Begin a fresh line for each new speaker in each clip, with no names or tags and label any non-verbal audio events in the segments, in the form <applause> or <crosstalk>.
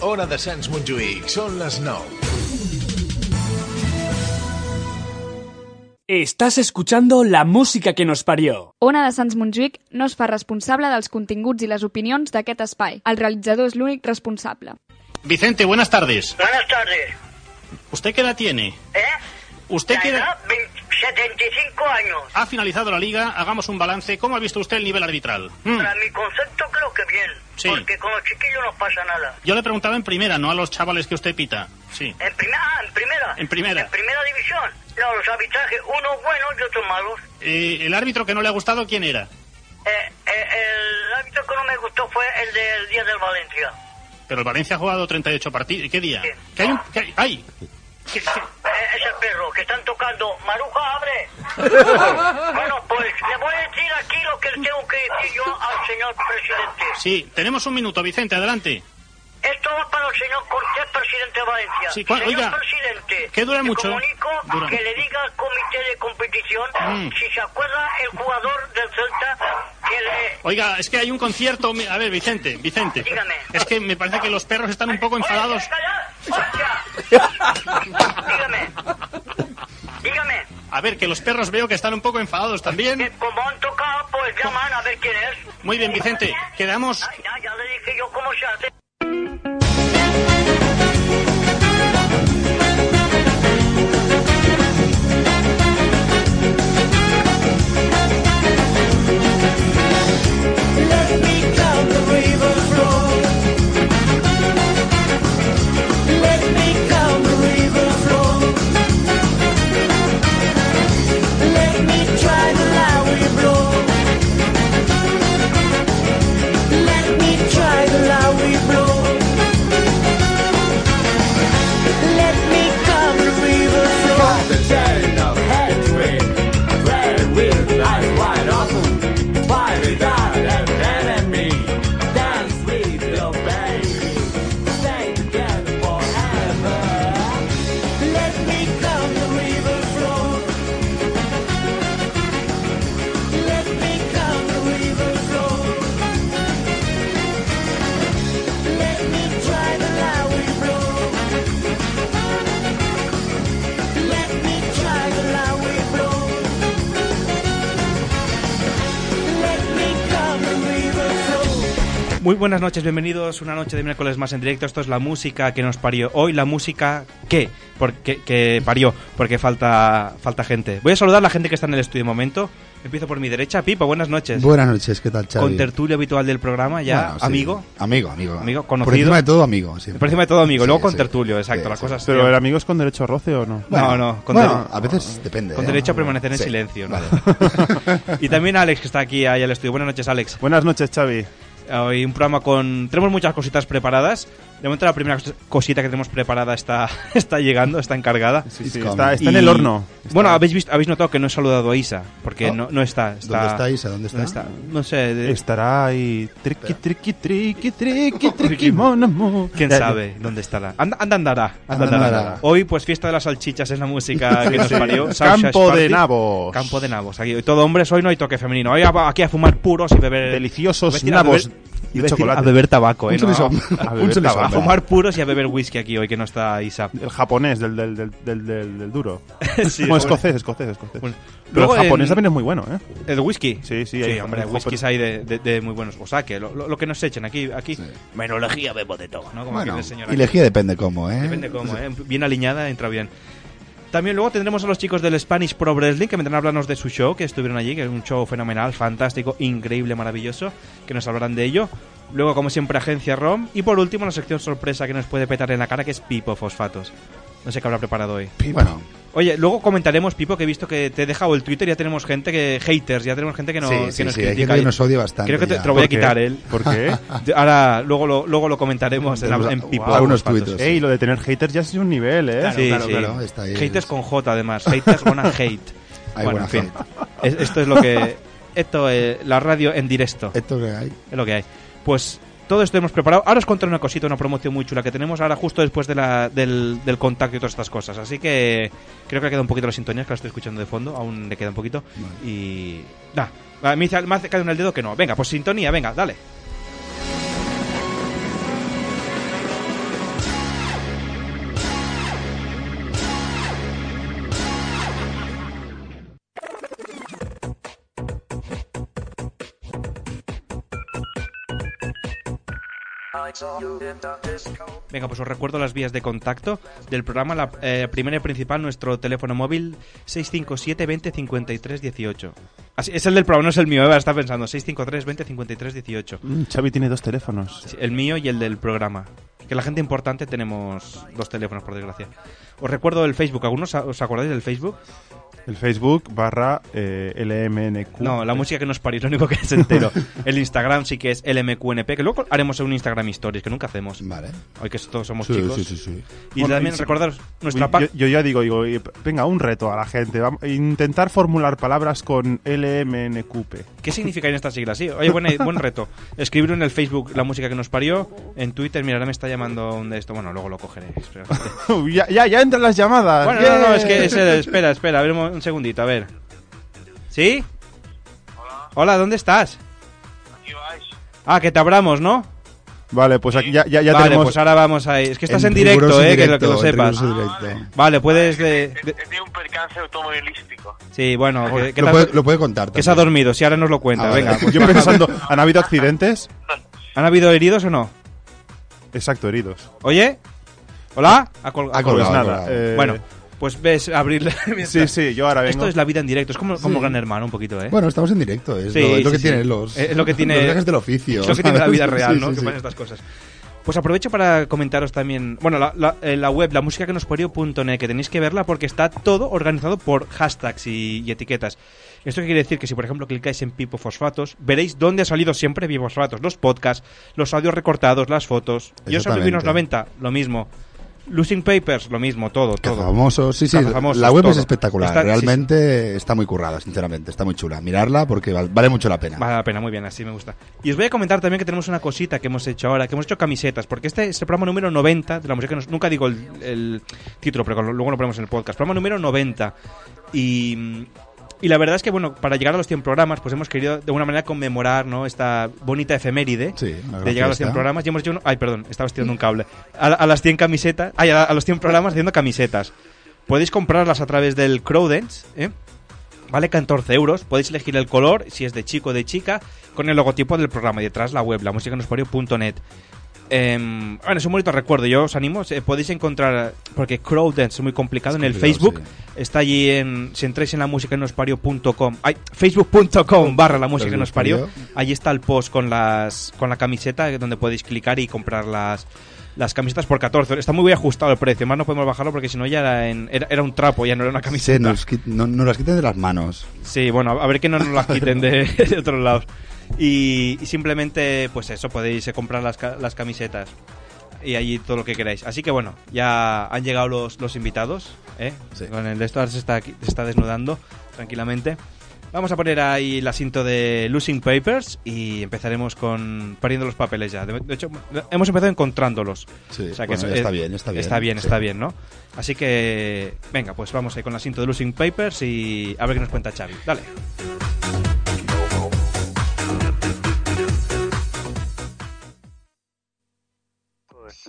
hora de Sants Montjuïc. Són les 9.
Estás escuchando la música que nos parió.
Ona de Sants Montjuïc no es fa responsable dels continguts i les opinions d'aquest espai. El realitzador és l'únic responsable.
Vicente, buenas tardes.
Buenas tardes.
¿Usted qué edad tiene?
¿Eh?
¿Usted
La
qué edad?
edad, 20 75 años.
Ha finalizado la liga, hagamos un balance. ¿Cómo ha visto usted el nivel arbitral? Mm.
Para mi concepto creo que bien.
Sí.
Porque con los chiquillos no pasa nada.
Yo le preguntaba en primera, no a los chavales que usted pita. Sí.
En primera, ah, en primera.
En primera.
En primera división. No, los arbitrajes, unos buenos y otros malos.
Eh, ¿El árbitro que no le ha gustado quién era?
Eh, eh, el árbitro que no me gustó fue el del día del
<laughs>
Valencia.
Pero el Valencia ha jugado 38 partidos. ¿Qué día?
Sí.
¿Que hay un... que hay- ¡Ay! ¿Qué- qué-
Eh, ese perro que están tocando. Maruja, abre. <laughs> bueno, pues le voy a decir aquí lo que tengo que decir yo al señor presidente.
Sí, tenemos un minuto, Vicente, adelante.
Esto va para el señor Cortés, presidente de Valencia.
Sí, cua-
señor
oiga,
presidente,
que dura
le
mucho.
comunico
Dura.
que le diga al comité de competición
Mm.
si se acuerda el jugador del Celta que le...
Oiga, es que hay un concierto. mi- A ver, Vicente, Vicente.
Dígame.
Es que me parece que los perros están un poco enfadados.
Oye, calla, hostia. Dígame. Dígame.
A ver, que los perros veo que están un poco enfadados
Que
también.
como han tocado, pues llaman a ver quién es.
Muy bien, Vicente. Quedamos.
Ay, ya, ya le dije yo cómo se hace.
Muy buenas noches, bienvenidos una noche de miércoles más en directo. Esto es la música que nos parió hoy, la música que, porque, que parió, porque falta, falta gente. Voy a saludar a la gente que está en el estudio de momento. Empiezo por mi derecha, Pipo, buenas noches.
Buenas noches, ¿qué tal, Xavi?
Con tertulio habitual del programa, ya
Bueno, sí.
amigo.
Amigo, amigo.
Amigo,
Por
conocido.
encima de todo, amigo. siempre.
Por encima de todo amigo,
Sí,
luego con
sí.
tertulio, exacto,
Sí,
las
sí.
cosas.
Pero el amigo es con derecho a roce o no.
No, no, con
bueno,
ter-
a veces depende.
con
¿eh?
derecho a permanecer en
Sí,
silencio, ¿no?
vale.
<laughs> y también Alex, que está aquí ahí al estudio. Buenas noches, Alex.
Buenas noches, Xavi.
Hoy un programa con... Tenemos muchas cositas preparadas. De momento la primera cos- cosita que tenemos preparada está, <laughs> está llegando, está encargada.
Sí,
It's
sí,
coming.
está está en
Y-
el horno. Está-
Bueno, habéis visto, habéis notado que no he saludado a Isa, porque
Oh.
no, no está, está-
¿Dónde está Isa? ¿Dónde está?
No sé, de-
Estará ahí. Triqui, triqui, triqui, triqui, triqui, mon amour.
quién
Ya-
sabe dónde estará. Anda, anda andará, anda
Anda
andará.
andará.
Hoy, pues, fiesta de las salchichas es la música que nos
Sí.
parió. Salsa
Campo
Sparty.
de nabos.
Campo de nabos. Aquí, todo hombres, hoy no hay toque femenino. Hoy a- aquí a fumar puros y beber.
Deliciosos
Iba a decir a
nabos
beber-
de
iba a decir
chocolate.
A beber tabaco, eh.
Un
no,
sumiso.
<laughs>
a-
A
a
beber
Un sumiso.
a
tabaco.
fumar puros y a beber whisky aquí hoy que no está Isa.
El japonés del, del, del, del, del- del duro.
<laughs> Sí,
Bueno,
bueno.
escocés, escocés, escocés.
Bueno.
Pero
Luego,
el japonés
en-
también es muy bueno, ¿eh?
¿El whisky?
Sí, sí, hay-
hombre,
hay
whiskies hay de, de- de muy buenos. O sea, que lo, lo- lo que nos echen aquí, aquí menología bebo de todo, ¿no? Como
Bueno,
aquel señor aquí.
y lejía depende cómo, ¿eh?
Depende cómo, ¿eh? Bien alineada, entra bien. También luego tendremos a los chicos del Spanish Pro Wrestling que vendrán a hablarnos de su show, que estuvieron allí, que es un show fenomenal, fantástico, increíble, maravilloso, que nos hablarán de ello. Luego, como siempre, Agencia ROM. Y por último, la sección sorpresa que nos puede petar en la cara, que es Pipo Fosfatos. No sé qué habrá preparado hoy.
Bueno,
Oye, luego comentaremos, Pipo, que he visto que te he dejado el Twitter y ya tenemos gente que... Haters, ya tenemos gente que, no,
sí,
que
sí,
nos
sí, hay
critica.
gente que nos odia bastante.
Creo que te,
ya.
te lo voy a
¿Por qué?
quitar, él.
¿Por qué?
<laughs> Ahora, luego lo, luego lo comentaremos en,
Tenemos
en
a-
Pipo.
wow, algunos
Fosfatos.
tuitos.
Ey, lo de tener haters ya es un nivel, ¿eh?
sí,
claro,
sí.
claro, está ahí.
Haters con J, además. Haters gonna
<laughs>
hate.
Hay
bueno,
buena
en fin.
gente.
Es- esto es lo que. Esto es la radio en directo.
Esto que hay.
Es lo que hay. Pues todo esto hemos preparado. Ahora os contaré una cosita, una promoción muy chula que tenemos ahora justo después de la- del, del contacto y todas estas cosas. Así que creo que le queda un poquito la sintonía, que la estoy escuchando de fondo, aún le queda un poquito.
Vale.
Y. Nah, me dice- me hace caer en el dedo que no. Venga, pues sintonía, venga, dale. Venga, pues os recuerdo las vías de contacto del programa. La eh, primera y principal, nuestro teléfono móvil 657 20 53 18. Así, es el del programa, no es el mío, Eva, está pensando. 653 20 53 18.
Mm, Xavi tiene dos teléfonos.
Sí, El mío y el del programa. Que la gente importante tenemos dos teléfonos, por desgracia. Os recuerdo el Facebook. ¿Algunos a- os acordáis del Facebook?
El Facebook barra eh, LMNQ.
No, la música que nos parís, lo único que
<laughs>
es entero. el Instagram sí que es LMQNP, que luego haremos un Instagram Stories, que nunca hacemos.
Vale.
Hoy que todos somos
Sí,
chicos.
sí, sí, sí.
Y
Bueno,
también
y-
recordaros nuestra
Uy,
página.
yo, yo ya digo, digo, y- venga, un reto a la gente. Vamos, intentar formular palabras con LMNQP.
¿Qué significan estas siglas? Sí, oye, buen,
<laughs>
buen reto. Escribirlo en el Facebook, la música que nos parió. En Twitter, mira, ahora me está llamando un de esto. Bueno, luego lo cogeré. espera.
<laughs> Uy, ya, ya, ya entran las llamadas.
bueno, no, no, es que es el- espera, espera, a ver un mo- un segundito, a ver. ¿Sí? Hola. Hola, ¿dónde estás?
Aquí vais.
Ah, que te abramos, ¿no?
Vale, pues aquí ya, ya, ya
vale,
tenemos.
pues ahora vamos ahí. Es que estás en,
riguroso
directo, eh, que lo- que lo,
directo, en
sepas.
Ah,
riguroso directo.
Vale, puedes de, de-
He tenido un percance automovilístico.
Sí, bueno, que, que te
Ah, Lo
has-
puede, lo puede contar.
que se ha
también.
dormido, si ahora nos lo cuenta,
Ah, vale.
venga. pues
Yo pensando, ¿han habido accidentes?
¿Han habido heridos o no?
Exacto, heridos.
¿Oye? ¿Hola? Ha col- ha
Ha
colgado.
colgado.
Pues nada.
colgado.
eh,
Bueno, pues ves abrirle. <laughs>
Sí, sí, yo ahora vengo.
Esto es la vida en directo, es como, como Gran Hermano un poquito, ¿eh?
Bueno, estamos en directo. Es,
Sí,
lo, es lo
sí,
que
sí.
tienen <laughs> los.
Eh, es lo que tiene-
Los viajes del oficio.
es lo que tiene la
¿sabes?
vida real,
Sí,
¿no?
sí,
que
sí.
pasan estas cosas. Pues aprovecho para comentaros también, bueno, la, la, eh, la web, la música que nos que tenéis que verla porque está todo organizado por hashtags y, y etiquetas. Esto qué quiere decir que si, por ejemplo, clicáis en Pipo Fosfatos, veréis dónde ha salido siempre Pipo Fosfatos, los podcasts, los audios recortados, las fotos. Yo soy
Exactamente.
los 90, lo mismo. Losing Papers, lo mismo, todo, todo.
Cazafamosos, sí, sí.
Cazafamosos,
la web es
todo.
espectacular.
Está- sí,
Realmente está muy currada, sinceramente. Está muy chula. Mirarla porque val- vale mucho la pena.
Vale la pena, muy bien, así me gusta. Y os voy a comentar también que tenemos una cosita que hemos hecho ahora, que hemos hecho camisetas, porque este es el programa número 90 de la música que nos- Nunca digo el, el título, pero luego lo ponemos en el podcast. Programa número 90. Y, y la verdad es que, bueno, para llegar a los 100 programas, pues hemos querido de alguna manera conmemorar ¿no? esta bonita efeméride
Sí, la
de llegar a los 100
fiesta.
programas. Y hemos hecho. un- ay, perdón, estaba estirando un cable. A, la- a las 100 camisetas. ay, a, a los 100 programas haciendo camisetas. Podéis comprarlas a través del Crowdance, ¿eh? Vale 14 euros, podéis elegir el color, si es de chico o de chica, con el logotipo del programa y detrás la web, la música bueno, Em, es un bonito recuerdo, yo os animo, eh, podéis encontrar, porque Crowdance es muy complicado,
Es
en el
complicado,
Facebook, está allí en, si entráis en la música ay, facebook.com barra la música que nos parió, allí está el post con las con la camiseta, eh, donde podéis clicar y comprar las, las camisetas por 14, está muy bien ajustado el precio, más no podemos bajarlo porque si no ya era, en- era, era un trapo, ya no era una
Se
camiseta.
nos, quit- no, nos las quitan de las manos.
Sí, bueno, a ver que no nos las quiten de, de otros lados. Y, y simplemente, pues eso, podéis eh, comprar las, ca- las camisetas y allí todo lo que queráis. Así que bueno, ya han llegado los, los invitados, ¿eh?
Sí.
Con el de esto ahora se está, aquí- se está desnudando tranquilamente. Vamos a poner ahí el asiento de Losing Papers y empezaremos con pariendo los papeles ya. De, de hecho, hemos empezado encontrándolos.
Sí,
O sea
bueno,
que eso
ya
es-
está bien, ya está bien.
Está bien,
Sí.
está bien, ¿no? Así que, venga, pues vamos ahí con el asiento de Losing Papers y a ver qué nos cuenta Xavi. Dale.
Push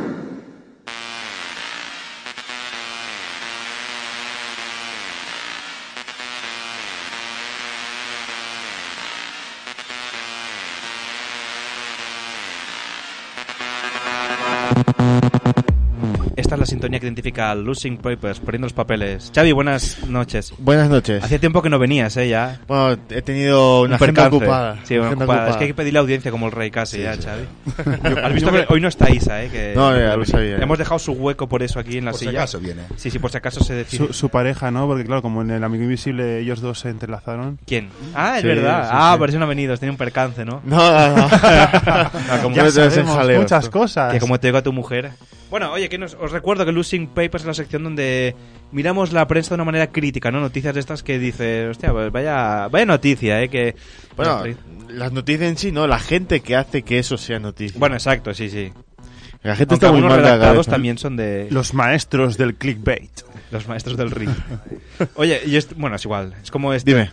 Esta es la sintonía que identifica a Losing Papers, poniendo los papeles. Xavi, buenas noches.
Buenas noches.
Hacía tiempo que no venías, ¿eh? Ya.
Bueno, he tenido una
Un
agenda
percance.
ocupada.
Sí, una
agenda
ocupada. Es
ocupada.
que hay que pedirle audiencia como el rey casi,
Sí,
ya,
sí. <laughs>
Xavi. Has visto que hoy no está Isa, ¿eh? Que
No, ya lo sabía.
Hemos dejado su hueco por eso aquí en la
Por si
silla.
acaso viene.
Sí, sí, por si acaso se decide.
Su, su pareja, ¿no? Porque claro, como en el Amigo Invisible ellos dos se entrelazaron.
¿Quién? Ah, es
Sí,
verdad.
sí,
ah,
sí.
por eso no ha venido, tenía un percance, ¿no?
No, no,
<laughs>
no.
Ah, como-
Ya
Ya
me traes en
Sabemos
jaleo.
muchas cosas.
Que como te digo a tu mujer. Bueno, oye, que nos- os recuerdo que Losing Papers es la sección donde miramos la prensa de una manera crítica, ¿no? Noticias de estas que dices, hostia, pues vaya, vaya noticia, ¿eh? Que,
Bueno, las
<laughs>
noticias en sí, no, la gente que hace que eso sea noticia.
bueno, exacto, sí, sí.
la gente
Aunque
está muy
algunos
mal de la
redactados
cabeza.
también son de los,
Los maestros del clickbait.
maestros del ring. oye, y es, bueno, es igual. Es como este,
Dime.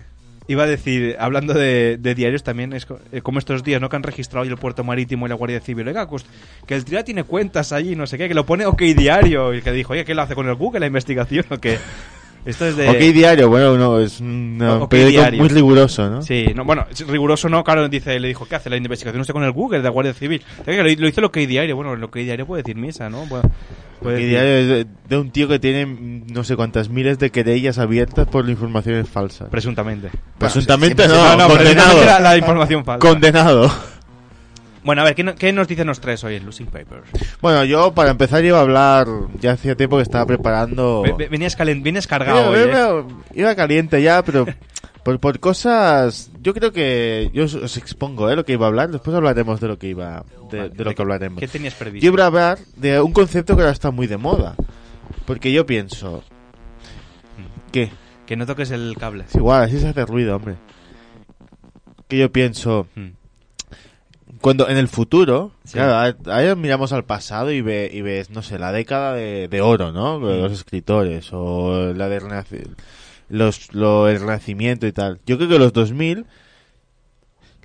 Iba a decir, hablando de, de diarios también, es co- eh, como estos días, ¿no? Que han registrado hoy el puerto marítimo y la Guardia Civil. Oiga, cust- que el TRIA tiene cuentas allí, no sé qué, que lo pone OK Diario. Y que dijo, oye, ¿qué lo hace con el Google la investigación o qué? Esto es
<laughs>
de...
Ok Diario, bueno, no, es un
O-
no,
OK
periódico
Diario.
muy riguroso, ¿no?
Sí, no, bueno, es riguroso no, claro, dice, le dijo, ¿qué hace la investigación usted con el Google de la Guardia Civil? Oiga, Lo, lo hizo lo que diario, bueno, lo que diario puede decir misa, ¿no? Puede- puede
Ok
decir-
Diario es de, de un tío que tiene mm, no sé cuántas miles de querellas abiertas por informaciones falsas.
Presuntamente.
Presuntamente
Bueno,
no,
sí, <laughs> sí, no, no,
condenado.
presuntamente la- la información falsa.
Condenado.
Bueno, a ver, ¿qué, no- qué nos dicen los tres hoy en Losing Papers?
Bueno, yo para empezar iba a hablar, ya hacía tiempo que estaba preparando...
Ve- ve- Venías, calen- venías cargado
Iba-
hoy, ¿eh?
iba- iba caliente ya, pero por, por cosas... Yo creo que... Yo os, os expongo eh, lo que iba a hablar, después hablaremos de lo que iba... De, de lo que hablaremos.
¿Qué tenías
Yo
previsto?
iba a hablar de un concepto que ahora está muy de moda. Porque yo pienso... ¿Qué?
Mm. Que no toques el cable.
Es igual, así se hace ruido, hombre. Que yo pienso...
Hmm.
Cuando en el futuro, claro, a- ahí miramos al pasado y, ve- y ves, no sé, la década de, de oro, ¿no?
Mm.
Los escritores o la de renaci- los, lo, el renacimiento y tal. Yo creo que los 2000,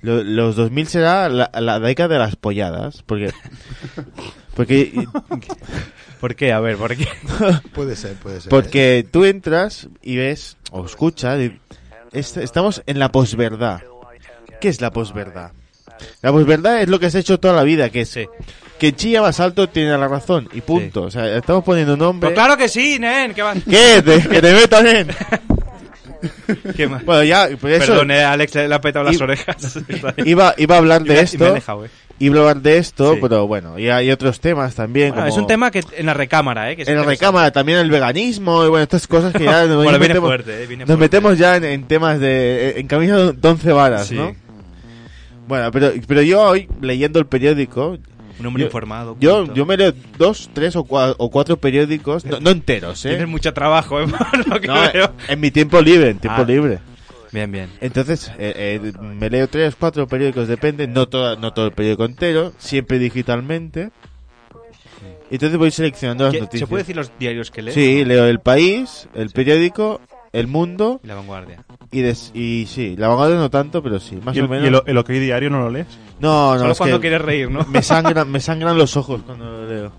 lo- los 2000 será la, la década de las polladas,
<laughs>
porque... porque
¿Por qué? A ver,
<laughs>
¿por qué?
Puede ser, puede ser.
porque tú entras y ves, o escuchas, y es- estamos en la posverdad. ¿Qué es la posverdad? La posverdad es lo que has hecho toda la vida, que es que Chilla Basalto tiene la razón, y punto. O sea, estamos poniendo nombre...
Pues claro que sí, nen, que va...
¿Qué? Te- que te metan en...
<laughs> ¿Qué más?
Bueno, ya, por eso...
Perdón, eh, Alex, le ha petado las
I-
orejas. <laughs>
Iba, iba a hablar de
Y me- y me
esto,
he alejado, eh.
iba a hablar de esto,
Sí.
pero bueno, y hay otros temas también.
Bueno,
como-
es un tema que en la recámara, ¿eh? Que es
en la
interesante.
recámara también el veganismo y bueno estas cosas que
<laughs>
ya nos,
Bueno, viene
metemos,
fuerte, eh, viene
nos
fuerte.
metemos ya en, en temas de eh, en camisa de once varas
Sí.
no bueno pero pero yo hoy leyendo el periódico
Un hombre
yo-
informado.
yo
culto.
yo me leo dos tres o, cua- o cuatro periódicos no, no enteros eh
Tienes mucho trabajo, <laughs> ¿eh? Por lo que
No,
veo.
en mi tiempo libre en tiempo
Ah.
libre
Bien, bien.
entonces, eh, eh, me leo tres, cuatro periódicos, depende, no, toda, no todo el periódico entero, siempre digitalmente. Entonces voy seleccionando las
¿Qué-
noticias.
¿Se puede decir los diarios que lees?
Sí, leo El País, El Periódico, El Mundo
Y La Vanguardia.
y, des- y sí, La Vanguardia no tanto, pero sí, <laughs> más
¿Y
o
el,
menos.
y el- el OK Diario no lo lees?
No, no,
Solo
es
cuando
que
quieres reír, ¿no?
me sangran, me sangran los ojos cuando lo leo.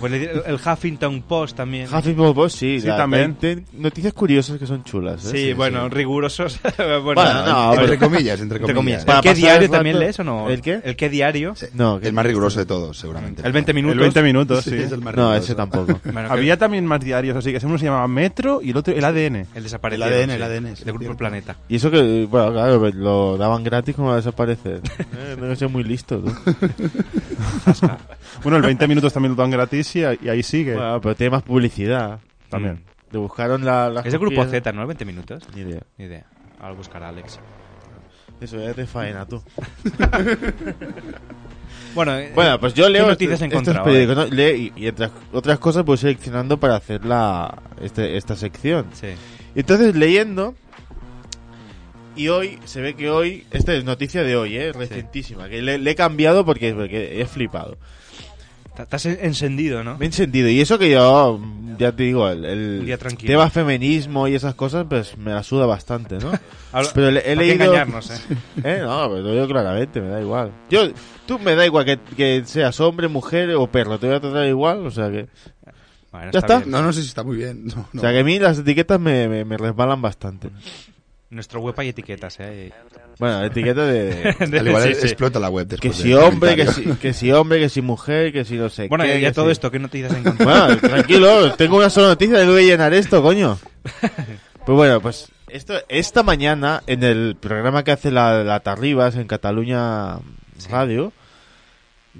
Pues le- el Huffington Post también.
eh, Huffington Post, sí,
Sí,
la-
también.
hay- hay noticias curiosas que son chulas. ¿eh?
sí, bueno, rigurosos. <laughs> bueno,
Bueno, no,
a ver,
pero-
Entre comillas, entre
entre comillas.
comillas.
Para
¿El qué
pasar
diario
el rato-
también lees o no?
¿El qué?
¿El qué diario?
No, que-
El más riguroso de todos, seguramente.
El 20 minutos.
El 20 minutos, sí.
Sí, es el más
no,
riguroso.
ese tampoco.
<laughs> Bueno, que-
Había también más diarios, así que uno se llamaba Metro y el otro el ADN.
El desaparecido.
El ADN,
sí.
el ADN, sí,
De Grupo
cierto.
Planeta.
Y eso que, bueno, claro, lo daban gratis como va
<laughs>
a desaparecer. Eh, no ser muy listo, tú.
Bueno, el 20 minutos también lo dan gratis y, y ahí sigue.
Bueno, pero tiene más publicidad. Mm.
También.
Le buscaron la... las
Es de Grupo
copias.
Z, ¿no? 20 minutos.
Ni idea.
Ni idea. Ahora buscará Alex.
Eso ya te faena, tú.
Bueno, eh,
Bueno, pues yo leo
¿Qué noticias he
estos- estos
encontrado? eh?
periódicos, ¿no? Leo y, y otras, otras cosas voy seleccionando para hacer la, este- esta sección.
Sí.
Y entonces leyendo, y hoy, se ve que hoy, esta es noticia de hoy, ¿eh? recientísima, que le, le he cambiado porque, porque he flipado.
T- Estás en- encendido, ¿no?
Me he encendido, y eso que yo, mm, ya te digo, el, el
Un día tranquilo.
tema feminismo y esas cosas, pues me la suda bastante, ¿no?
<laughs> Habla-
Pero le- he
¿Para qué
leído-
engañarnos, eh?
<laughs> Eh, no, pero yo claramente, me da igual. Yo, tú me da igual que, que seas hombre, mujer o perro, te voy a tratar igual, o sea que...
Bueno,
Ya está.
bien.
No, no sé si está muy bien. No,
O
no.
sea que a mí las etiquetas me, me, me resbalan bastante.
Nuestro web hay etiquetas, ¿eh?
<laughs> Bueno, etiqueta
<laughs>
de...
Al igual
Sí, sí.
explota la web
que
después
si
del
hombre, que
comentario.
si, que si hombre, que si mujer, que si no sé
Bueno,
qué,
ya
que
todo
si-
esto, ¿qué noticias
<laughs>
has encontrado?
Bueno, tranquilo, tengo una sola noticia, tengo que llenar esto,
<laughs>
coño. Pues bueno, pues esto, esta mañana, en el programa que hace la, la Tarribas en Cataluña Radio,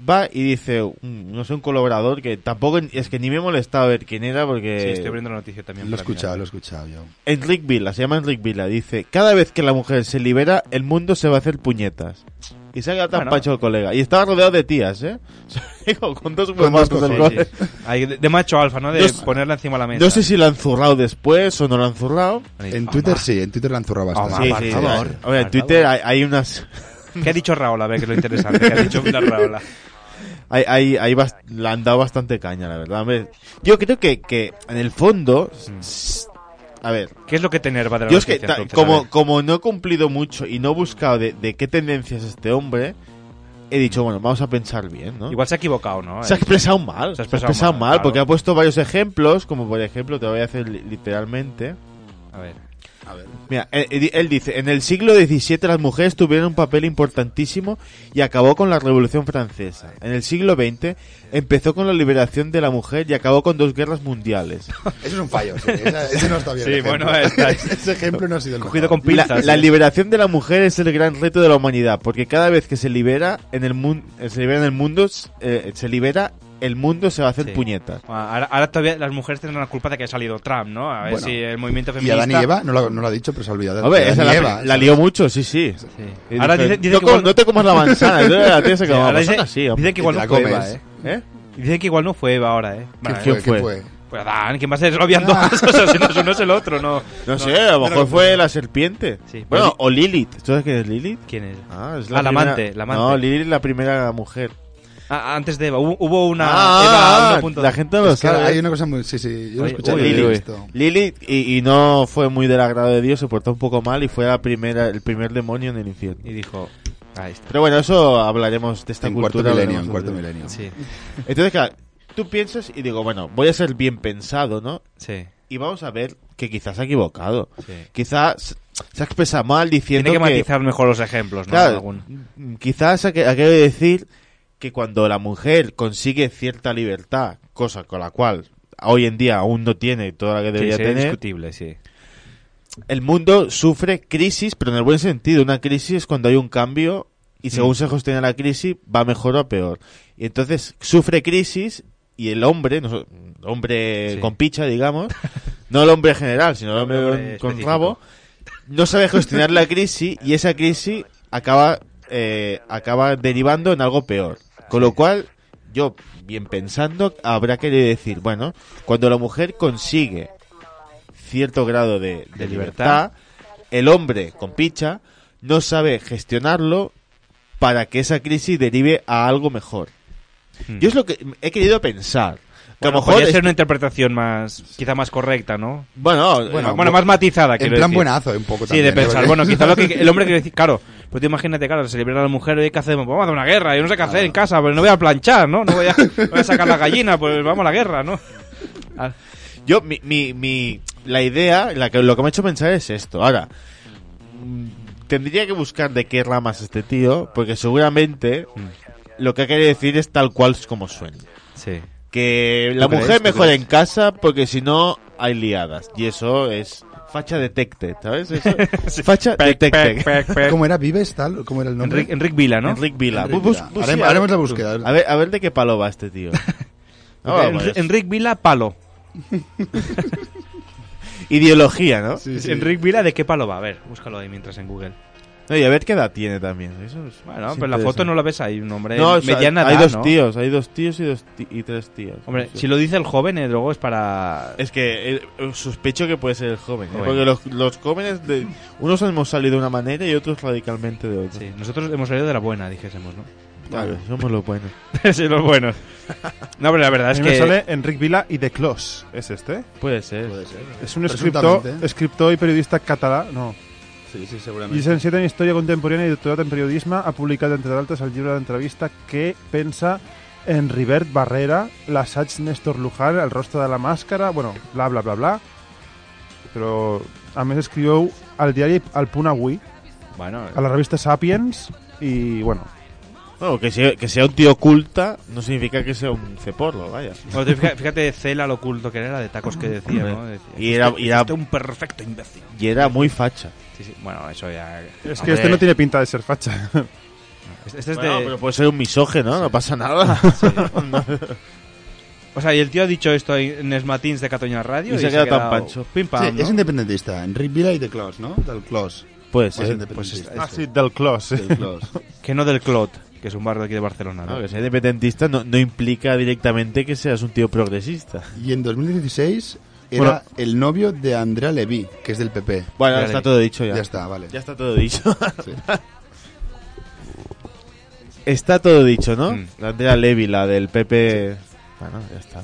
va y dice, un- no sé, un colaborador que tampoco, es que ni me he molestado a ver quién era porque...
Sí, estoy abriendo la noticia también.
Eh, Lo he
para
escuchado,
mirar.
lo he escuchado yo.
Enric Vila, se llama Enric Vila, dice, cada vez que la mujer se libera, el mundo se va a hacer puñetas. Y se ha quedado tan
Bueno.
pacho el colega. Y estaba rodeado de tías, ¿eh? O sea, digo, con dos huevazos
cojones.
del
Sí,
cole.
Sí, sí. Ahí, de, de macho alfa, ¿no? De
No sé-
ponerla encima de la mesa.
No sé si lo han zurrado después o no lo han zurrado.
En Twitter sí, en Twitter la han zurrado
Ah,
bastante.
sí,
por
sí,
favor.
sí. Hombre, en Twitter hay, hay unas.
<laughs> ¿Qué ha dicho Raola? A ver, que es lo interesante. ¿Qué
<laughs>
ha dicho Pilar Raola?
Hay, hay, hay bas- le
Mm.
han dado bastante caña, la verdad. hombre. Yo creo que, que en el fondo s- a ver.
¿Qué es lo que te enerva de la
Yo es que,
noticia,
ta-
entonces? A
como,
ver.
como no he cumplido mucho y no he buscado de, de qué tendencias este hombre, he dicho, bueno, vamos a pensar bien, ¿no?
Igual se ha equivocado, ¿no?
Se ha expresado mal.
Se ha
expresado, mal,
claro.
porque ha puesto varios ejemplos, como por ejemplo, te voy a hacer li- literalmente.
A ver.
Mira, él, él- él dice, en el siglo XVII las mujeres tuvieron un papel importantísimo y acabó con la Revolución Francesa. En el siglo XX empezó con la liberación de la mujer y acabó con dos guerras mundiales.
<laughs> Eso es un fallo, sí. Esa- Ese no está bien.
Sí,
el ejemplo.
bueno, está-
<laughs> Ese ejemplo no ha sido el
Cogido
mejor.
con pinzas.
La,
¿eh?
la liberación de la mujer es el gran reto de la humanidad, porque cada vez que se libera en el mundo, se libera en el mundo, eh, se libera el mundo se va a hacer
Sí.
puñetas.
Ahora, ahora todavía las mujeres tendrán la culpa de que ha salido Trump, ¿no? A ver
Bueno.
si el movimiento
Y
feminista...
Adán y Eva, no lo, no lo ha dicho, pero se ha olvidado.
Hombre,
Adán
esa
y
la,
Eva,
la lió mucho, sí, sí. Y
Ahora
dijo,
dice- dice
no,
que
com-
igual no-
no te
<laughs>
comas la manzana, tú la tienes que
Sí,
comer la
ahora dice,
manzana, sí, hombre.
dice que
Y
igual
te
no
la
fue
comes,
Eva, ¿eh? Y Dice que igual no fue Eva ahora, ¿eh? Bueno,
¿Quién
¿Qué
fue? Ah.
fue?
Pues Adán, ¿quién va a ser obviando más? O sea, si no es uno es el otro, no...
No sé, a lo mejor fue la serpiente.
Sí,
bueno,
pero-
o Lilith. ¿Tú sabes quién es Lilith?
¿Quién es?
Ah, es
Ah, la
primera-
amante, la amante.
No, Lilith es la primera mujer.
pues Ah, antes de Eva, hubo, hubo una
Ah,
Eva 1.0.
la gente no lo
Es que
sabe.
hay una cosa muy. Sí, sí, yo lo he
Oye,
escuchado.
uy,
y lo he
Lilith,
visto.
Lilith, y, y no fue muy del agrado de Dios, se portó un poco mal y fue la primera, el primer demonio en el infierno.
Y dijo... Ahí está.
Pero bueno, eso hablaremos de esta
En cuarto
cultura.
milenio, en
hablaremos
cuarto
de-
milenio.
Sí,
Entonces, claro, tú piensas y digo, bueno, voy a ser bien pensado, ¿no?
sí.
Y vamos a ver que quizás se ha equivocado.
Sí.
Quizás se ha expresado mal diciendo
Tiene que matizar mejor los ejemplos, ¿no?
Claro,
Algún-
mm, quizás ha que- ha querido decir que cuando la mujer consigue cierta libertad, cosa con la cual hoy en día aún no tiene toda la que
Sí,
debería
sí,
tener,
discutible, sí.
el mundo sufre crisis, pero en el buen sentido. Una crisis es cuando hay un cambio y
Mm.
según se gestiona la crisis, va mejor o peor. Y entonces sufre crisis y el hombre, noso- hombre
Sí.
con picha,
<laughs>
digamos, no el hombre general, sino el hombre,
hombre
con- con
específico.
rabo, no sabe gestionar la crisis y esa crisis acaba, eh, acaba derivando en algo peor. Con lo cual, yo, bien pensando, habrá que decir, bueno, cuando la mujer consigue cierto grado de, de
De
libertad,
libertad.
el hombre con picha no sabe gestionarlo para que esa crisis derive a algo mejor.
Hmm.
Yo es lo que he querido pensar. Que
Bueno,
a lo mejor
podría
es-
ser una interpretación más, quizá más correcta, ¿no?
bueno,
Bueno,
eh,
bueno, más matizada,
En
quiero
plan
decir.
buenazo, un poco
Sí,
también.
de pensar.
¿eh?
Bueno, quizá lo que el hombre quiere decir, claro, pues tú imagínate, claro, se libera la mujer y ¿qué hacemos? Pues vamos a una guerra, yo no sé qué hacer en casa, pues no voy a planchar, ¿no? No
<laughs>
voy a, no voy a sacar la gallina, pues vamos a la guerra, ¿no? Ah,
yo mi, mi, mi- la idea, la que lo que me ha hecho pensar es esto. Ahora mm, tendría que buscar de qué ramas este tío, porque seguramente lo que ha querido decir es tal cual como suena.
Sí.
Que la
¿Tú crees?
mujer
¿Tú
mejor
crees?
en casa porque si no hay liadas. Y eso es facha detected, ¿sabes?
<laughs>
Eso- Facha
Pec,
detected.
pec, pec, pec.
¿Cómo era? ¿Vives tal? ¿Cómo era el nombre?
Enric, Enric Vila, ¿no?
Enric Vila.
Enric
Bus-
Vila.
bus-
Harem-
busca-
haremos la búsqueda.
A ver, a ver de qué palo va este <laughs> tío. Ah,
Enri-
bueno, es
Enric
<laughs>
Vila Palo.
Ideología, ¿no?
Sí, sí.
Enric Vila, ¿de qué palo va? A ver, búscalo ahí mientras en Google.
No, y a ver qué edad tiene también. Eso es-
Bueno,
es
pero la foto
interesante.
no la ves ahí, un hombre
No, o sea,
mediana
hay
edad,
dos
¿no?
tíos, hay dos tíos y, dos ti- y tres tíos.
Hombre,
No sé.
si lo dice el joven, eh, luego es para...
Es que eh, sospecho que puede ser el joven. ¿eh?
Joven.
Porque los, los jóvenes, de, unos hemos salido de una manera y otros radicalmente de otra.
Sí, nosotros hemos salido de la buena, dijésemos, ¿no?
Claro, somos los <laughs> buenos.
sí, los buenos. No, pero la verdad
A
es
mí me
que...
sale Enric Vila y The Clos. ¿Es este?
Puede ser.
Puede ser.
Es un escriptor,
Presuntamente.
escriptor y periodista catalán. No.
Sí, sí, seguramente.
Llicenciat en Història Contemporània i doctorat en Periodisme, ha publicat, entre d'altres, el llibre d'entrevista Què pensa en Rivert Barrera, l'assaig Néstor Luján, el rostre de la màscara, bueno, bla, bla, bla, bla. Però, a més, escriu al diari El Punt Avui,
Bueno,
a la revista Sapiens, i, bueno,
Bueno, que sea, que sea un tío culta no significa que sea un ceporro,
<laughs>
vaya.
Bueno, tú fija- fíjate, Cela lo culto que era de tacos que decía, ¿no? Decía,
Y era-
"Este-
y era-
este es un perfecto imbécil.
Y era muy facha.
Sí, sí. Bueno, eso ya.
és que este no tiene pinta de ser fatxa.
Este es de.
Bueno, pero puede ser un misógeno, no pasa nada. <laughs>
O sea, y el tío ha dicho esto en Esmatins de Cataluña Radio.
Y se ha
ha
quedado tan
quedado
pancho.
Pim pam.
Sí,
¿no?
es independentista. Enric Vila y de Clos, ¿no? Del Clos.
Puede
Pues
ser.
independentista.
Ah, sí, del clos. sí.
Del Clos.
Que no del Clot, que es un barrio de aquí de Barcelona. ¿no?
No, que sea independentista no, no implica directamente que seas un tío progresista.
Y en 2016 era
Bueno.
el novio de Andrea Levy, que es del PP.
Bueno,
Dale.
está todo dicho ya.
Ya está, vale.
Ya está todo dicho.
Sí.
está todo dicho, ¿no?
Mm.
La Andrea Levy, la del PP... Bueno, ya está.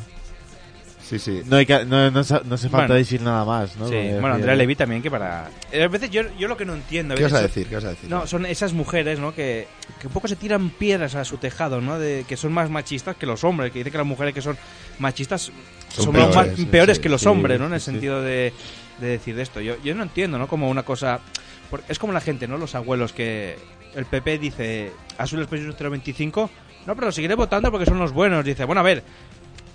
Sí, sí.
No, hay que- no, no sa- no hace falta
Bueno.
decir nada más, ¿no?
Sí.
Porque-
Bueno, Andrea Levy también, que para... Eh, A veces yo, yo lo que no entiendo...
¿Qué
veces
vas a
son-
decir? ¿Qué vas a decir?
No, son esas mujeres, ¿no? Que, que un poco se tiran piedras a su tejado, ¿no? De, que son más machistas que los hombres, que dicen que las mujeres que son machistas son,
Son
peores,
peores, sí,
peores
sí,
que los
sí,
hombres, ¿no? En el
sí, sí.
sentido de, de decir de esto. Yo, yo no entiendo, ¿no? Como una cosa... porque es como la gente, ¿no? Los abuelos que el PP dice, a su expresión 025, no, pero seguiré votando porque son los buenos. Dice, bueno, a ver,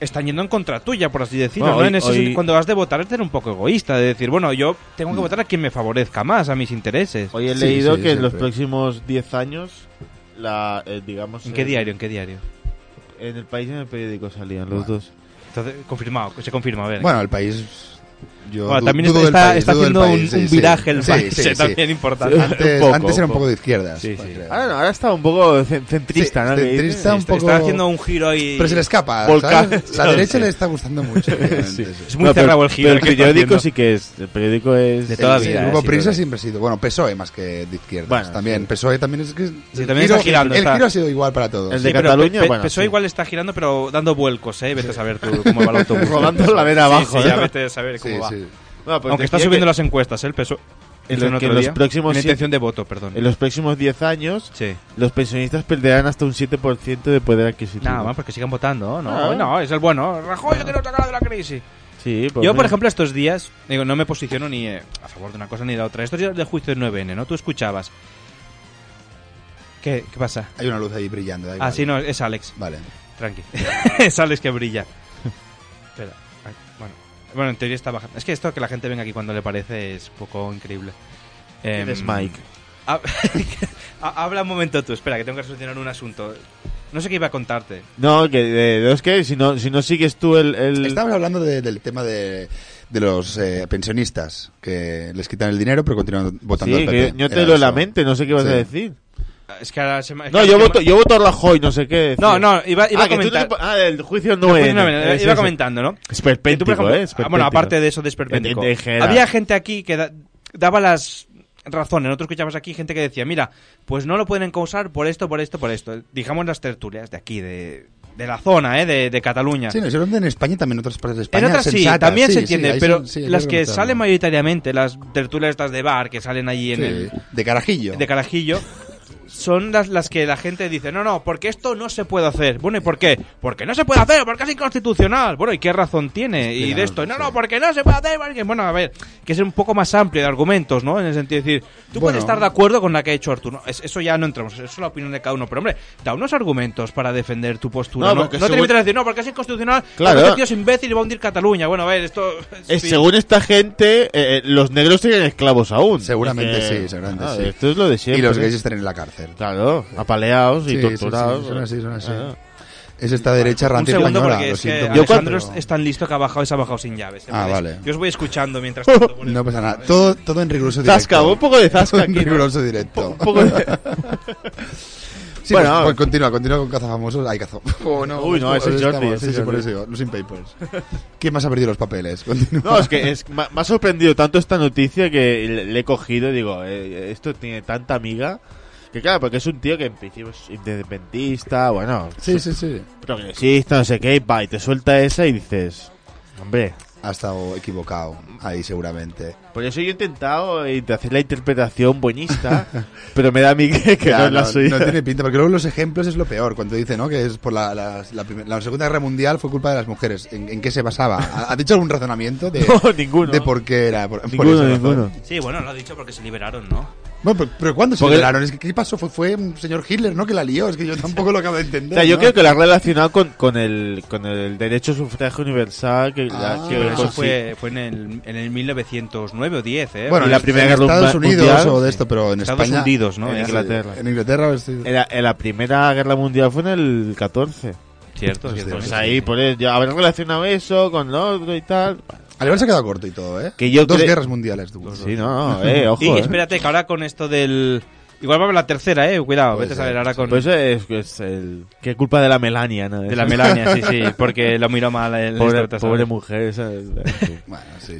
están yendo en contra tuya, por así decirlo.
Bueno,
¿no?
hoy-
En ese
hoy-
sentido, cuando has de votar es ser un poco egoísta, de decir, bueno, yo tengo
Mm.
que votar a quien me favorezca más, a mis intereses.
Hoy he
Sí,
leído
sí,
que en los
siempre.
próximos 10 años, la, eh, digamos...
¿En qué
eh,
diario? ¿En qué diario?
En el país y en el periódico salían los dos.
Entonces, confirmado, se confirma, a ver.
Bueno, el país. Yo
Bueno,
du-
también
dudo del
está-
país,
está
dudo del
haciendo
país,
un- un
sí, sí.
viraje el
Sí,
<laughs>
país,
sí, sí.
también importante.
Un
Antes,
poco,
antes era un
un poco.
poco de izquierdas.
Sí,
pues,
sí.
creo.
Ahora, no, ahora está un poco cen- centrista,
Sí,
¿no? Que dice-
centrista, un
está,
poco-
está haciendo un giro ahí. <laughs>
Pero se le escapa.
Volcán,
¿sabes? La
no
derecha
sé.
le está gustando mucho.
Sí.
últimamente, sí.
Es muy
No, pero-
cerrado el giro.
Pero el
que está
periódico
haciendo.
sí que es... El periódico es...
De toda la
Sí, el
vida, eh,
grupo
sí,
Prisa
verdad.
siempre ha sido, bueno, PSOE E más que de izquierdas
Bueno,
también.
sí.
PSOE E también es que
Sí,
el
también
giro,
está girando,
El
está-
giro ha sido igual para todos.
El
Sí,
de
pero
Cataluña,
Pe-
bueno,
PSOE
sí.
igual está girando, pero dando vuelcos, ¿eh? Vete a saber tú cómo
<laughs>
va el autobús.
Rodando la vera abajo,
Sí, sí, ya
¿no?
vete a saber cómo
Sí,
va.
sí.
No, pues
Aunque está
decía
subiendo
que
las encuestas, ¿eh? el peso.
En lo que los próximos
En
sí-
intención de voto, perdón.
En los próximos 10 años,
Sí.
los pensionistas perderán hasta un 7% de poder adquisitivo.
Nada más, porque sigan votando, ¿no?
Ah.
No, es el bueno. Rajoy, yo quiero sacar de la crisis.
Sí, pues
Yo,
mira.
por ejemplo, estos días, digo, no me posiciono ni eh, a favor de una cosa ni de la otra. Estos días del juicio de 9N, ¿no? Tú escuchabas. ¿Qué, qué pasa?
Hay una luz ahí brillando. da igual.
Ah, sí, no, es Alex.
Vale.
Tranqui. <laughs> es Alex que brilla. Espera. ay, Bueno. Bueno, en teoría está bajando. Es que esto que la gente venga aquí cuando le parece es poco increíble.
¿Quién
Em,
es Mike?
ha- <laughs> ha- Habla un momento tú, espera, que tengo que solucionar un asunto. No sé qué iba a contarte.
No, que de de los que si no, si no sigues tú el... el-
Estábamos hablando de- del tema de, de los eh, pensionistas que les quitan el dinero pero continúan votando
Sí,
al PP.
que yo te
Era
lo
eso.
lamento, no sé qué vas
Sí.
a decir.
Es que ahora se me- es
No,
que-
yo
que-
voto, yo voto a Rajoy, no sé qué. decir.
No, no, iba, iba
Ah,
a
que tú
comentar.
no te- ah, el juicio no
No,
es.
no, no, no, iba comentando, ¿no?
Es
Que tú, por
perpéntico,
ejemplo-
¿eh? Es
ah, bueno,
perpéntico.
aparte de eso, de es perpéntico.
En- en general.
Había gente aquí que da- daba las razones. Nosotros escuchábamos aquí gente que decía, mira, pues no lo pueden causar por esto, por esto, por esto. Dijamos las tertulias de aquí, de, de la zona, ¿eh? De, de Cataluña.
Sí, no, eso lo hacen en España también, en otras partes de
en
España.
otras sí,
sensatas.
también
Sí,
se
sí,
entiende,
ahí
pero
son- sí, hay
las que
organizarlo.
salen mayoritariamente, las tertulias estas de bar que salen allí en
Sí,
el,
De carajillo.
de Carajillo son las, las que la gente dice, no, no, porque esto no se puede hacer. Bueno, ¿y por qué? Porque no se puede hacer, porque es inconstitucional. Bueno, ¿y qué razón tiene? Y de esto, no, no, porque no se puede hacer. porque-". Bueno, a ver, que es un poco más amplio de argumentos, ¿no? En el sentido de decir, tú
Bueno.
puedes estar de acuerdo con la que ha hecho Arturo. Es- eso ya no entramos, eso es la opinión de cada uno. Pero hombre, da unos argumentos para defender tu postura.
No,
No, no,
porque
te
según-
limites a decir, no, porque es inconstitucional,
Claro.
claro. este tío es imbécil y va a hundir Cataluña. Bueno, a ver, esto...
Es-
sí.
Según esta gente, eh, eh, los negros siguen esclavos aún.
Seguramente
Es que-
sí, seguramente
Ah,
sí.
Esto es lo de
y
siempre.
los gays están en la cárcel.
Claro, apaleados y
Sí, sí, sí,
torturados.
son así, son así.
ah.
Claro.
Es esta derecha
Un
rancia
segundo
española.
porque
lo
es que
siento.
Yo
Alejandro
cuando-
es- es tan listo que ha bajado y se ha bajado sin llaves. ¿eh?
Ah,
Podéis-
vale.
Yo os voy escuchando
<laughs>
mientras tanto. por el-
No pasa nada. Todo, todo en riguroso directo.
Zasca, un poco de zasca
Todo
aquí.
En
¿no?
riguroso directo.
Un poco de...
<laughs> Sí,
Bueno,
pues,
a ver.
pues continúa, continúa con cazafamosos. Ay, cazo. <laughs> Oh,
Uy, no, ese es
estamos,
Jordi, ese
Sí,
es
pues, sí, por
Jordi.
eso digo, Los in papers. <laughs> ¿Quién más ha perdido los papeles? <laughs> Continúa.
No, es que es- me me ha sorprendido tanto esta noticia que le, le he cogido y digo, eh, esto tiene tanta amiga. Que claro, porque es un tío que en principio es independentista, bueno,
Sí, sí, sí.
progresista, no sé qué, y va, y te suelta esa y dices, hombre.
Ha estado equivocado ahí seguramente.
Por eso yo he intentado eh, de hacer la interpretación
<laughs>
buenista, pero me da a mí que, <laughs> que
Ya,
no es la
no,
suya.
no tiene pinta, porque luego los ejemplos es lo peor. Cuando dice, ¿no? Que es por la, la, la primer- la Segunda Guerra Mundial fue culpa de las mujeres. ¿En, en qué se basaba? ¿Ha, ha dicho algún razonamiento de,
<laughs> No, ninguno.
de por qué era? Por, por
ninguno,
esa razón?
ninguno.
Sí, bueno, lo ha dicho porque se liberaron, ¿no?
Bueno, pero, pero ¿cuándo se
Porque-
liberaron? Es que, ¿Qué pasó? Fue, fue un señor Hitler, ¿no? Que la lió. Es
<laughs>
que yo tampoco lo acabo de
O
entender.
sea, yo
¿no?
creo que la ha relacionado con, con, el, con el derecho al sufragio universal que, la-
Ah,
que
pero
Pero eso
consi-
fue, fue en, el, en el 1909 o 10, ¿eh?
Bueno,
y la
en-
Primera
en
Guerra
Estados
Mundial,
Unidos
sí.
o de esto, pero en
Estados
España.
Unidos, ¿no?
en
Sí,
Inglaterra.
En Inglaterra, pues, sí.
En la, en la Primera Guerra Mundial fue en el 14.
Cierto,
Hostia,
cierto.
Pues
sí,
ahí, por eso, ya haber relacionado eso con lo otro y tal.
Alemania se ha quedado corto y todo, ¿eh?
Que yo
Dos
cre-
guerras mundiales. tú. <laughs>
Sí, no, no, eh, ojo.
Y
eh.
espérate, que ahora con esto del, Igual va a haber la tercera, eh. Cuidado,
Puede
vete a
ser.
ver ahora con.
Pues es, es el. Qué culpa de la Melania, ¿no?
De la Melania, sí, sí, porque lo miró mal el
Pobre,
Instagram, ¿sabes?
pobre mujer, esa.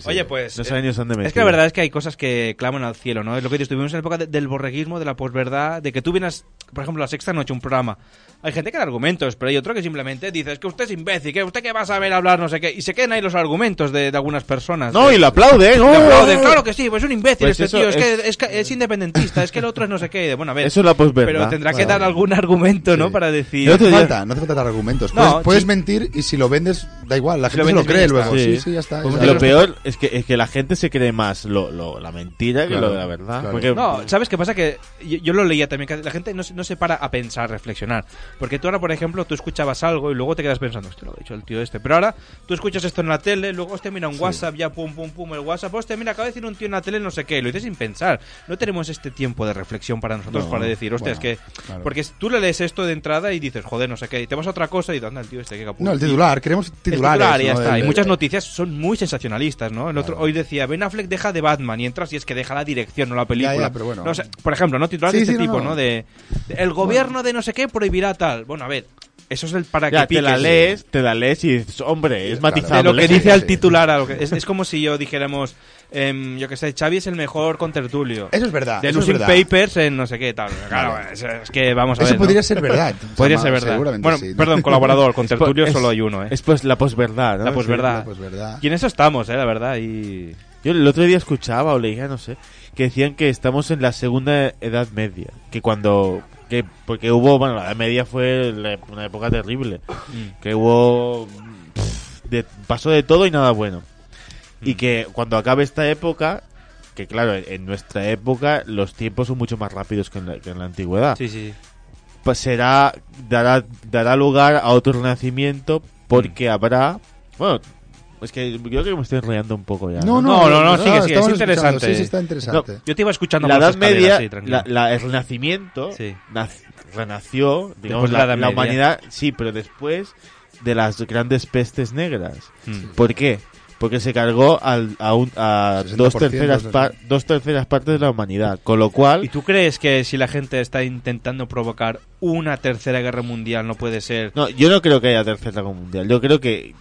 Oye, pues.
No
eh,
saben ni dónde
Es que la verdad es que hay cosas que claman al cielo, ¿no? Es lo que dices, tuvimos en la época de- del borreguismo, de la posverdad, de que tú vienes, por ejemplo, la sexta noche, un programa. Hay gente que da argumentos, pero hay otro que simplemente dice, es que usted es imbécil, que usted que va a saber hablar, no sé qué. Y se quedan ahí los argumentos de, de algunas personas.
No,
De-
y lo aplauden, ¡oh!
Lo aplauden, claro que sí, pues es un imbécil
Pues
este
eso
tío, es,
es-
que es, que es independentista, es que el otro es no sé qué. Y de, Bueno, a ver.
Eso es la posverdad.
Pero tendrá que
Claro.
dar algún argumento, ¿no? Para decir.
No hace falta, no hace falta dar argumentos.
No,
puedes, puedes
sí.
mentir y si lo vendes, da igual, la
Si lo
gente se lo
vendes bien,
cree
ya está.
luego. Sí,
Sí.
sí, ya está.
Pues
ya
Lo
está.
peor es que, es que la gente se cree más lo, lo- la mentira que
Claro,
lo de la verdad.
claro.
Porque-
No, ¿sabes qué pasa? Que yo, yo lo leía también, que la gente no, se- no se para a pensar, reflexionar. Porque tú ahora, por ejemplo, tú escuchabas algo y luego te quedas pensando, hostia, lo ha dicho el tío este. Pero ahora tú escuchas esto en la tele, luego hostia, mira un WhatsApp, ya pum, pum, pum, el WhatsApp, hostia, mira, acaba de decir un tío en la tele, no sé qué, lo dices sin pensar. No tenemos este tiempo de reflexión para nosotros
No,
para decir, hostia,
bueno,
es que...
claro.
Porque si tú le lees esto de entrada y dices, joder, no sé qué, y te vas a otra cosa y dices, anda, el tío este, qué capullo.
No, el titular, queremos
El
titulares.
titular, ya
¿no?
está.
El-
y muchas noticias son muy sensacionalistas, ¿no? El otro hoy decía Ben Affleck deja de Batman y entras y es que deja la dirección, no la película.
Ya, ya, pero bueno.
No, o sea, por ejemplo, no titular
Sí,
de este
sí, no,
tipo,
no.
no, De, de, el gobierno de no sé qué prohibirá tal. Bueno, a ver, eso es el para
Ya,
que
te la
piques.
lees, te la lees y dices, hombre, es matizable.
De lo que dice
al
al titular, a lo que- es, es como si yo dijéramos, em, yo que sé, Xavi es el mejor contertulio.
Eso es verdad,
De
eso es
Losing
verdad.
Papers en no sé qué tal. Claro,
Vale.
es, es que vamos a
Eso
ver. ¿no?
podría ser verdad.
<laughs> Podría
Chama,
ser verdad.
seguramente
Bueno,
sí, ¿no? <laughs>
perdón,
<laughs>
colaborador, contertulio solo hay uno, ¿eh?
Pues, Es pues la posverdad, ¿no?
La posverdad.
La posverdad.
Y en eso estamos, eh, la verdad. Y
Yo el otro día escuchaba o leía, no sé, que decían que estamos en la segunda edad media. Que cuando. Que, porque hubo. Bueno, la edad media fue la- una época terrible.
Mm.
Que hubo. pff, de- pasó de todo y nada bueno. Y
Mm.
que cuando acabe esta época. Que claro, en nuestra época los tiempos son mucho más rápidos que en la, que en la antigüedad.
sí, sí.
Pues será. Dará, dará lugar a otro renacimiento
Mm.
porque habrá. Bueno. Es que yo creo que me estoy enrollando un poco ya.
No, no,
No, no, no, sigue, sigue, es
estamos escuchando,
interesante.
Sí, sí, está interesante.
Yo te iba escuchando
la
por las
Edad Media,
escaleras, sí, tranquilo.
la, la- el Renacimiento,
Sí.
nac- renació, digamos,
de la
la,
Edad
la
Media.
humanidad, sí, pero después de las grandes pestes negras.
Mm.
¿Por qué? Porque se cargó al- a, un- a dos,
60%
terceras
de-
par- dos terceras partes de la humanidad. Con lo cual,
¿Y tú crees que si la gente está intentando provocar una tercera guerra mundial no puede ser?
no, yo no creo que haya tercera guerra mundial. Yo creo que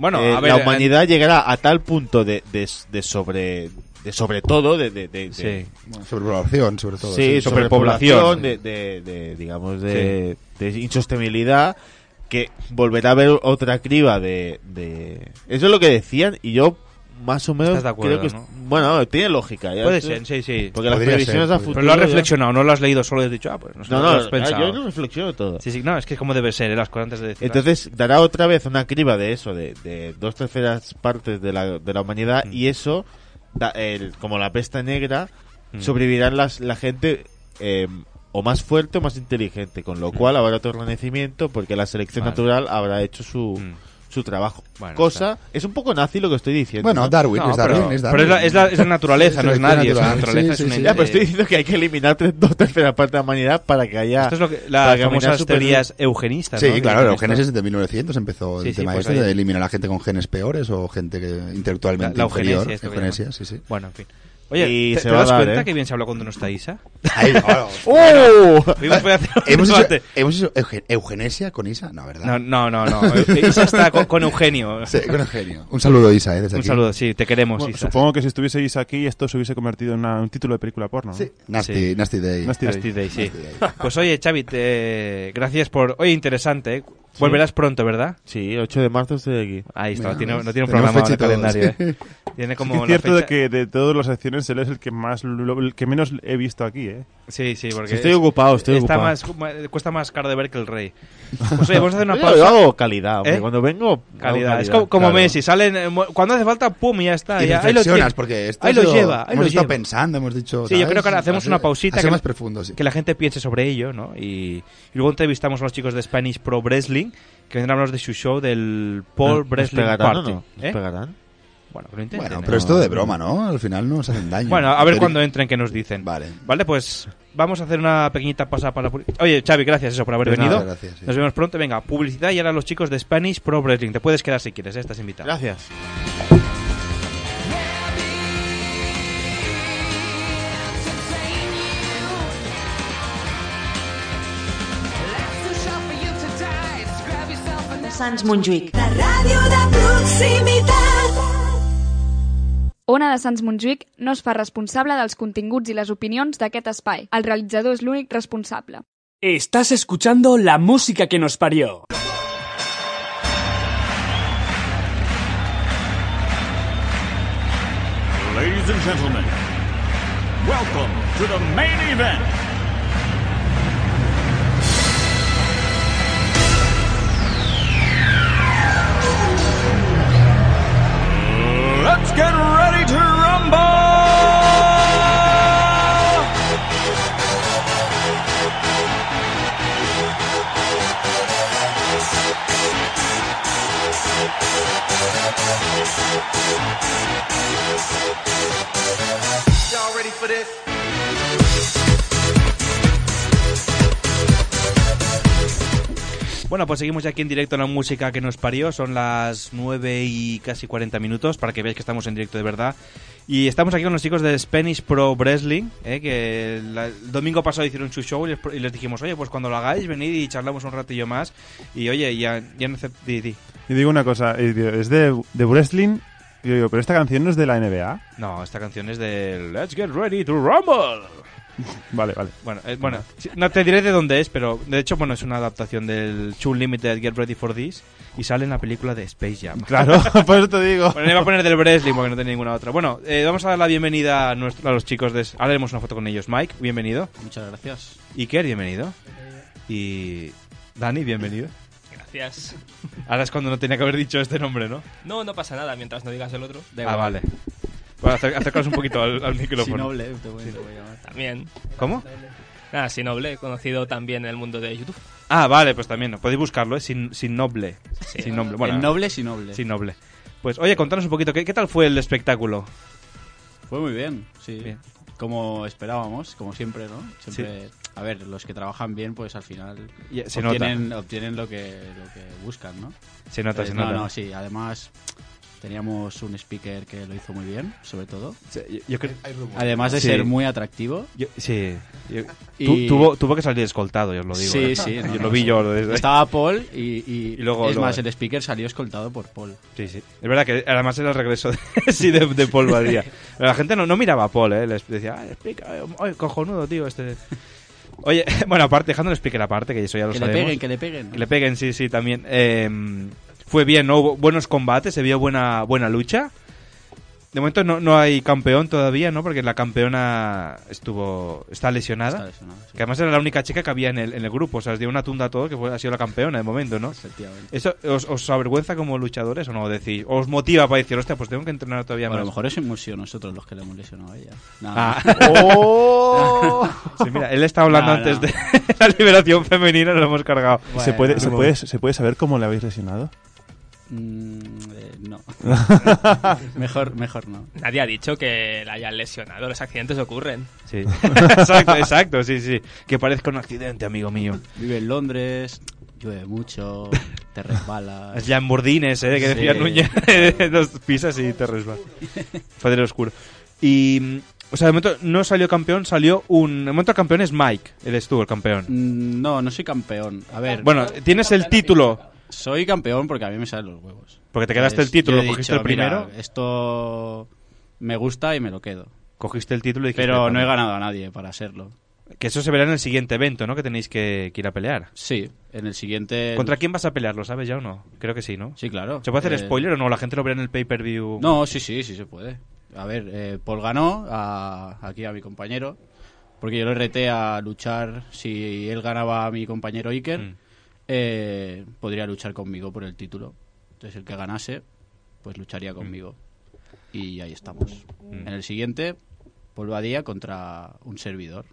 Bueno,
eh,
a ver,
la humanidad llegará a tal punto de, de- de sobre de sobre todo de, de- de-
eh,
de-
sí.
Bueno, Sobrepoblación, sobre todo.
Sí,
sobrepoblación.
sobrepoblación, de, de- de, digamos, de, de insostenibilidad, que volverá a haber otra criba de, de- Eso es lo que decían y yo más o menos
Estás de acuerdo,
creo que...
¿no?
Bueno, tiene lógica. ya
Puede
sé.
ser, sí, sí.
Porque las
Podría
previsiones
ser,
a
podría-
futuro...
Pero lo has
ya-
reflexionado, no lo has leído, solo has dicho, ah, pues no, sé,
No,
lo
no,
has
ah,
pensado.
yo lo reflexiono todo.
Sí, sí, no, es que es como debe ser, eh, las cosas antes de decir.
Entonces dará otra vez una criba de eso, de, de dos terceras partes de la, de la humanidad
Mm.
y eso, da- el- como la peste negra,
Mm.
sobrevivirán las, la gente eh, o más fuerte o más inteligente, con lo cual habrá otro renacimiento porque la selección
Vale.
natural habrá hecho su,
Mm.
su trabajo.
Bueno,
Cosa, es un poco nazi lo que estoy diciendo.
Bueno,
¿no?
Darwin,
No,
es Darwin,
pero,
es
pero es la, es la- es la naturaleza,
Sí,
no es
selección
nadie, es la
natural.
naturaleza,
Sí,
es
sí,
un
sí.
Ya, pero
ente.
estoy diciendo que hay que eliminar tres- dos terceras partes de la humanidad para que haya...
Esto es lo que,
para
las
que eliminar
famosas
super-
teorías eugenistas.
Sí,
¿no?
claro, la
Eugenistas.
eugenesis desde 1900 empezó
Sí,
el
sí,
tema
pues
este
ahí-
de eliminar a gente con genes peores o gente que intelectualmente
La- la
inferior.
eugenesia, esto que
Eugenesia,
llaman.
sí, sí.
Bueno, en fin. Oye,
Y
¿te,
se
te
va a
das
dar,
cuenta
¿eh?
que bien se habló cuando no está Isa? <laughs>
Ahí, claro.
¡Oh!
Vimos, voy a hacer un
¿Hemos, hecho,
debate.
hemos hecho euge- eugenesia con Isa, no, ¿verdad?
No, no, no,
<laughs>
no. eh, Isa está con, con Eugenio.
Sí, con Eugenio. Un saludo, Isa, eh, desde
Un
aquí.
saludo, sí, te queremos,
Bueno,
Isa.
supongo que si estuvieseis aquí esto se hubiese convertido en una- un título de película porno. ¿no?
Sí. Nasty,
Sí.
Nasty Day.
Nasty
Nasty Day, sí.
Nasty Day.
Pues oye, Xavi, te- gracias por... Oye, interesante, ¿eh? Volverás pronto, ¿verdad?
Sí, 8 de marzo estoy aquí.
Ahí está,
Mira,
tiene,
ves,
no tiene un
tenemos
programa en el
fecha y <laughs>
calendario,
todo,
¿eh? Tiene
Sí que
como
es
la
cierto de
fecha-
que de todas las acciones él es el que más lo- el que menos he visto aquí, ¿eh?
Sí, sí, porque...
Sí, estoy ocupado, estoy
está
ocupado.
Más, ma- cuesta más caro de ver que el rey. Pues oye, vamos a hacer una
<laughs> Yo- Yo
pausa.
hago calidad, hombre.
¿Eh?
Cuando vengo, hago
Calidad. Es como, como
claro.
Messi, salen... eh, mu- Cuando hace falta, pum, y ya está.
Y
ya, ahí lo
reflexionas,
tiene.
porque esto
ahí
ha
lo
sido-
lleva, ahí lo
hemos estado
lleva.
pensando, hemos dicho.
Sí, yo
¿sabes?
creo que ahora hacemos
Así-
una pausita
así
que-
más profundo, sí.
que la gente piense sobre ello, ¿no? Y, y luego entrevistamos a los chicos de Spanish Pro Wrestling, que vendrán a hablarnos de su show del Paul
¿Nos
Wrestling
pegarán o
Party.
no? ¿Nos
¿Eh?
pegarán?
Bueno, que lo intenten.
Bueno,
¿eh?
pero esto de broma, ¿no? Al final no nos hacen daño.
Bueno, a ver
Pero-
cuando entren que nos dicen.
Vale.
Vale, pues vamos a hacer una pequeñita pausa para la publi- Oye, Xavi, gracias eso por haber
De nada,
venido.
gracias, sí.
Nos vemos pronto. Venga, publicidad y ahora los chicos de Spanish Pro Wrestling. Te puedes quedar si quieres, ¿eh? estás invitado.
Gracias.
Thank
Sans Montjuïc.
Ona de Sants Montjuïc no es fa responsable dels continguts i les opinions d'aquest espai. El realitzador és l'únic responsable.
Estás escuchando la música que nos parió.
Ladies and gentlemen, welcome to the main event. Let's get ready to rumble!
Y'all ready for this?
Bueno, pues seguimos aquí en directo en la música que nos parió. Son las 9 y casi 40 minutos para que veáis que estamos en directo de verdad. Y estamos aquí con los chicos de Spanish Pro Wrestling, ¿eh? que la- el domingo pasado hicieron su show y les, y les dijimos, oye, pues cuando lo hagáis, venid y charlamos un ratillo más. Y oye, ya, ya no acep- di- di.
Y digo una cosa, y digo, es de, de wrestling. Y yo digo, pero esta canción no es de la NBA.
No, esta canción es de Let's Get Ready to Rumble.
<laughs>
Vale, vale.
Bueno, eh, bueno, sí, no te diré de dónde es, pero de hecho, bueno, es una adaptación del Two Limited Get Ready for This y sale en la película de Space Jam.
Claro, <laughs> por eso te digo.
Bueno, iba a poner del Wrestling porque no tenía ninguna otra. Bueno, eh, vamos a dar la bienvenida a, nuestro- a los chicos de... Ahora haremos una foto con ellos. Mike, bienvenido.
Muchas gracias.
Iker, bienvenido. Y... Dani, bienvenido.
Gracias.
Ahora es cuando no tenía que haber dicho este nombre, ¿no?
No, no pasa nada mientras no digas el otro. Da
ah,
igual.
vale. Bueno, acer- acercaos un poquito al, al micrófono.
Si noble, te voy, te voy a llamar. También.
¿Cómo?
Ah,
Nada, si noble, conocido también en el mundo de
<laughs>
YouTube.
Ah, vale, pues también. Podéis buscarlo, ¿eh? Sin, sin noble.
Sí.
Sin nombre. Bueno,
El noble sin noble.
Sin noble. Pues, oye, contanos un poquito, ¿qué, qué tal fue el espectáculo?
Fue muy bien, sí. Como esperábamos, como siempre, ¿no? Siempre, a ver, los que trabajan bien, pues al final
Ya, eh, se
obtienen, obtienen lo que lo que buscan, ¿no? Eh,
Se nota, se
no,
nota.
No, sí. Además teníamos un speaker que lo hizo muy bien, sobre todo.
yo creo- Hay rumores.
Además de
Sí.
ser muy atractivo.
Yo- sí. Yo-
Y-
Tu- tuvo, tuvo que salir escoltado, yo os lo digo.
Sí,
¿eh? <laughs>
sí. no,
Yo
no,
lo vi
sí.
yo. desde-
Estaba Paul y, y-
luego-
es
luego-
más, el speaker salió escoltado por Paul.
Sí, sí. Es verdad que además era el regreso de, <laughs> sí, de, de Paul
<laughs>
Badía. Pero la gente no, no miraba a Paul, ¿eh? Les decía, "Ah, explica, eh, oye, cojonudo, tío, este... Oye, <laughs> bueno, aparte, dejando el speaker aparte, que eso ya lo
Que le
sabemos.
peguen, que le peguen, ¿no?
Que le peguen, sí, sí, también. Eh, fue bien, ¿no? Hubo buenos combates, se vio buena, buena lucha. De momento no, no hay campeón todavía, ¿no? Porque la campeona estuvo está lesionada.
Está lesionada,
Que además era la única chica que había en el, en el grupo. O sea, os dio una tunda a todos que fue- ha sido la campeona de momento, ¿no?
Efectivamente.
¿Eso os, os avergüenza como luchadores o no? Decís, ¿O ¿Os motiva para decir, hostia, pues tengo que entrenar todavía
Bueno, a
más?
lo mejor es hemos sido nosotros los que le hemos lesionado a ella. <laughs>
Ah. Oh. <laughs> Sí, mira, él estaba hablando antes de <laughs>
<laughs>
la liberación femenina, lo hemos cargado.
¿Se, puede, se, puede, ¿Se puede saber cómo le habéis lesionado?
Mm, eh, no. mejor, mejor no.
Nadie ha dicho que la hayan lesionado, los accidentes ocurren. <laughs>
<laughs> Sí. exacto, exacto, sí, sí. Que parezca un accidente, amigo mío.
Vive en Londres, llueve mucho, te resbalas.
<laughs> Es Lamborghines, ¿eh? Que decía
Sí.
Núñez. <laughs> Los pisas y te resbalas. Padre oscuro. Y, mm, o sea, de momento no salió campeón, salió un... De momento el campeón es Mike, eres tú el campeón.
<laughs> Mm, No, no soy campeón. A ver.
Bueno, tienes el título.
Soy campeón porque a mí me salen los huevos.
Porque te quedaste el título,
Pues, yo he
cogiste
dicho,
el primero.
"Mira, esto me gusta y me lo quedo.
Cogiste el título y dijiste,
Pero no he
"Vale".
ganado a nadie para hacerlo.
Que eso se verá en el siguiente evento, ¿no? Que tenéis que, que ir a pelear.
Sí, en el siguiente.
¿Contra quién vas a pelear? ¿Lo sabes ya o no? Creo que sí, ¿no?
Sí, claro.
¿Se puede hacer
Eh,
spoiler o no? La gente lo verá en el pay-per-view.
No, sí, sí, sí se puede. A ver, eh, Paul ganó a- aquí a mi compañero, porque yo lo reté a luchar, si él ganaba a mi compañero Iker,
Mm.
eh, podría luchar conmigo por el título. Entonces el que ganase, pues
Mm.
lucharía conmigo. Y ahí estamos. En el siguiente, Paul Badía contra un servidor.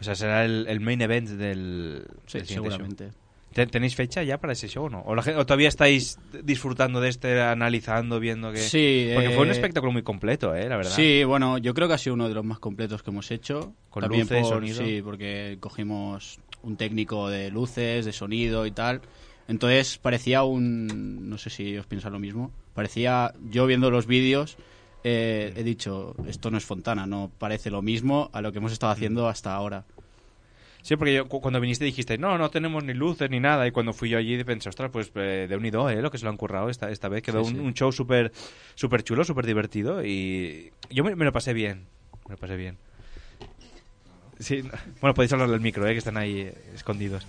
O sea, será el, el main event del.
Sí,
del siguiente
seguramente.
show. ¿Te- ¿Tenéis fecha ya para ese show o no? ¿O, la gen- o todavía estáis disfrutando de este, analizando, viendo que.?
Sí,
Porque fue un
eh,
espectáculo muy completo, ¿eh? La verdad.
Sí, bueno, yo creo que ha sido uno de los más completos que hemos hecho.
Con luces, sonido.
Sí, porque cogimos un técnico de luces, de sonido y tal. Entonces parecía un... No sé si os piensa lo mismo. Parecía, yo viendo los vídeos, eh, he dicho, esto no es Fontana, no parece lo mismo a lo que hemos estado haciendo hasta ahora.
Sí, porque yo, cu- cuando viniste dijiste, no, no tenemos ni luces ni nada. Y cuando fui yo allí pensé, ostras, pues eh, de unido, ¿eh? Lo que se lo han currado esta, esta vez. Quedó
Sí,
un,
sí.
un show súper super chulo, súper divertido. Y yo me, me lo pasé bien. Me lo pasé bien. Sí, no- bueno, podéis hablar del micro, ¿eh? Que están ahí eh, escondidos.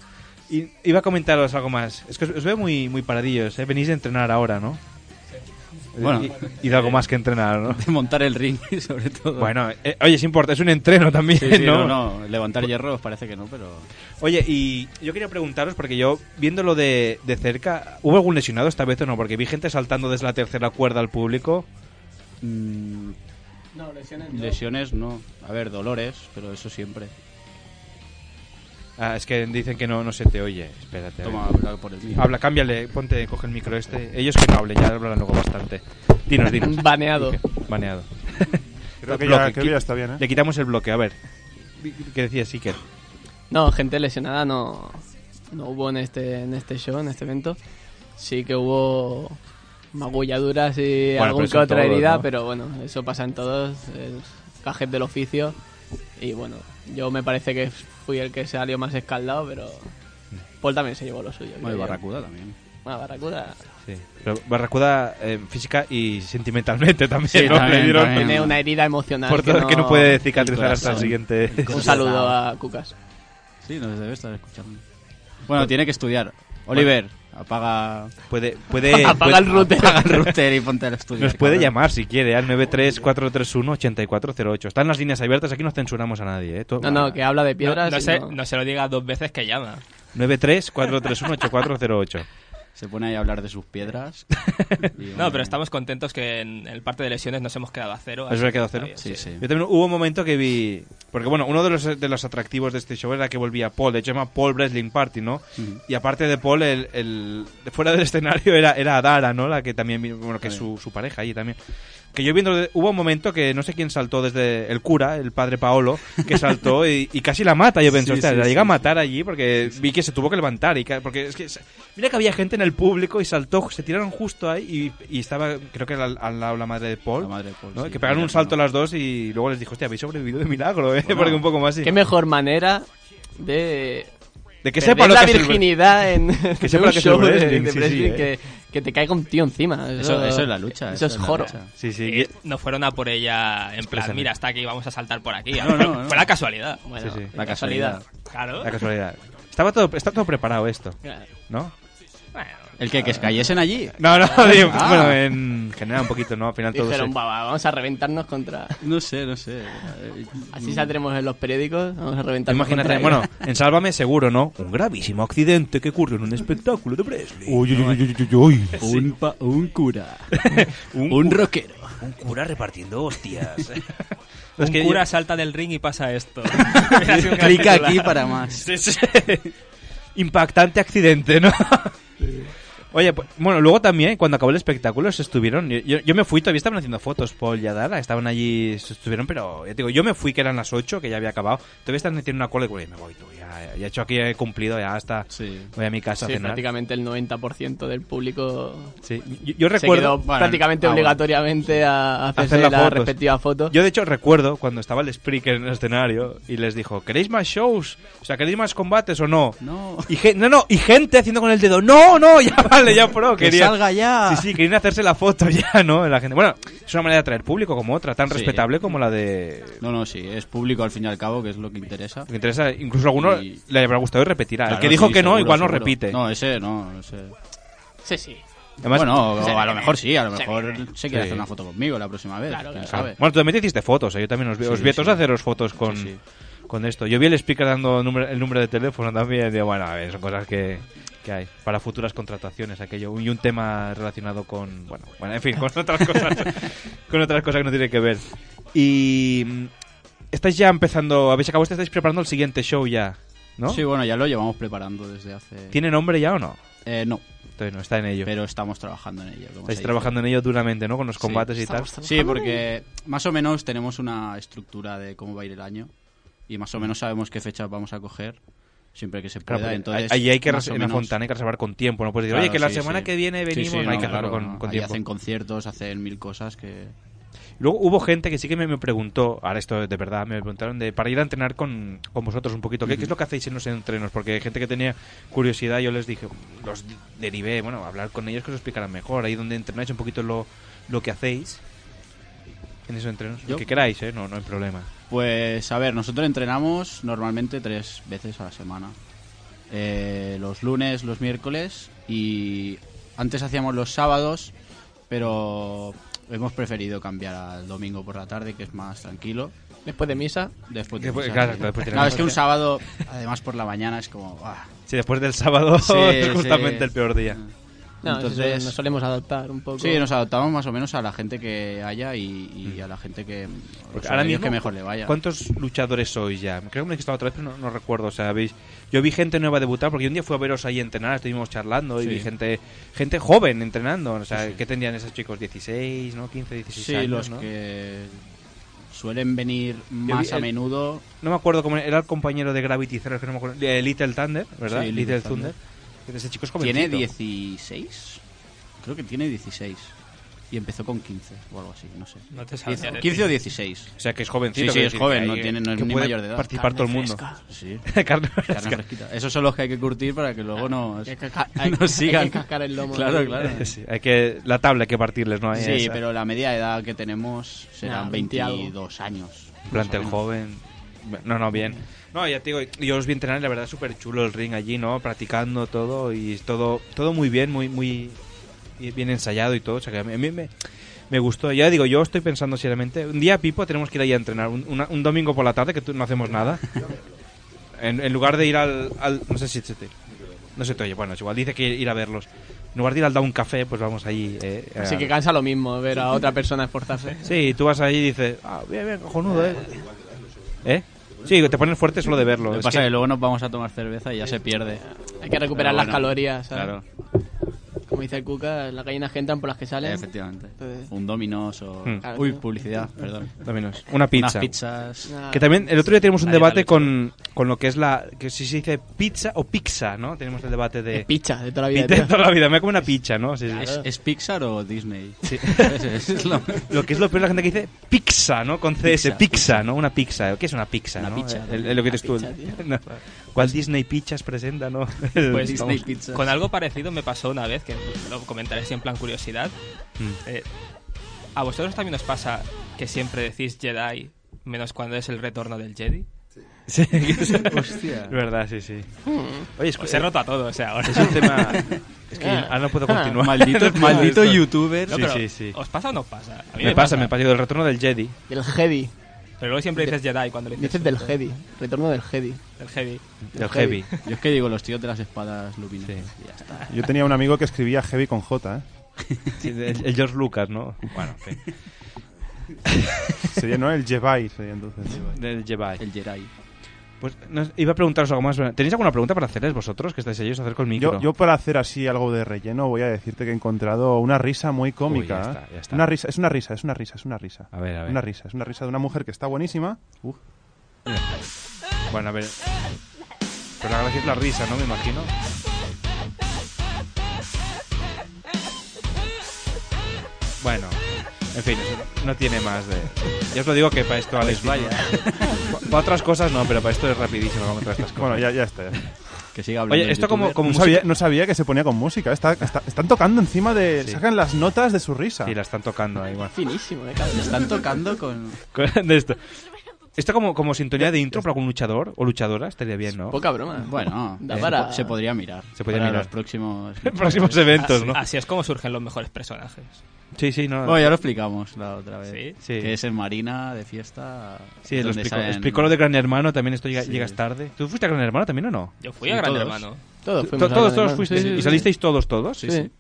Y iba a comentaros algo más. Es que os, os veo muy, muy paradillos, ¿eh? Venís de entrenar ahora, ¿no?
Bueno.
y, y de algo más que entrenar, ¿no?
De montar el ring, <laughs> sobre todo.
Bueno, eh, oye, es importante, es un entreno también,
Sí, sí,
¿no?
no, no, levantar hierros parece que no, pero...
Oye, y yo quería preguntaros, porque yo, viéndolo de, de cerca, ¿hubo algún lesionado esta vez o no? Porque vi gente saltando desde la tercera cuerda al público.
No, lesiones
Mm, Lesiones no. A ver, dolores, pero eso siempre.
Ah, es que dicen que no, no se te oye. Espérate. a ver.
Toma, habla por el mío.
Habla, cámbiale, ponte, coge el micro este. Ellos que no hablen, ya hablan luego bastante. Dinos, dinos.
<laughs> Baneado.
Baneado.
<laughs> Creo que
Bloque,
ya- creo que
qui-
ya está bien, ¿eh?
Le quitamos el bloque, a ver. ¿Qué decía Siker?
No, gente lesionada no, no hubo en este, en este show, en este evento. Sí que hubo magulladuras y
Bueno,
algún
pero
que
son
otra
todos,
herida,
¿no?
pero bueno, eso pasa en todos, el cajet del oficio. Y bueno, yo me parece que fui el que salió más escaldado, pero Paul también se llevó lo suyo.
Bueno, y
creo yo.
Barracuda también. <laughs>
Bueno, Barracuda
Sí. Pero Barracuda eh, física y sentimentalmente <laughs> también,
Sí,
¿no?
también,
Le dieron-
también. Tiene una herida emocional
Por
que
todo el que
no-
no puede
El
cicatrizar hasta el
corazón.
siguiente.
Un saludo a Cucas.
Sí, nos debe estar escuchando. Bueno, tiene que estudiar. Oliver, apaga...
<laughs> Puede, puede-
apaga
puede-
el router. Apaga
<laughs>
el router y ponte a estudiar.
Nos puede
cabrón.
llamar si quiere al 93431-8408. Están las líneas abiertas, aquí no censuramos a nadie. ¿eh? Todo-
No, no, que habla de
No,
Ah,
piedras.
no
y
sé-
no se lo diga dos veces que llama.
93431-8408.
Se pone ahí a hablar de sus piedras.
No, pero estamos contentos que en el parte de lesiones nos hemos quedado a cero.
¿Eso se quedó cero? Yo también hubo un momento que vi. Porque bueno, uno de los, de los atractivos de este show era que volvía Paul. De hecho, se llama Paul Wrestling Party, ¿no?
Ujú.
Y aparte de Paul, el, el- de fuera del escenario era, era Adara, ¿no? La que también. vi- Bueno, que es su, su pareja allí también. Que yo viendo. Hubo un momento que no sé quién saltó desde el cura, el padre Paolo, que saltó y, y casi la mata. Yo pensé,
Sí,
"Hostia,
sí,
la
sí,
llega a matar allí porque vi que se tuvo que levantar. y ca- Porque es que. se- Mira que había gente en el público y saltó, se tiraron justo ahí y, y estaba, creo que era al, al lado la madre de Paul. ¿no?
sí,
que pegaron
ella,
un salto las dos y luego les dijo, hostia, habéis sobrevivido de milagro, ¿eh?
Bueno.
<laughs> Porque un poco más así.
Qué mejor manera de.
De que
perder
sepa lo
la
que es el-
virginidad en
<laughs> Que
en
sepa
un
lo que es el
show de-
wrestling,
de
sí, sí,
wrestling
eh.
que, que te caiga un tío encima. Eso,
Eso- eso es la lucha,
Eso,
eso
es
es la
joro.
lucha.
Sí, sí.
Y-
Eh, No fueron a por ella en plan,
Exactamente.
mira, está aquí, vamos a saltar por aquí.
No, no, no.
Fue la casualidad.
Bueno,
Sí, sí.
La casualidad. Claro.
La casualidad. Estaba todo, está todo preparado esto,
Claro.
¿no?
El que, que se cayesen allí.
No, no,
Ah.
digo, bueno, en general un poquito, ¿no? Al final todo
Dijeron,
se-
"Va, va, vamos a reventarnos contra.
<laughs> No sé, no sé.
Así saldremos en los periódicos. Vamos a reventarnos
Imagínate,
contra
bueno,
ellos.
en Sálvame seguro, ¿no? Un gravísimo accidente que ocurrió en un espectáculo de Presley.
Uy, uy, uy, uy, uy, uy.
Un, pa- un
<laughs>
cura. un,
cu-
rockero.
Un cura
<laughs>
repartiendo hostias.
Un
Es que
cura
yo-
salta del ring y pasa
<laughs>
esto. <laughs>
Clica aquí para más.
Sí, sí.
Impactante accidente, ¿no? Oye, pues, bueno, luego también, cuando acabó el espectáculo, se estuvieron. Yo, yo- yo me fui, todavía estaban haciendo fotos, Paul y Adara. Estaban allí, se estuvieron, pero ya te digo, yo me fui, que eran las 8, que ya había acabado. Todavía están haciendo una cola y digo, "Oye, me voy, tú, ya, ya he hecho aquí, he cumplido, ya hasta. Voy a mi casa
Sí,
a cenar.
prácticamente el 90% del público.
Sí, yo- yo recuerdo-
Se quedó
Bueno,
prácticamente
ah, bueno.
obligatoriamente a
Hacer
hacerse
las
la
fotos.
respectiva foto.
Yo, de hecho, recuerdo cuando estaba el Spreaker en el escenario y les dijo: ¿Queréis más shows? O sea, ¿queréis más combates o no?
No.
Y gen- no, no, y gente haciendo con el dedo: ¡No, no! Ya <laughs> <laughs> vale, ya pro.
Que
quería-
salga ya.
Sí, sí, querían hacerse la foto <laughs> ya, ¿no? La gente. Bueno, es una manera de atraer público como otra, tan
Sí.
respetable como la de.
No, no, sí, es público al fin y al cabo, que es lo que interesa.
Me interesa, incluso a alguno
Y-
le habrá gustado y repetirá. el
Claro,
que dijo
sí,
que no,
seguro,
igual no
seguro.
repite.
No, ese no, ese.
Sí, sí.
Además-
bueno, o
Se
a lo
viene,
mejor sí, a lo
se
mejor
viene.
se quiere
Sí.
hacer una foto conmigo la próxima vez.
Claro,
quién
Claro.
sabe.
Bueno, tú también te hiciste fotos, ¿eh? yo también os vi,
Sí,
os vi a
sí.
todos haceros fotos con,
Sí, sí.
con esto. Yo vi el speaker dando número- el número de teléfono también, y digo, bueno, a ver, son cosas que, que hay para futuras contrataciones, aquello, y un tema relacionado con, bueno, bueno en fin, con otras
<laughs>
cosas, con otras cosas que no tienen que ver. Y mm, estáis ya empezando, habéis acabado, estáis preparando el siguiente show ya, ¿no?
Sí, bueno, ya lo llevamos preparando desde hace.
¿Tiene nombre ya o no?
Eh, no.
Entonces no está en ello.
Pero estamos trabajando en ello. como se
Estáis
dice.
trabajando en ello duramente, ¿no? Con los
Sí.
combates y tal.
Sí, porque más o menos tenemos una estructura de cómo va a ir el año y más o menos sabemos qué fechas vamos a coger siempre que se pueda.
Claro, porque
Entonces,
ahí hay que
más
res-
o
en la
menos-
Fontana hay que reservar con tiempo, no puedes decir,
Claro,
oye, que la
sí,
semana
sí.
que viene
Sí,
venimos,
sí,
no, hay
no,
que hacerlo
claro,
con,
no.
con
Ahí
tiempo.
hacen conciertos, hacen mil cosas que...
Luego hubo gente que sí que me, me preguntó, ahora esto de verdad, me preguntaron de para ir a entrenar con, con vosotros un poquito, ¿qué, qué es lo que hacéis en los entrenos? Porque hay gente que tenía curiosidad, yo les dije, los derivé, bueno, hablar con ellos que os lo explicarán mejor, ahí donde entrenáis un poquito lo, lo que hacéis en esos entrenos,
Yo-
lo que queráis, ¿eh? no, no hay problema.
Pues a ver, nosotros entrenamos normalmente tres veces a la semana. Eh, los lunes, los miércoles y antes hacíamos los sábados, pero hemos preferido cambiar al domingo por la tarde, que es más tranquilo.
Después de misa.
Después de
Después-
misa.
claro, después de la
Claro, es que un
misa.
sábado, además por la mañana, es como... ah.
Sí, después del sábado
Sí,
<laughs> es
sí.
justamente el peor día.
No, eso nos solemos adaptar un poco.
Sí, nos adaptamos más o menos a la gente que haya y, y a la gente que... los
Mm. ahora
horarios
mismo,
que mejor le vaya.
¿Cuántos luchadores sois ya? Creo que me he estado otra vez, pero no, no recuerdo. O sea, habéis- yo vi gente nueva debutar, porque un día fui a veros ahí entrenar, estuvimos charlando y
Sí.
vi gente gente joven entrenando. O sea, ¿qué tendrían esos chicos? ¿16, no? ¿15, 16
Sí,
años?
los
¿no?
que suelen venir
Yo
más
vi
a
el-
menudo.
No me acuerdo cómo era, era el compañero de Gravity Zero, que no me acuerdo. de Little Thunder, ¿verdad?
Sí,
Little,
Little
Thunder.
Thunder.
Ese chico es
¿Tiene
jovencito.
16? Creo que tiene 16. Y empezó con 15 o algo así, no sé.
No te sabes.
15 15 o 16.
O sea, que es jovencito,
Sí, sí,
quiero
es
decir,
joven,
que
no,
hay-
tiene, no es
que
ni
puede
mayor de edad.
participar todo el mundo.
Sí.
<laughs> Carne fresca. Ah,
Carne fresquita. Esos son los que hay que curtir para que luego nos,
hay
<laughs>
que ca- hay- hay que
nos sigan.
cascar el lomo
Claro,
ahí.
claro.
<laughs> Sí, hay que, la tabla hay que partirles, ¿no? Hay
Sí,
esa.
pero la media edad que tenemos serán
Nah, 20 y algo.
22 años.
Plantel joven. No, no, bien. No, ya te digo, yo los vi entrenar y la verdad es súper chulo el ring allí, ¿no? Practicando todo y todo, todo muy bien, muy, muy bien ensayado y todo. O sea, que a mí, a mí me, me gustó. Ya digo, yo estoy pensando seriamente. Un día, Pipo, tenemos que ir ahí a entrenar. Un, una- un domingo por la tarde que tú, no
<laughs>
hacemos nada. En, en lugar de ir al, al- No sé si se te... No se te oye. Bueno, es igual. Dice que ir a verlos. En lugar de ir al Down Café, pues vamos allí. eh,
Así
a-
que cansa lo mismo ver a otra persona esforzarse.
Sí, tú vas ahí y dices, ah, bien, bien, cojonudo, ¿eh? ¿Eh? Sí, te pones fuerte solo de verlo.
Lo que
Es
pasa es
que-
que luego nos vamos a tomar cerveza y ya se pierde.
Hay que recuperar
Pero
las
bueno,
calorías, ¿sabes?
Claro,
Como dice el Cuca, las gallinas que entran por las que salen.
efectivamente.
Entonces,
Un dominos o...
Hmm.
Claro,
Uy,
tío.
publicidad, perdón.
Dominos. Una pizza.
Unas pizzas.
Que también el otro día tenemos un
Nadie
debate
la
con, con lo que es la. que si se dice pizza o pizza, ¿no? Tenemos el debate de.
De pizza, de toda la vida,
Pizza <laughs> de
tío.
toda la vida, me voy a comer una pizza, ¿no? Sí, sí.
¿Es, es Pixar o Disney?
Sí.
Ese <laughs>
<laughs>
es lo-
Lo que es lo peor la gente que dice pizza, ¿no? Con CS, pizza,
Pizza,
¿no? Una pizza. ¿Qué es una pizza,
Una
no?
pizza,
El- el- lo que
una
dices tú.
pizza, tío.
<laughs> No. ¿Cuál Disney Pizzas presenta, no? <laughs>
<laughs> Pues
Estamos-
con algo parecido me pasó una vez, que lo comentaré siempre en plan curiosidad.
Mm.
Eh, ¿A vosotros también os pasa que siempre decís Jedi, menos cuando es el retorno del Jedi?
Sí, <laughs> que es-
<laughs> Hostia.
Es verdad, sí, sí.
Hmm.
Oye, es
Pues he roto a todos, eh, ahora.
Es
<laughs>
un tema. <laughs> Es que ahora no
Ah.
puedo continuar.
Maldito-
<laughs> No puedo
maldito
esto.
youtuber. No,
Sí,
pero,
sí, sí.
¿os pasa o no os pasa? A mí
me,
me
pasa,
pasa.
me pasa. Yo del retorno del Jedi.
Del Jedi.
Pero luego siempre dices Jedi cuando le dices. ¿eh?
Dices del Jedi. Retorno del Jedi.
Del Jedi.
Del heavy.
Yo es que digo los tíos de las espadas luminosas. y Ya está.
Yo tenía un amigo que escribía Heavy con J, ¿eh?
Sí, El, el George Lucas, ¿no? Bueno, en fin.
Sería, ¿no? El Jedi sería entonces.
Del Jedi.
El Jedi.
Pues no, iba a preguntaros algo más. ¿Tenéis alguna pregunta para hacerles vosotros que estáis allí? Os acerco el micro.
Yo, yo para hacer así algo de relleno voy a decirte que he encontrado una risa muy cómica.
Uy, ya está,
¿eh?
ya está.
Una risa, es una risa, es una risa, es una risa.
A ver, a ver.
Una risa, es una risa de una mujer que está buenísima. Uf.
Bueno, a ver. Pero la gracia es la risa, ¿no? Me imagino. Bueno, en fin, eso no tiene más de. Ya os lo digo que para esto, Alex.
Pues
vaya.
pa- Para otras cosas no, pero para esto es rapidísimo. como todas estas cosas.
Bueno, ya, ya está. ya.
Que siga hablando.
Oye,
el
esto como,
youtuber.
como
no,
música-
sabía, no sabía que se ponía con música. Está- está- están tocando encima de.
Sí.
Sacan las notas de su risa.
Sí, la están tocando ahí, bueno. <laughs>
Finísimo, eh,
Le
cabrón.
están tocando con.
Con- de esto. Esto como, como sintonía de intro para algún luchador o luchadora estaría bien, ¿no?
Poca broma.
Bueno,
Da
eh,
para-
se podría mirar.
Se podría
para
mirar.
los próximos.
<laughs> Próximos eventos,
así,
<laughs>
¿no?
así es como surgen los mejores personajes.
Sí, sí, no.
Bueno, ya lo explicamos la otra vez.
Sí.
Sí.
Que es en Marina, de fiesta.
Sí, lo
donde
explicó,
salen-
explicó lo de Gran Hermano, también esto llega-
Sí.
llegas tarde. ¿Tú fuiste a Gran Hermano también o no?
Yo fui
Sí,
a Gran
todos.
Hermano.
Todos
To-
fuimos a Gran
todos, todos
Hermano.
fuisteis
Sí, sí,
y
sí.
salisteis todos, todos.
Sí, sí.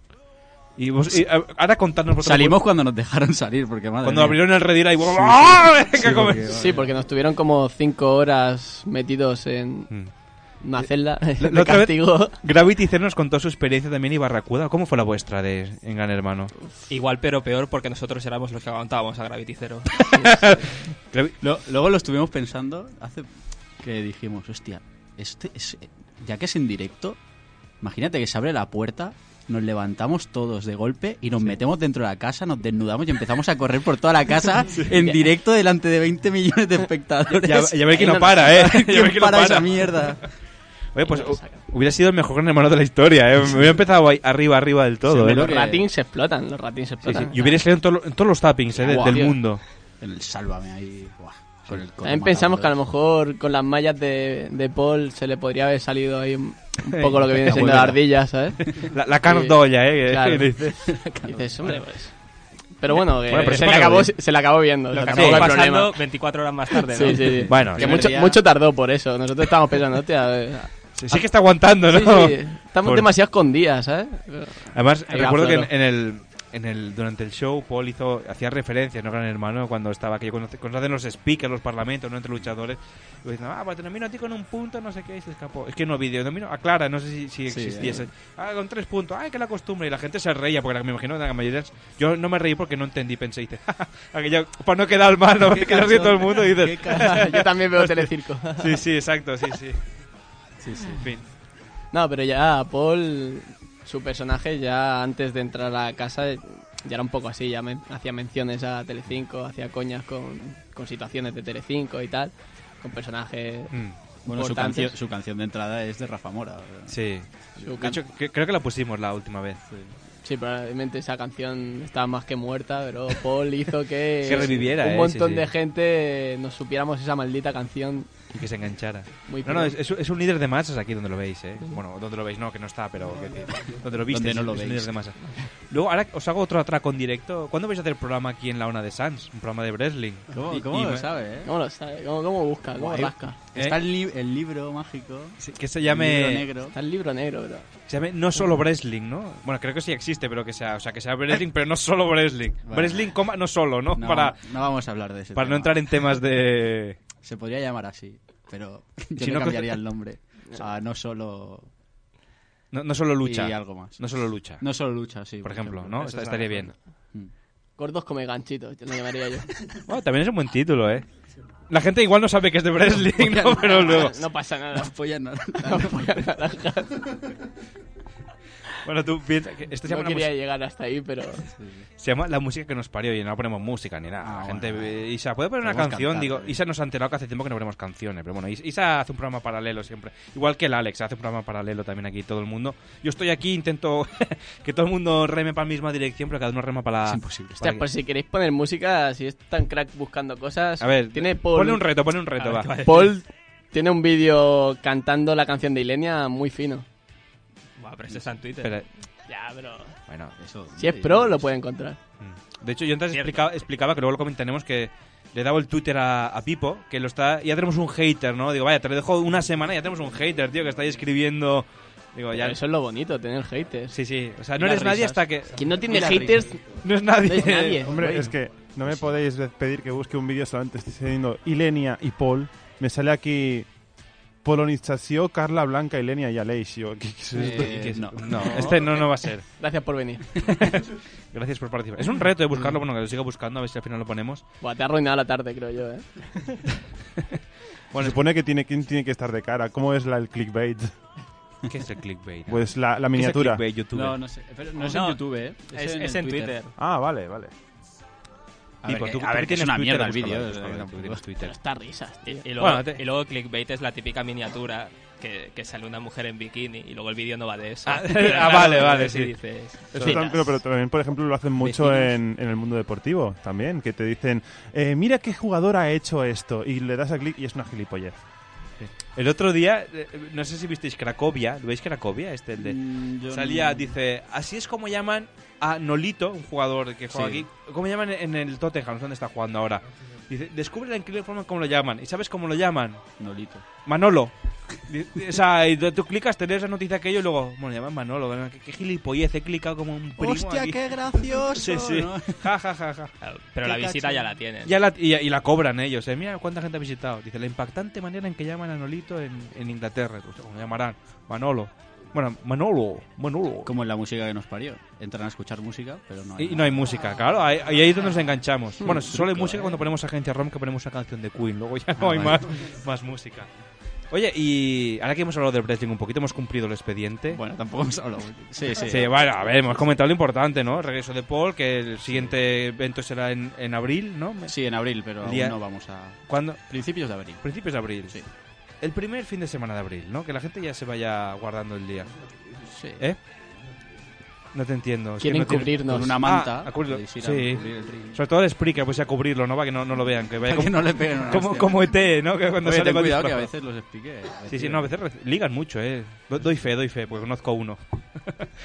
Y, vos, y, a- ahora contadnos vosotros.
Salimos cuando nos dejaron salir, porque madre.
Cuando
mía.
abrieron el redil ahí.
<laughs>
¡Ah! <laughs> Venga,
Sí,
come.
porque, vale.
Sí, porque nos tuvieron como cinco horas metidos en una celda <laughs>
Mm. La-
de
la otra vez,
castigo.
Gravity Zero nos contó su experiencia también y Barracuda. ¿Cómo fue la vuestra de, en Gran Hermano?
Igual pero peor porque nosotros éramos los que aguantábamos a Gravity
<laughs>
Zero.
Gravi-
Lo- luego lo estuvimos pensando hace que dijimos, hostia, este es, ya que es en directo, imagínate que se abre la puerta, nos levantamos todos de golpe y nos metemos dentro de la casa, nos desnudamos y empezamos a correr por toda la casa
<laughs> Sí.
en directo delante de 20 millones de espectadores.
Ya,
<laughs>
ya ver que no para, ¿eh? <laughs> Ya
¿Quién
ver que no
para
para.
esa mierda?
Oye, pues hu- hubiera sido el mejor gran hermano de la historia, ¿eh? Me hubiera empezado ahí, arriba, arriba del todo, ¿eh?
los ratings se explotan, los ratings se
Sí, sí.
explotan.
Y hubiera salido en, todo lo- en todos los tappings eh, de-
Guau,
del
tío.
mundo.
En el sálvame ahí, buah, con el
También pensamos que a lo mejor con las mallas de, de Paul se le podría haber salido ahí un,
<laughs>
un poco lo que viene
La
siendo la
abuela.
ardilla, ¿sabes?
La- la cardolla, ¿eh? Que-
Claro.
que
<laughs>
<laughs> dice.
Dices, hombre, pues. Pero bueno, que
Bueno, pero
se,
se
le
pone
acabó,
bien.
se le acabó viendo. o
Lo
sea,
que
tampoco
acabó
hay
pasando
problema.
24 horas más
<laughs>
tarde, ¿no?
Sí, sí, sí.
Bueno,
que
sí.
mucho,
Primer día.
mucho tardó por eso. Nosotros estábamos pensando, hostia. eh,
Sí, sí que está aguantando, ¿no?
Sí, sí. Estamos
Por-
demasiado escondidas, ¿sabes?
Además,
Ahí va,
recuerdo que en,
claro.
en el, en el durante el show Paul hizo hacía referencias, ¿no? Gran Hermano, cuando estaba aquello, cuando, cuando hacen los speakers, los parlamentos, ¿no? Entre luchadores. Y diciendo, ah, pues te nomino a ti con un punto, no sé qué, y se escapó. Es que no vídeo, nomino a Clara, no sé si, si
Sí,
existiese.
eh.
Ah, con tres puntos, ay, que la costumbre. Y la gente se reía, porque me imagino que la mayoría... Yo no me reí porque no entendí, pensé, dice, <laughs> aquello, para no quedar mal, no <laughs>
Qué
quedar bien todo el
cansón.
mundo, y dices...
Qué cansón. Yo también
<laughs>
veo Telecinco.
sí, sí, exacto, sí, sí.
Sí, sí.
En fin.
No, pero ya Paul, su personaje ya antes de entrar a la casa ya era un poco así, ya me- hacía menciones a Telecinco, hacía coñas con, con situaciones de Telecinco y tal, con personajes
Mm.
Bueno, su,
importantes.
cancio- su canción de entrada es de Rafa Mora.
Sí.
Su
De hecho, cre- creo que la pusimos la última vez.
Sí, probablemente esa canción estaba más que muerta, pero Paul hizo
<laughs>
que,
Que reviviera,
un
eh,
montón
sí, sí.
de gente nos supiéramos esa maldita canción.
Y que se enganchara.
Muy
No, no, es,
pronto.
es- es un líder de masas aquí donde lo veis, ¿eh? Bueno, donde lo veis no, que no está, pero que- que- donde lo viste
Donde no
es-
lo
es un
veis.
líder de masas. Luego, ahora os hago otro atraco en directo. ¿Cuándo vais a hacer el programa aquí en la ONA de Sans? Un programa de wrestling.
¿Cómo-
Y-
cómo
y
lo
me-
sabe, eh?
¿Cómo lo sabe? ¿Cómo, cómo busca? ¿Cómo
Guay.
rasca?
Está el, li- el libro mágico.
Eh, que se
El
llame-
libro negro.
Está el libro negro, bro.
Se llama no solo wrestling, ¿no? Bueno, creo que sí existe, pero que sea, o sea, que sea wrestling, pero no solo wrestling.
Bueno.
Wrestling, coma, no solo, ¿no?
No,
Para,
no vamos a hablar de ese
para no
tema.
entrar en temas de...
Se podría llamar así, pero yo
<laughs> Si
le
no,
cambiaría
creo-
el nombre. A no solo.
No, no solo lucha.
Y algo más.
No solo lucha.
No solo lucha, sí.
Por ejemplo, ¿no?
Esa es la
Estaría bien.
razón.
Gordos come ganchitos, yo lo llamaría
<laughs>
yo.
Bueno, Ah, también es un buen título, ¿eh? La gente igual no sabe que es
<laughs>
de wrestling, ¿no? Pero luego...
No pasa nada.
Las pollas
<laughs>
naranjas.
Las pollas naranjas.
Bueno, tú piensas que esto se llama,
no
la
quería
música-
llegar hasta ahí, pero...
se llama la música que nos parió y no ponemos música ni nada. la gente, eh, Isa, ¿puede poner una
Podemos
canción?
cantar,
Digo, Isa nos ha enterado que hace tiempo que no ponemos canciones, pero bueno, Is- Isa hace un programa paralelo siempre. Igual que el Alex, hace un programa paralelo también aquí todo el mundo. Yo estoy aquí, intento <laughs> que todo el mundo reme para la misma dirección, pero cada uno rema para la... Es imposible.
Hostia, pues por si queréis poner música, si es tan crack buscando cosas...
A ver,
tiene Paul...
ponle un reto, ponle un reto,
A ver,
va.
<laughs> Paul tiene un vídeo cantando la canción de Ilenia muy fino.
Buah, pero eso está en Twitter.
Pero-
Ya, pero...
Bueno,
eso...
Si es pro, lo puede encontrar.
Mm.
De hecho, yo antes explicaba, explicaba, que luego lo comentaremos, que le he dado el Twitter a, a Pipo, que lo está... Ya tenemos un hater, ¿no? Digo, vaya, te lo dejo una semana y ya tenemos un hater, tío, que está ahí escribiendo... Digo, ya...
Pero eso es lo bonito, tener haters.
Sí, sí. O sea,
Y
no
las
eres nadie
risas.
hasta que...
Quien no
Y
tiene
las
haters...
risas. <laughs> No es nadie.
No es
<laughs>
nadie.
Hombre,
Bueno.
es que no me podéis pedir que busque un vídeo solamente estoy diciendo Ilenia y Paul. Me sale aquí Polonización, Carla Blanca, Ilenia y Aleixio. ¿Qué- qué es esto?
Eh, no, no, este no, no va a ser.
<laughs> Gracias por venir.
<laughs> Gracias por participar. Es un reto de buscarlo, bueno, que lo siga buscando, a ver si al final lo ponemos.
Buah, te ha arruinado la tarde, creo yo, ¿eh?
Se supone que tiene, que tiene que estar de cara. ¿Cómo es la, el clickbait?
<laughs> ¿Qué es el clickbait?
Pues la,
¿Qué es
la
el
miniatura.
clickbait, YouTube?
No, no sé. Pero
Oh,
no es en YouTube, ¿eh?
Es- es en Twitter.
Ah, vale, vale.
A
Tipo,
ver,
tú-
que-
tú
a ver, que es
tienes
una
Twitter,
mierda el
búscalo,
vídeo.
búscalo,
eh,
tú
tampoco.
tienes Twitter.
Pero está risas, tío.
Y luego,
Bueno, te-
y luego clickbait es la típica miniatura que, que sale una mujer en bikini y luego el vídeo no va de eso. <laughs>
Ah, <laughs>
Pero
ah,
claro,
vale,
lo
vale,
ves y
sí.
dices,
Eso tam- pero, pero también, por ejemplo, lo hacen mucho en, en el mundo deportivo también, que te dicen, eh, mira qué jugador ha hecho esto, y le das a clic y es una gilipollez.
El otro día, eh, no sé si visteis Cracovia, ¿lo veis Cracovia? Este, el de-
Mm, yo
salía,
no.
dice, así es como llaman a Nolito, un jugador que juega
Sí.
aquí, ¿cómo llaman en el Tottenham? No sé ¿Dónde está jugando ahora? Dice, descubre la increíble forma en cómo lo llaman. ¿Y sabes cómo lo llaman?
<laughs> Nolito.
Manolo. Di- di- O sea, y tú tú clicas, te lees la noticia aquello y luego, bueno, llaman Manolo, ¿verdad? qué, qué gilipollez, he clicado como un primo
¡Hostia,
aquí.
qué gracioso!
<laughs> Sí, sí.
¿no?
Ja, ja, ja, ja.
Pero la
Qué
visita
cacho.
ya la tienen.
Ya la- y, y la cobran ellos, ¿eh? Mira cuánta gente ha visitado. Dice, la impactante manera en que llaman a Nolito en, en Inglaterra. Hostia, ¿Cómo llamarán? Manolo. Bueno, Manolo, Manolo.
Como en la música que nos parió. Entran a escuchar música, pero no hay.
Y, y no hay música, claro. Ahí, ahí es donde
<laughs>
nos enganchamos.
Hmm,
Bueno, solo hay
truco,
música
¿eh?
<laughs> cuando ponemos Agencia ROM que ponemos una canción de Queen. Luego ya
Ah,
no hay
vale.
más, más música. Oye, y ahora que hemos hablado del wrestling un poquito, hemos cumplido el expediente.
Bueno, tampoco hemos hablado. Sí, sí.
bueno, a ver, hemos comentado lo importante, ¿no? El regreso de Paul, que el siguiente evento será en, en abril, ¿no?
Sí, en abril, pero aún
Día-
no vamos a.
¿Cuándo?
Principios de abril.
Principios de abril. Sí. El primer fin de semana de abril, ¿no? Que la gente ya se vaya guardando el día.
Sí.
¿Eh? No te entiendo. es que
Quieren
no tiene-
cubrirnos. Con una manta,
Ah, acuerdo.
podéis ir a
Sí.
cubrir el ring.
Sobre todo el Spree, que pues a cubrirlo, ¿no? Para que no, no lo vean. Que, vaya
Para que
como-
no le peguen una
como,
hostia.
como ET, ¿no? Que cuando
Oye,
sale
ten
con
cuidado
disfraz.
que a veces los expliqué. A
Sí, sí,
veces-
no, a veces re- ligan mucho, ¿eh? Do- doy fe, doy fe, porque conozco uno. <laughs>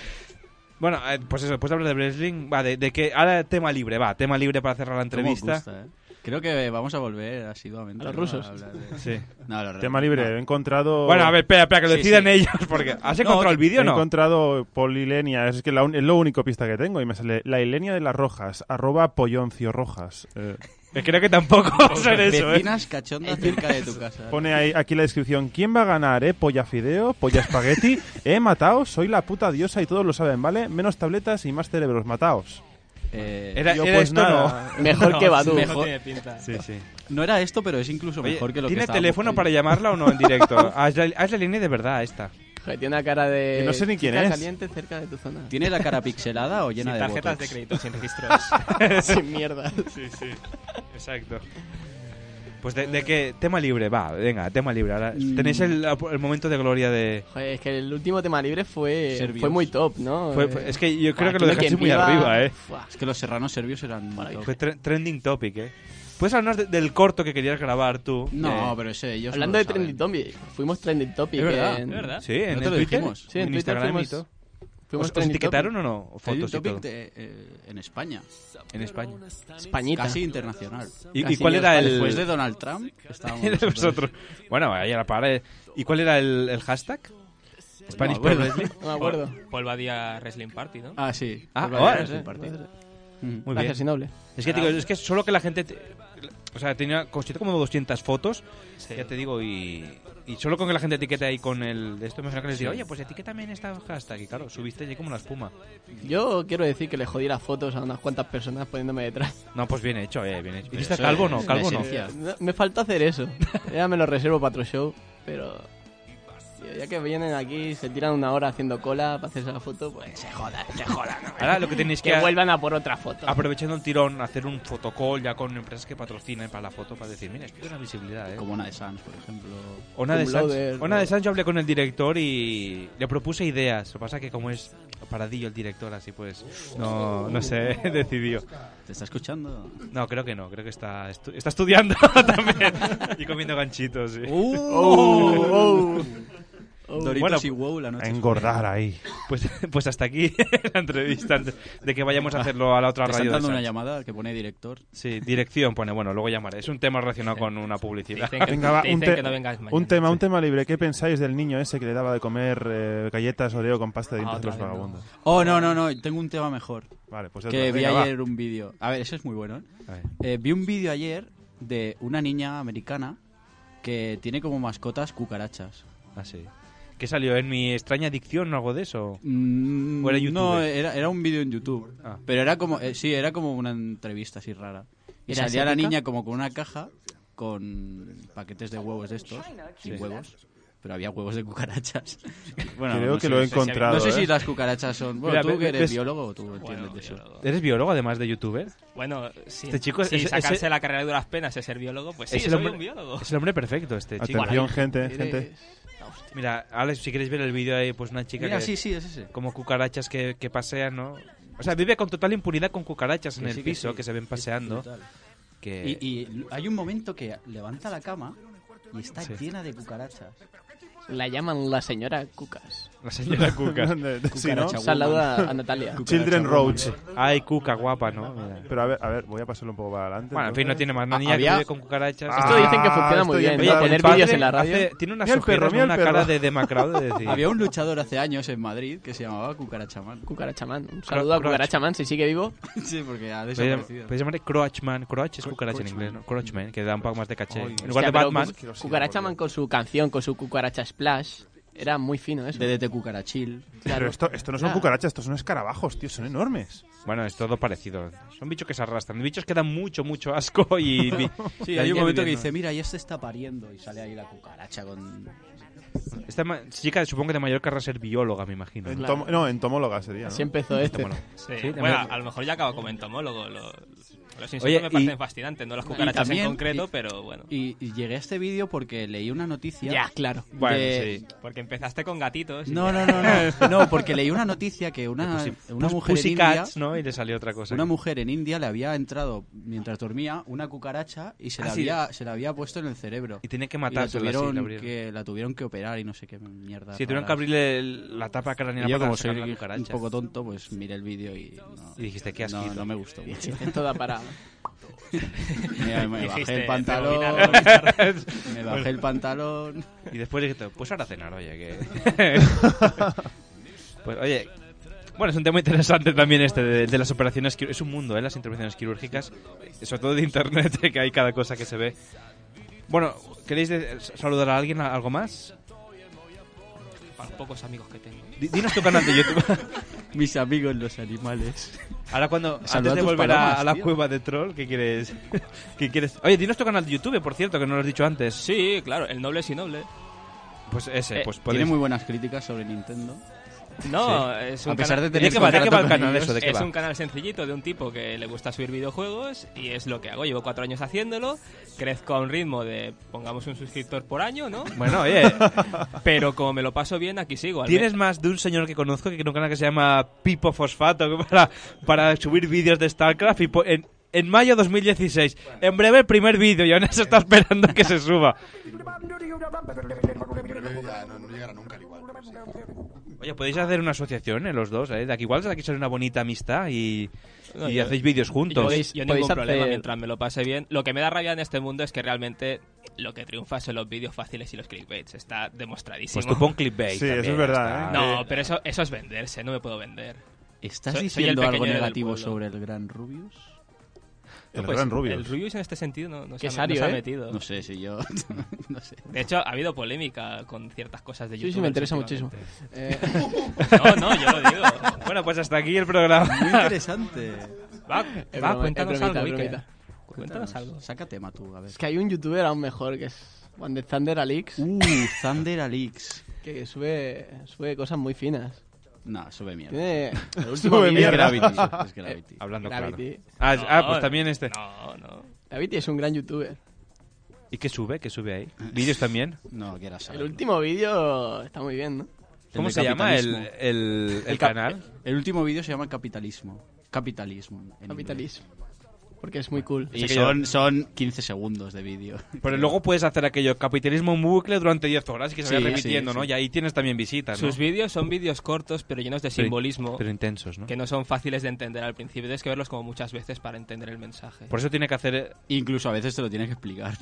bueno, eh, pues eso, después de hablar de wrestling, va, de, de que... Ahora tema libre, va, tema libre para cerrar la
Cómo os
entrevista.
gusta, ¿eh? Creo que vamos a volver asiduamente.
A los
¿no?
rusos.
hablar de-
Sí.
No, Ah. a
<laughs>
los
Tema
rusos,
libre,
no.
he encontrado...
Bueno, a ver, espera, espera, que lo decidan ellos,
<laughs>
porque- ¿has encontrado el vídeo o no?
He encontrado polilenia, es que la un- es lo único pista que tengo, y me sale la ilenia de las rojas, arroba polloncio rojas. eh.
Creo que tampoco va a ser eso, ¿eh?
Vecinas cachondas cerca de tu casa. ¿eh?
Pone ahí, aquí la descripción, ¿quién va a ganar, eh? Polla fideo, polla espagueti, he matado, soy la puta diosa y todos lo saben, ¿vale? Menos tabletas y más cerebros, mataos.
Era-
Yo,
era
pues
esto,
nada.
<laughs> ¿no? Mejor que Badoo.
Mejor-
No tiene pinta. Sí, sí.
No era esto, pero es incluso
Oye,
mejor que lo que
¿Tiene
estábamos
teléfono para
oyendo.
llamarla o no en directo?
<laughs>
haz, la, haz la línea de verdad esta.
Joder, tiene una cara de.
Que no sé ni quién
chica
es.
caliente Eh, cerca de tu zona.
¿Tiene la
<laughs>
cara pixelada o
Sin
llena de
tarjetas
botox?
de crédito, sin
<laughs>
<laughs>
registros.
Sin mierda.
Sí, sí. Exacto. Pues de, de qué tema libre, va, venga, tema libre. Ahora
Mm.
tenéis el, el momento de gloria de...
Joder, es que el último tema libre Eh, fue,
Serbios.
fue muy top, ¿no? Eh,
Fue- fue- es que yo creo
Buah,
que lo
no
dejaste
quien
muy
viva-
arriba, ¿eh?
Buah.
Es que los serranos serbios eran... top.
Fue tre- trending topic, ¿eh? ¿Puedes hablarnos de- del corto que querías grabar tú?
No,
Eh,
pero ese ellos no
Hablando de
lo saben.
trending topic, fuimos trending topic.
Es verdad,
en...
es verdad.
Sí, en
¿No te
el
lo
Twitter,
dijimos?
Sí, en
en
Twitter
Instagram y
fuimos,
todo.
fuimos
¿Os- os
trending
etiquetaron
topic.
o no? O
Trending
fotos y
topic
todo.
de, eh, en España.
En España.
Españita.
Casi internacional.
¿Y- y
Casi
cuál era el-
Después de Donald
<laughs>
Trump, estábamos
Era vosotros. Bueno, ahí a la par. eh. ¿Y cuál era el, el hashtag? Spanish Pro Wrestling.
No me acuerdo.
Polvadía Wrestling Party, ¿no?
Ah, sí.
Ah,
Pues vale,
ahora.
es el partido.
Muy
Gracias,
bien.
Sinoble.
Es que, te digo, es que solo que la gente... te- o sea, tenía consigo como 200 fotos, ya te digo, y, y solo con que la gente etiquete ahí con el de esto, imagino que les diga,
Sí.
oye, pues etiquétame en esta hashtag, y claro, subiste allí como la espuma.
Yo quiero decir que le jodí las fotos a unas cuantas personas poniéndome detrás.
<laughs> No, pues bien hecho, eh, bien hecho. ¿Hiciste
eso
calvo o
es
no?
la
Calvo o no.
esencia.
No, me falta hacer eso. <laughs> Ya me lo reservo para otro show, pero... tío, Ya que vienen aquí, se tiran una hora haciendo cola para hacerse la foto, pues se jodan, se jodan. ¿no?
Ahora lo que tenéis que... Ah,
Que vuelvan a por otra foto.
Aprovechando el tirón, hacer un fotocall ya con empresas que patrocinan para la foto, para decir, mira, esto es una visibilidad, eh.
Como una de Sans, por ejemplo.
Ona de,
Cum
Sanz,
laude,
Ona de
¿no?
Sanz, yo hablé con el director y le propuse ideas. Lo que pasa que como es paradillo el director, así pues no, no sé, <laughs> decidió.
¿Te está escuchando?
No, creo que no, creo que está, estu- está estudiando <laughs> también y comiendo ganchitos. sí.
Oh, oh, oh. Doritos y wow la noche.
A engordar ahí.
Pues, pues hasta aquí <laughs> la entrevista antes de que vayamos a hacerlo a la
Ah,
otra
Te están
radio. de
dando una
Sanz.
llamada que pone director.
Sí, dirección pone, bueno, luego llamaré. Es un tema relacionado con una publicidad.
Dicen que-
Venga, va,
te
un,
dicen
te-
que no vengas mañana.
un tema, un tema libre. ¿Qué pensáis del niño ese que le daba de comer eh, galletas Oreo con pasta de
Ah,
dientes a los
otra vez no.
vagabundos?
Oh, no, no, no, tengo un tema mejor.
Vale, pues
Que
otra.
vi
Venga, va.
ayer un vídeo. A ver, eso es muy bueno. ¿eh?
A ver.
Eh, vi un vídeo ayer de una niña americana que tiene como mascotas cucarachas.
Ah, sí. ¿Qué salió? ¿En mi extraña adicción o algo de eso?
Mm,
¿O era YouTube?
No, era, era un vídeo en YouTube.
Ah.
Pero era como, eh, sí, era como una entrevista así rara. Y
¿Era
salía la
asiática?
niña como con una caja con paquetes de huevos de estos, sin huevos. Pero había huevos de cucarachas.
Creo que lo he encontrado,
No sé si
¿eh?
las cucarachas son. Bueno,
Mira,
tú
ve-
que eres
ves-
biólogo, tú entiendes de eso.
¿Eres biólogo además de youtuber?
Bueno, si,
Este chico es-
si
es-
sacarse
ese-
la carrera de duras penas es ser biólogo, pues sí,
es,
soy
el hombre,
un biólogo.
es el hombre perfecto este chico.
Atención, gente,
Eres-
gente.
Mira, Alex, si queréis ver el vídeo ahí, pues una chica
Mira,
que...
sí, sí, es ese.
Como cucarachas que, que pasean, ¿no? O sea, vive con total impunidad con cucarachas en
Que
el
sí, que
piso que,
sí.
se ven paseando.
Brutal.
Que...
Y, y hay un momento que levanta la cama y está
Sí.
llena de cucarachas.
La llaman la señora Cucas.
La
<laughs>
señora Cuca.
Sí, ¿no?
Cucaracha
Saluda
woman.
a Natalia.
Children Roach.
Ay, Cuca, guapa, ¿no? Mira.
Pero a ver, a ver, voy a pasarlo un poco para adelante.
Bueno, en fin, no tiene más. Una
Ah,
niña
había-
que vive con cucarachas.
Ah,
Esto dicen que funciona muy
estoy
bien,
entrando.
¿no? Poner
el padre
vídeos en la radio.
hace- tiene unas
Mira el
ojeras,
perro,
¿no?
mira el
una
perro.
cara de demacrado de decir...
Había un luchador hace años en Madrid que se llamaba Cucarachamán.
Cucarachamán. Un saludo a
Crouch.
Cucarachamán si sigue vivo.
<laughs> sí, porque ha
Podéis
desaparecido.
podéis llamarle Crouchman. Crouch es cucaracha en
Crouchman.
inglés, ¿no? Crouchman, que da un poco más de caché.
Ay.
En lugar de
Hostia, pero
Batman...
Cuc- Cucarachaman con su canción, con su Cucaracha Splash. Era muy fino eso.
DDT cucarachil.
Pero esto, esto no son cucarachas, estos son escarabajos, tío, son enormes.
Bueno, es todo parecido. Son bichos que se arrastran. Bichos que dan mucho, mucho
<laughs>
asco y... <laughs> vi-
Sí, hay un momento que
viviendo.
dice, mira, y este está pariendo. Y sale ahí la cucaracha con...
Esta ma- chica supongo que de mayor querrá ser bióloga, me imagino.
Entom- No, entomóloga sería. ¿no?
Así empezó este.
Entomólogo.
Sí.
Sí, de
bueno,
mayor-
a lo mejor ya acabo como entomólogo. lo- los insectos
Oye,
me
y-
parecen fascinantes, no las
Y
cucarachas
también-
en concreto,
y-
pero bueno.
Y, y llegué a este vídeo porque leí una noticia...
Ya, claro.
Bueno,
Porque empezaste con gatitos. y
No,
ya.
no, no,
<laughs>
no, No, porque leí una noticia que una,
Pussy-
una
Pus-
mujer en India,
Pues Pussycats, ¿no? Y le salió otra cosa.
una mujer en India le había entrado mientras dormía una cucaracha y se
Ah,
la
sí.
había se la había puesto en el cerebro
Y tenía que matársela, sí,
la tuvieron
la abrieron.
que la tuvieron que operar y no sé qué mierda.
Sí, tuvieron que
raras.
abrirle el- la tapa craneal
Y yo
para
como
sacar
soy
la
un
cucaracha.
poco tonto, pues miré el vídeo y no,
Y dijiste, "Qué
no,
asquito".
no me
<laughs>
gustó. mucho.
Toda parada.
<laughs> me, me bajé
<laughs> Dijiste,
el pantalón,
rebobinar.
<laughs>
<laughs>
me bajé el pantalón.
Y después dijiste, pues ahora a cenar, oye,
<laughs>
que... pues oye, bueno, es un tema interesante también este de, de las operaciones, quir- es un mundo, ¿eh? Las intervenciones quirúrgicas, sobre todo de internet, <laughs> que hay cada cosa que se ve. Bueno, ¿queréis de- saludar a alguien, a- algo más?
Para los pocos amigos que tengo.
Di- Dinos tu canal de YouTube.
<laughs>
<laughs>
Mis amigos los animales.
Ahora cuando
Saluda
antes
a
de
tus
volver
palomas,
a, a la
tío.
cueva de troll, ¿qué quieres? ¿Qué quieres? Oye, dinos tu canal de YouTube, por cierto, que no lo has dicho antes.
Sí, claro, el noble es noble.
Pues ese,
Eh,
pues podéis...
Tiene muy buenas críticas sobre Nintendo.
No,
Sí.
es un
A pesar
canal-
de tener
¿De qué va- de qué va
contrato
el
con
canal
ellos.
eso? ¿De qué
es
va?
un canal sencillito de un tipo que le gusta subir videojuegos y es lo que hago. Llevo cuatro años haciéndolo. Crezco a un ritmo de, pongamos, un suscriptor por año, ¿no?
Bueno, oye.
<laughs> Pero como me lo paso bien, aquí sigo. al
Tienes más de un señor que conozco que tiene un canal que se llama Pipo Fosfato para, para subir vídeos de StarCraft y po- en, en mayo 2016. En breve el primer vídeo y aún se está esperando que se suba.
no, no llegará nunca al igual. pero sí.
Oye, podéis hacer una asociación, eh, los dos, eh. De aquí igual de aquí sale una bonita amistad y,
No,
y
yo-
hacéis vídeos juntos.
Yo, yo ningún
podéis
problema
hacer-
mientras me lo pase bien. Lo que me da rabia en este mundo es que realmente lo que triunfa son los vídeos fáciles y los clickbaits. Está demostradísimo.
Pues tú pon clickbait Sí, también, eso es verdad, está. ¿eh?
No,
Eh.
pero eso, eso es venderse. No me puedo vender.
¿Estás
Soy- soy el
diciendo algo
pequeño del
negativo
pueblo.
sobre el Gran Rubius?
No, pues, El Rubius en este sentido no, no se,
Qué
ha, no
serio,
se ha
¿eh?
metido.
No sé si
<laughs>
yo. <laughs> no sé.
De hecho, ha habido polémica con ciertas cosas de
Sí,
YouTube.
sí, me interesa muchísimo.
últimamente.
Eh.
<laughs> No, no, yo lo digo.
Bueno, pues hasta aquí el programa.
Muy interesante.
Va,
Es
va
broma,
cuéntanos
es bromita,
algo,
es
Iker.
bromita.
Cuéntanos algo.
Saca tema tú, a ver.
Es que hay un youtuber aún mejor que es Juan de Thunder Alix.
Uh, Thunder Alix.
<laughs> Que sube, sube cosas muy finas.
No, sube mierda.
Tiene. El
<laughs>
último
Sube
vídeo-
mierda.
<laughs>
Es Gravity. Es
<laughs>
Gravity.
Eh, Hablando
Gravity.
claro. Ah, ah, pues
No,
también este.
No, no.
Gravity es un gran youtuber.
¿Y qué sube? ¿Qué sube ahí? ¿Vídeos también?
Pues, No, que era
El último vídeo está muy bien, ¿no?
¿Cómo
El
se
de
llama el,
capitalismo.
el- el
cap-
canal?
El último vídeo se llama Capitalismo. Capitalismo. en inglés.
Capitalismo. Porque es muy cool.
Y
que
son, son 15 segundos de
<laughs>
vídeo.
Pero luego puedes hacer aquello, capitalismo en bucle durante 10 horas y que se vaya
Sí,
repitiendo,
sí,
¿no?
sí.
Y ahí tienes también visitas, ¿no?
Sus vídeos son vídeos cortos, pero llenos de
Pero-
simbolismo.
pero intensos, ¿no?
Que no son fáciles de entender al principio. Tienes que verlos como muchas veces para entender el mensaje.
Por eso tiene que hacer... eh,
Incluso a veces te lo tienes que
<laughs>
explicar.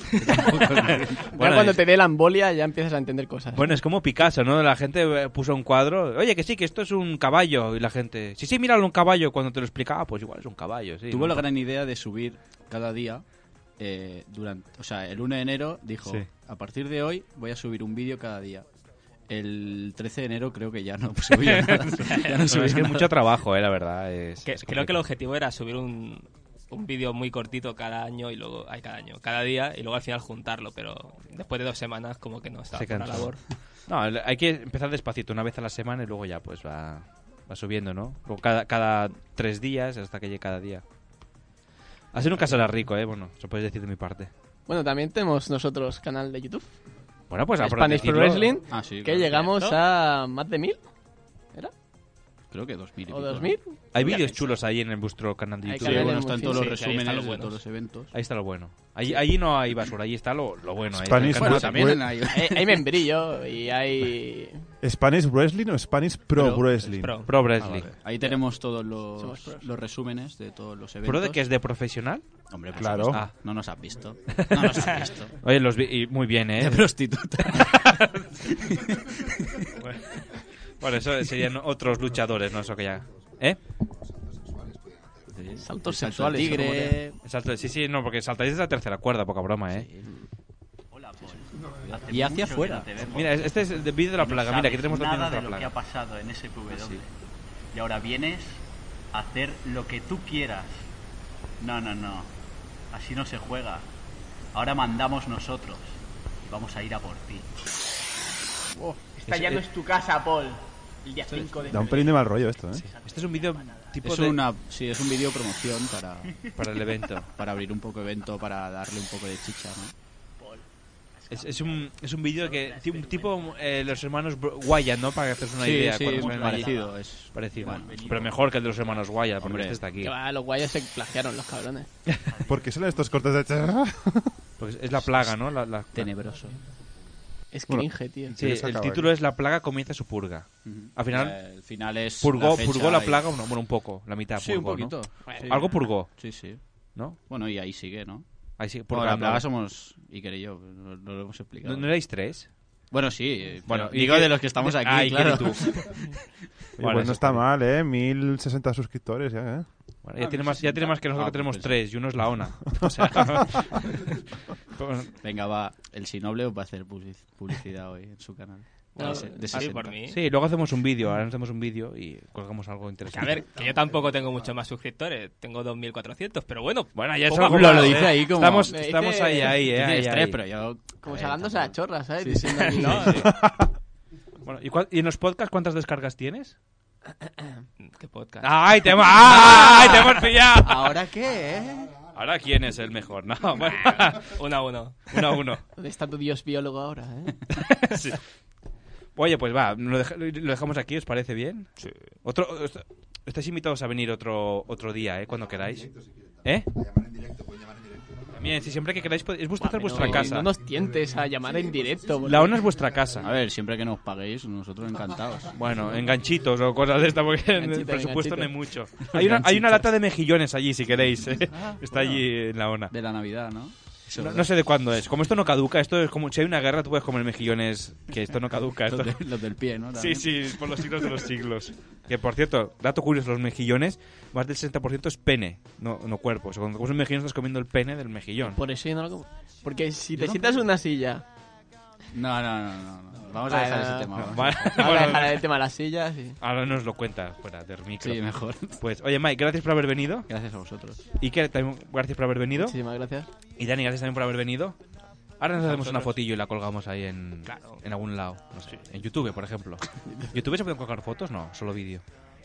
Ya
Bueno,
cuando
es-
te dé la embolia ya empiezas a entender cosas.
Bueno, es como Picasso, ¿no? La gente eh, puso un cuadro, oye, que sí, que esto es un caballo. Y la gente, sí, sí, míralo, un caballo. Cuando te lo explicaba, pues igual es un caballo, sí.
Tuvo la
¿no?
gran idea de subir cada día. eh, durante, o sea, el 1 de enero dijo:
Sí.
A partir de hoy voy a subir un vídeo cada día. El 13 de enero creo que ya no <laughs> subió
<laughs>
nada. Ya no
es
subió
que es
nada.
mucho trabajo, eh, la verdad. Es,
Que-
es
creo que el objetivo era subir un, un vídeo muy cortito cada año y luego, ay, cada año, cada día y luego al final juntarlo, pero después de dos semanas como que no estaba
Se
por la
cansó.
labor.
No, el- hay que empezar despacito, una vez a la semana y luego ya pues va, va subiendo, ¿no? Luego cada, cada tres días hasta que llegue cada día. Así nunca será rico, ¿eh? Bueno, eso puedes decir de mi parte.
Bueno, también tenemos nosotros canal de YouTube.
Bueno, pues apro-
Spanish Pro
decirlo.
Wrestling.
Ah, sí,
que
claro.
llegamos
¿Cierto?
a más de mil. ¿Era?
Creo que 2000. y
¿O
pico, ¿no?
2000?
Hay vídeos chulos ahí en el vuestro canal de
Hay
YouTube.
Sí,
canales
bueno,
muy
están
finos.
todos los
Sí, sí, ahí
resúmenes
están los
de
buenos.
todos los eventos.
Ahí está lo bueno. Ahí, ahí no hay basura, ahí está lo, lo bueno. ahí está
Spanish
el canal
Pro
también.
Wrestling.
hay, hay membrillo y hay...
¿Spanish Wrestling o Spanish Pro, Wrestling?
Pro Wrestling.
Ah, vale. Ahí tenemos todos
Somos
los,
pros.
los resúmenes de todos los eventos.
¿Pro de que es de profesional?
Hombre, por
Claro.
supuesto.
Ah.
No nos has
<laughs>
visto. No nos has visto. <laughs>
Oye, los vi y muy bien, ¿eh?
De prostituta.
<laughs> bueno, <laughs> bueno, eso serían otros luchadores, ¿no? Eso que ya... ¿Eh?
Saltos
Salto
sexuales.
al tigre.
como que-
Salto- sí, sí, no, porque saltáis de la tercera cuerda, poca broma, ¿eh?
Y hacia afuera.
Mira, es- este es el vídeo de la plaga. Mira, aquí tenemos también
nada
otra
de lo que
plaga. Ah,
ha pasado en ese PW. Y ahora vienes a hacer lo que tú quieras. No, no, no. Así no se juega. Ahora mandamos nosotros. Vamos a ir a por ti.
Este
Esta ya no es tu casa, Paul. El día 5 de
Da un pelín de mal rollo esto, ¿eh?
Este es un vídeo tipo
es
de-
una, sí, es un vídeo promoción para
<laughs> Para el evento.
para abrir un poco evento, para darle un poco de chicha, ¿no?
Es, es un, es un vídeo que. ti- un Tipo eh, los hermanos Bro- Wyatt, ¿no? Para hacerse una
Sí,
idea.
sí,
cuando
muy
salen allí.
parecido, es
Parecido.
igual.
Pero mejor que el de los hermanos Wyatt, porque
Hombre.
este está aquí.
Que va, los guayos se plagiaron, los cabrones.
¿Por qué salen estos cortes de... <laughs>
Porque es la plaga, ¿no? La,
Tenebroso.
Es
Bueno,
cringe, tío.
Sí, el título es La plaga comienza su purga.
¿eh? Ujú.
Al final.
Eh, el final es
Purgó
la
la,
fecha
purgó la
y-
plaga, bueno, bueno, un poco. La mitad
Sí, un
purgó, ¿no?
poquito. Sí.
Algo purgó.
Sí, sí.
¿No?
Bueno, y ahí sigue, ¿no?
Ahí sigue
Bueno,
purgando.
la plaga somos Iker y yo, no, no lo hemos explicado.
¿No, no erais tres?
Bueno, sí. eh,
Bueno,
pero digo
Iker-
de los que estamos aquí,
Ah, Iker y
claro. <laughs>
tú.
Oye,
Bueno,
pues no
eso
está mal, ¿eh? 1060 suscriptores ya, ¿eh?
Bueno, ya, tiene más, ya tiene más que nosotros,
Ah,
que tenemos
pues
tres, y uno es
<laughs>
la ONA. O sea, <laughs> Pues-
Venga, va. El Sinoble os va a hacer public- publicidad hoy en su canal.
No,
De se- de
sí,
60.
por mí.
sí, luego hacemos un vídeo, ahora hacemos un vídeo y colgamos algo
Que,
interesante.
a ver, que yo tampoco tengo muchos más suscriptores, tengo 2.400, pero bueno.
Bueno, ya
poco
es
a
algo
poco.
malo, ¿eh? Estamos,
Me
estamos
dice-
ahí, ahí, eh, ahí,
Dices tres,
ahí.
pero yo...
Como
Eh,
sacándose la chorra, ¿sabes?
Sí,
Diciendo
sí,
aquí,
sí, sí.
no,
<laughs> Bueno, ¿y, cuál- y en los podcasts cuántas descargas tienes?
<clears throat> ¿Qué podcast?
¡Ay,
<laughs>
te hemos, ah, ¡Ay, te hemos pillado!
¿Ahora qué, eh?
¿Ahora quién es el mejor? No, bueno.
Uno a uno.
Uno a uno.
<laughs> ¿Dónde está tu dios biólogo ahora, eh?
Sí. Oye, pues va, lo, dej- lo dejamos aquí, ¿os parece bien? Sí. Otro, est- estáis invitados a venir otro, otro día, ¿eh? Cuando queráis. ¿Eh? También, si siempre que queráis, pod- es vuestra, hacer vuestra
no,
casa.
No nos tientes a llamar en directo. boludo.
La ONA es vuestra casa.
A ver, siempre que nos paguéis, nosotros encantados.
Bueno, enganchitos o cosas de esta,
<laughs>
porque en el
Enganchito,
presupuesto no hay
enganchito.
mucho. Hay una, hay una
Enganchitos.
lata de mejillones allí, si queréis. ¿eh? <laughs> Está
Ah, bueno.
allí en la ONA.
De la Navidad, ¿no? Eso,
No,
¿verdad?
no sé de cuándo es. Como esto no caduca, esto es como si hay una guerra, tú puedes comer mejillones, que esto no caduca. Esto...
<laughs> Los de- los del pie, ¿no?
Sí,
También.
sí, por los siglos de
<laughs>
los siglos. Que por cierto, dato curioso, los mejillones, más del 60% es pene, no, no cuerpo. O sea, cuando comes un mejillón estás comiendo el pene del mejillón.
Por eso yo no lo como. Porque si te sientas en una silla.
No, no, no, no. no. Vamos a
Vale,
dejar
no,
ese
no.
tema. vamos.
Vale.
Vamos a dejar el tema de las sillas. Y...
Ahora nos lo cuentas fuera del micro.
Sí, mejor.
Pues, oye, Mike, gracias por haber venido.
Gracias a vosotros.
Y que también gracias por haber venido.
Muchísimas gracias.
Y Dani, gracias también por haber venido. Ahora nos
A
hacemos una
vosotros.
fotillo y la colgamos ahí en,
Claro.
en algún lado. No sé, en YouTube, por ejemplo. ¿YouTube se pueden colgar fotos? No, solo vídeo.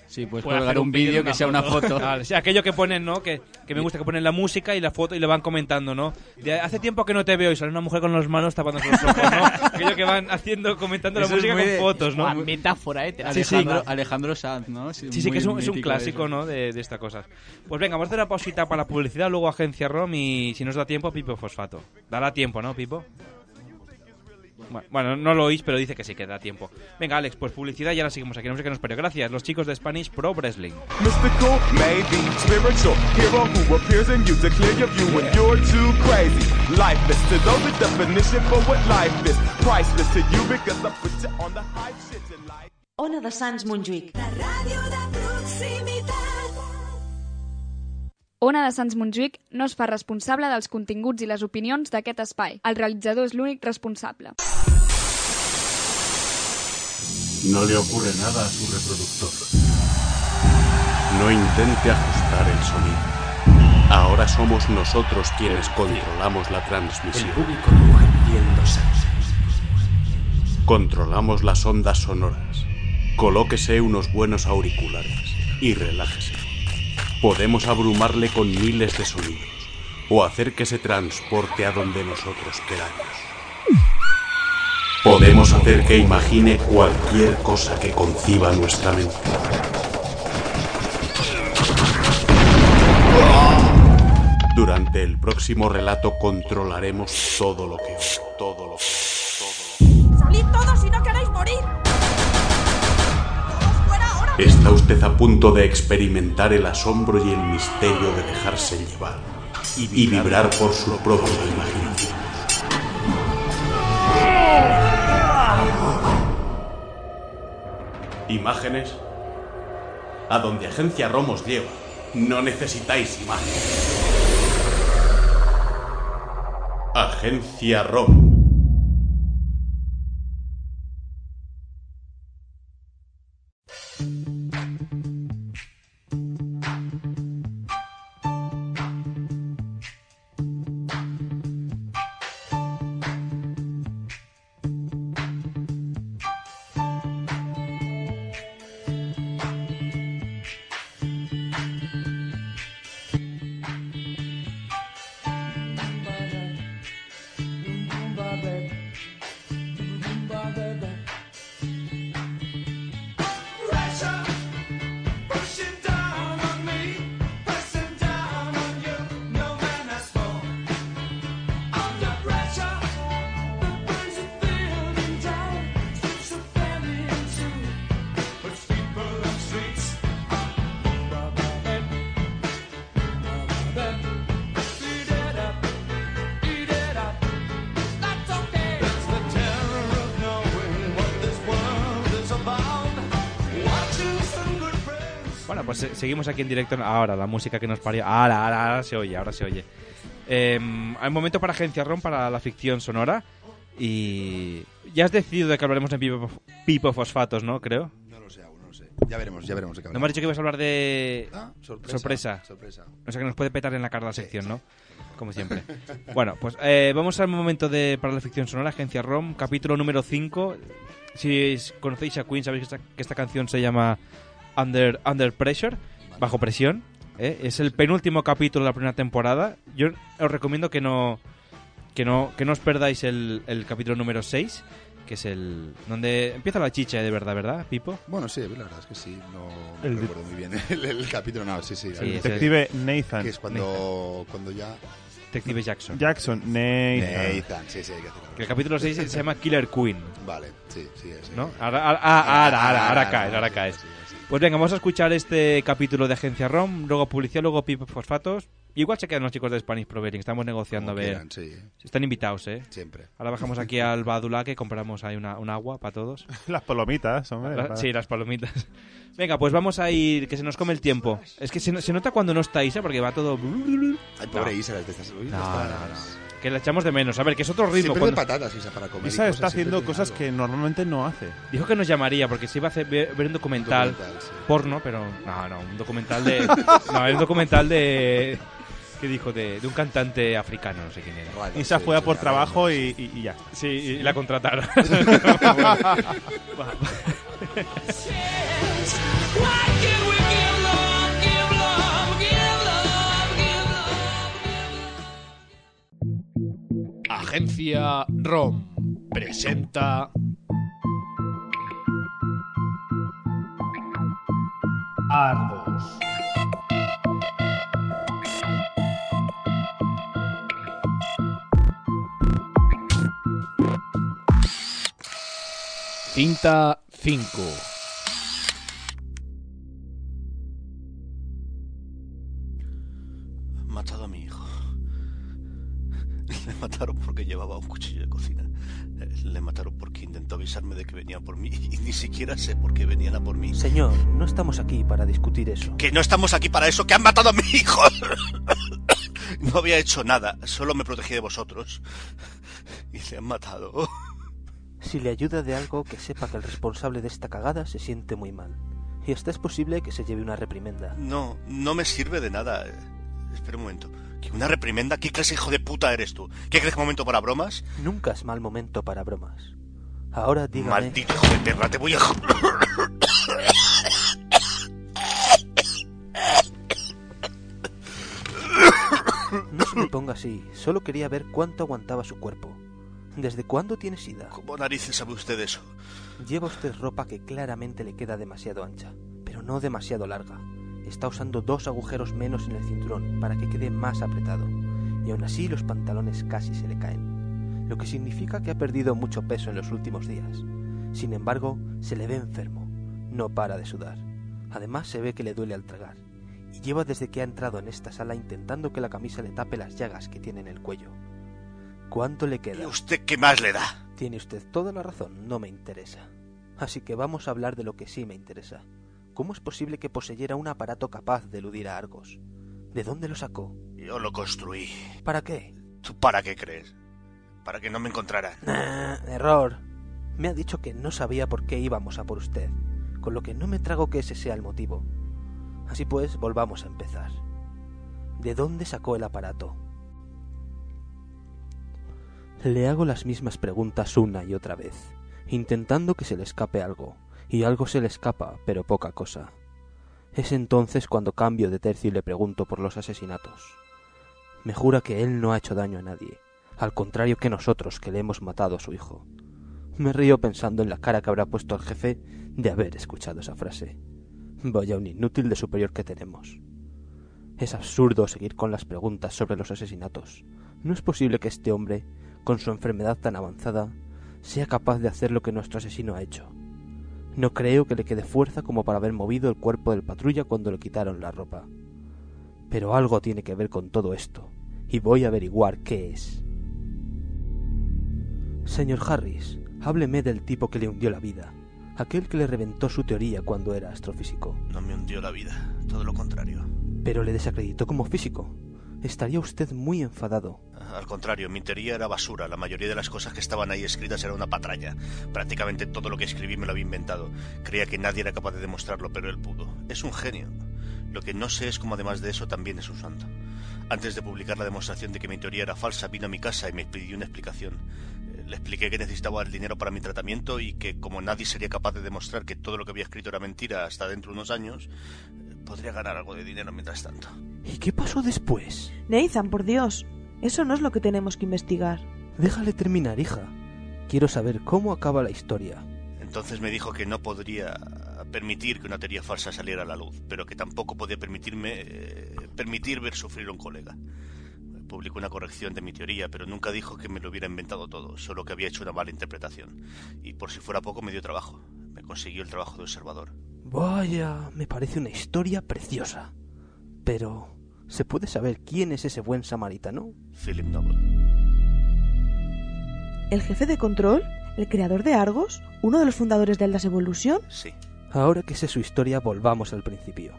Sí, puedes
Puede
colgar
hacer
un
un vídeo
vídeo
y
que
una
sea una
foto.
foto.
Vale, sí, aquello que ponen, ¿no? Que, que me gusta que ponen la música y la foto y le van comentando, ¿no? De, hace tiempo que no te veo y sale una mujer con las manos tapándose los ojos,
<laughs>
¿no? Aquello que van haciendo, comentando
Eso
la
es
música
muy
con
de-
fotos, ¿no?
Buah, metáfora, eh. Te la
Sí, sí,
dejaba.
Alejandro, Alejandro Sanz, ¿no? Sí,
Sí, sí,
muy
que es un, es un
mítico
clásico,
eso.
¿no? De, de estas cosas. Pues venga, vamos a hacer una pausita para la publicidad, luego agencia ROM y si nos da tiempo, Pipo Fosfato. Dará tiempo, ¿no, Pipo? Bu- Bueno, no lo oís, pero dice que sí, que da tiempo. Venga, Alex, pues publicidad y ahora seguimos aquí. No sé qué nos parió. Gracias, los chicos de Spanish Pro Wrestling.
Mystical, maybe spiritual hero who appears in you to clear your view when you're too crazy. Lifeless to those the definition for what life is. Priceless to you because I put you on the high shit in life.
Ona de Sants Montjuïc. La ràdio de proximitat.
Ona de Sants Montjuïc no es fa responsable dels continguts i les opinions d'aquest espai. El realitzador és l'únic responsable.
No le ocurre nada a su reproductor. No intente ajustar el sonido. Ahora somos nosotros quienes controlamos la transmisión.
público ruge pidiendo sexo.
Controlamos las ondas sonoras. Colóquese unos buenos auriculares y relájese. Podemos abrumarle con miles de sonidos o hacer que se transporte a donde nosotros queramos. Podemos hacer que imagine cualquier cosa que conciba nuestra mente. Durante el próximo relato controlaremos todo lo que todo lo que
Salid todos si no queréis morir.
Está usted a punto de experimentar el asombro y el misterio de dejarse llevar y vibrar por su propia imaginación. Imágenes. A donde Agencia Romos lleva, no necesitáis imágenes. Agencia Rom.
Bueno, pues eh, seguimos aquí en directo. Ahora, la música que nos parió. Ahora, ahora, ahora se oye, ahora se oye. Eh, hay momento para Agencia Ron, para la ficción sonora. Y. Ya has decidido de que hablaremos en pipo, pipofosfatos, ¿no? Creo.
No lo sé aún, no lo sé. Ya veremos, ya veremos. de qué
No me has dicho que ibas a hablar de.
Ah, sorpresa,
Sorpresa.
sorpresa.
O sea que nos puede petar en la cara la sección, ¿no?
<laughs>
Como siempre. bueno, pues eh, vamos al momento de para la ficción sonora, Agencia ROM, capítulo número 5. Si es- conocéis a Queen, sabéis que esta, que esta canción se llama Under, Under Pressure, bajo presión. ¿eh? Es el penúltimo capítulo de la primera temporada. Yo os recomiendo que no que no, que no os perdáis el, el capítulo número 6, que es el donde empieza la chicha de verdad, ¿verdad, Pipo?
Bueno, sí, la verdad es que sí, no me
El de-
recuerdo muy bien el, el capítulo, no, sí, sí. la
Sí,
verdad es
detective
que-
Nathan.
Que es cuando, cuando ya...
Detective Jackson.
Jackson, Nathan.
Nathan, sí, sí, hay que hacer algo.
Que el capítulo 6 se llama Killer Queen.
Vale, sí, sí, sí.
¿No? Ahora, ahora, ah, ahora, ahora, ahora
Ahora,
caes, ahora caes. Pues venga, vamos a escuchar este capítulo de Agencia ROM, luego publicidad, luego Pip Fosfatos. Igual se quedan los chicos de Spanish Providing, estamos negociando
Como
a ver.
quieran, sí.
Están invitados, ¿eh?
Siempre.
Ahora bajamos aquí al Badula que compramos ahí una, un agua para todos.
<laughs> Las palomitas, hombre.
La-
para-
sí, las palomitas. <laughs> Venga, pues vamos a ir, que se nos come el tiempo. Es que se, no- se nota cuando no está Isa porque va todo. Ay,
pobre Isa, las de estas- uy,
No,
estas-
no, no. Que la echamos de menos. A ver, que es otro ritmo.
Siempre de
cuando-
patatas, Isa, para comer. y
Isa está
cosas, siempre
haciendo
tiene
cosas que normalmente no hace.
Dijo que nos llamaría porque se iba a hacer, ver, ver un documental,
Documental, sí.
porno, pero no, no, un
<laughs>
documental de. no, es un documental de. ¿Qué dijo? De, de un cantante africano, no sé quién era.
Isa fue a por trabajo y, y- y ya.
Sí, y la contrataron.
Agencia ROM presenta Argos. Cinta 5.
Han matado a mi hijo. <laughs> Le mataron porque llevaba un cuchillo de cocina. Eh, Le mataron porque intentó avisarme de que venía por mí y ni siquiera sé por qué venían a por mí.
Señor, no estamos aquí para discutir eso.
Que no estamos aquí para eso, que han matado a mi hijo. <laughs> No había hecho nada, solo me protegí de vosotros. Y le han matado.
Si le ayuda de algo, que sepa que el responsable de esta cagada se siente muy mal. Y hasta es posible que se lleve una reprimenda.
No, no me sirve de nada. Eh, Espera un momento. ¿Que una reprimenda? ¿Qué clase de hijo de puta eres tú? ¿Qué crees que momento para bromas?
Nunca es mal momento para bromas. Ahora dígame...
Maldito hijo de perra, te voy a...
<coughs> No se me ponga así, solo quería ver cuánto aguantaba su cuerpo. ¿Desde cuándo tiene sida?
¿Cómo narices sabe usted eso?
Lleva usted ropa que claramente le queda demasiado ancha, pero no demasiado larga. Está usando dos agujeros menos en el cinturón para que quede más apretado, y aún así los pantalones casi se le caen, lo que significa que ha perdido mucho peso en los últimos días. Sin embargo, se le ve enfermo, no para de sudar. Además se ve que le duele al tragar, y lleva desde que ha entrado en esta sala intentando que la camisa le tape las llagas que tiene en el cuello. ¿Cuánto le queda?
usted qué más le da?
Tiene usted toda la razón, no me interesa. Así que vamos a hablar de lo que sí me interesa. ¿Cómo es posible que poseyera un aparato capaz de eludir a Argos? ¿De dónde lo sacó?
Yo lo construí.
¿Para qué?
¿Tú para qué crees? Para que no me encontraran.
Ah, error. Me ha dicho que no sabía por qué íbamos a por usted, con lo que no me trago que ese sea el motivo. Así pues, volvamos a empezar. ¿De dónde sacó el aparato? Le hago las mismas preguntas una y otra vez, intentando que se le escape algo, y algo se le escapa, pero poca cosa. Es entonces cuando cambio de tercio y le pregunto por los asesinatos. Me jura que él no ha hecho daño a nadie, al contrario que nosotros que le hemos matado a su hijo. Me río pensando en la cara que habrá puesto el jefe de haber escuchado esa frase. Vaya un inútil de superior que tenemos. Es absurdo seguir con las preguntas sobre los asesinatos. No es posible que este hombre, con su enfermedad tan avanzada, sea capaz de hacer lo que nuestro asesino ha hecho. No creo que le quede fuerza como para haber movido el cuerpo del patrulla cuando le quitaron la ropa. Pero algo tiene que ver con todo esto, y voy a averiguar qué es. Señor Harris, hábleme del tipo que le hundió la vida. aquel que le reventó su teoría cuando era astrofísico.
No me hundió la vida, todo lo contrario.
Pero le desacreditó como físico. Estaría usted muy enfadado.
Al contrario, mi teoría era basura. La mayoría de las cosas que estaban ahí escritas era una patraña. Prácticamente todo lo que escribí me lo había inventado. Creía que nadie era capaz de demostrarlo, pero él pudo. Es un genio. Lo que no sé es cómo además de eso también es un santo. Antes de publicar la demostración de que mi teoría era falsa, vino a mi casa y me pidió una explicación. Eh, Le expliqué que necesitaba el dinero para mi tratamiento y que como nadie sería capaz de demostrar que todo lo que había escrito era mentira hasta dentro de unos años, eh, podría ganar algo de dinero mientras tanto.
¿Y qué pasó después?
Nathan, por Dios, eso no es lo que tenemos que investigar.
Déjale terminar, hija. Quiero saber cómo acaba la historia.
Entonces me dijo que no podría permitir que una teoría falsa saliera a la luz, pero que tampoco podía permitirme eh, permitir ver sufrir a un colega. Publicó una corrección de mi teoría, pero nunca dijo que me lo hubiera inventado todo, solo que había hecho una mala interpretación. Y por si fuera poco me dio trabajo. Me consiguió el trabajo de observador.
Vaya, me parece una historia preciosa. Pero, ¿se puede saber quién es ese buen samaritano?
Philip Noble.
¿El jefe de control? ¿El creador de Argos? ¿Uno de los fundadores de Eldas Evolution?
Sí.
Ahora que sé su historia, volvamos al principio.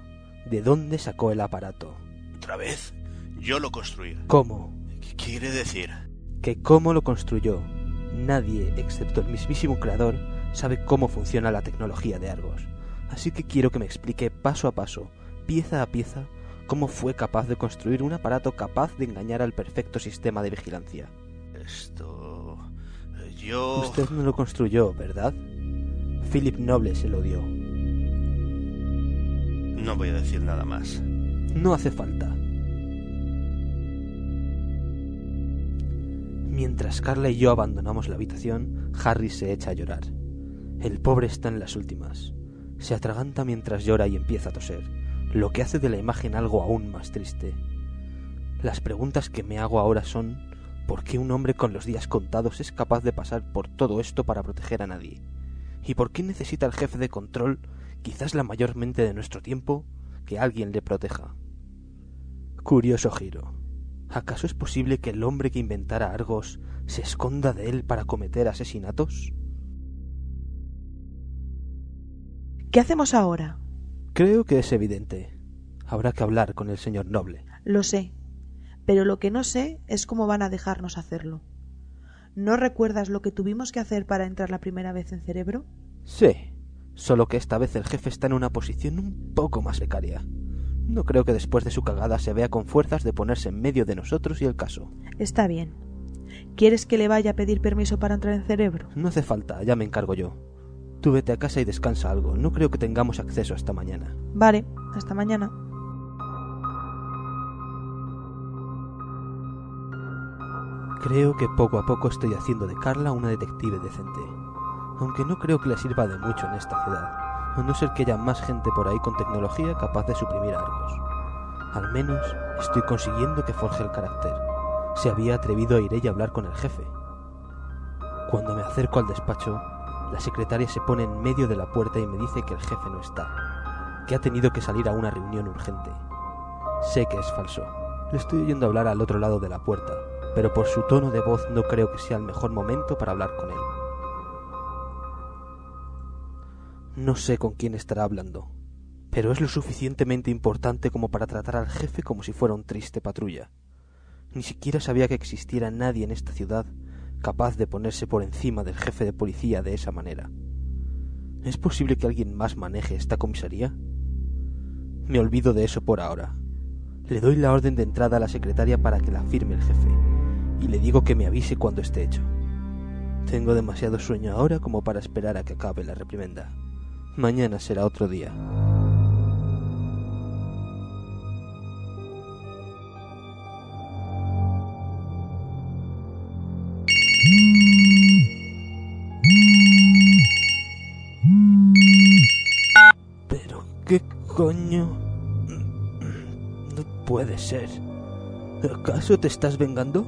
¿De dónde sacó el aparato?
¿Otra vez? Yo lo construí.
¿Cómo?
¿Qué quiere decir?
¿Que cómo lo construyó? Nadie, excepto el mismísimo creador, sabe cómo funciona la tecnología de Argos. Así que quiero que me explique paso a paso, pieza a pieza, cómo fue capaz de construir un aparato capaz de engañar al perfecto sistema de vigilancia.
Esto... eh, Yo...
Usted no lo construyó, ¿verdad? Philip Noble se lo dio.
No voy a decir nada más.
No hace falta. Mientras Carla y yo abandonamos la habitación, Harry se echa a llorar. El pobre está en las últimas. Se atraganta mientras llora y empieza a toser, lo que hace de la imagen algo aún más triste. Las preguntas que me hago ahora son ¿por qué un hombre con los días contados es capaz de pasar por todo esto para proteger a nadie? ¿Y por qué necesita el jefe de control, quizás la mayor mente de nuestro tiempo, que alguien le proteja? Curioso giro. ¿Acaso es posible que el hombre que inventara Argos se esconda de él para cometer asesinatos?
¿Qué hacemos ahora?
Creo que es evidente. Habrá que hablar con el señor Noble.
Lo sé, pero lo que no sé es cómo van a dejarnos hacerlo. ¿No recuerdas lo que tuvimos que hacer para entrar la primera vez en cerebro?
Sí, solo que esta vez el jefe está en una posición un poco más precaria. No creo que después de su cagada se vea con fuerzas de ponerse en medio de nosotros y el caso.
Está bien. ¿Quieres que le vaya a pedir permiso para entrar en cerebro?
No hace falta, ya me encargo yo. Tú vete a casa y descansa algo, no creo que tengamos acceso hasta mañana.
Vale, hasta mañana.
Creo que poco a poco estoy haciendo de Carla una detective decente. Aunque no creo que le sirva de mucho en esta ciudad, a no ser que haya más gente por ahí con tecnología capaz de suprimir Argos. Al menos estoy consiguiendo que forje el carácter. Se había atrevido a ir ella a hablar con el jefe. Cuando me acerco al despacho, la secretaria se pone en medio de la puerta y me dice que el jefe no está, que ha tenido que salir a una reunión urgente. Sé que es falso. Le estoy oyendo hablar al otro lado de la puerta, pero por su tono de voz no creo que sea el mejor momento para hablar con él. No sé con quién estará hablando, pero es lo suficientemente importante como para tratar al jefe como si fuera un triste patrulla. Ni siquiera sabía que existiera nadie en esta ciudad capaz de ponerse por encima del jefe de policía de esa manera. ¿Es posible que alguien más maneje esta comisaría? Me olvido de eso por ahora. Le doy la orden de entrada a la secretaria para que la firme el jefe, y le digo que me avise cuando esté hecho. Tengo demasiado sueño ahora como para esperar a que acabe la reprimenda. Mañana será otro día. Pero qué coño... No puede ser. ¿Acaso te estás vengando?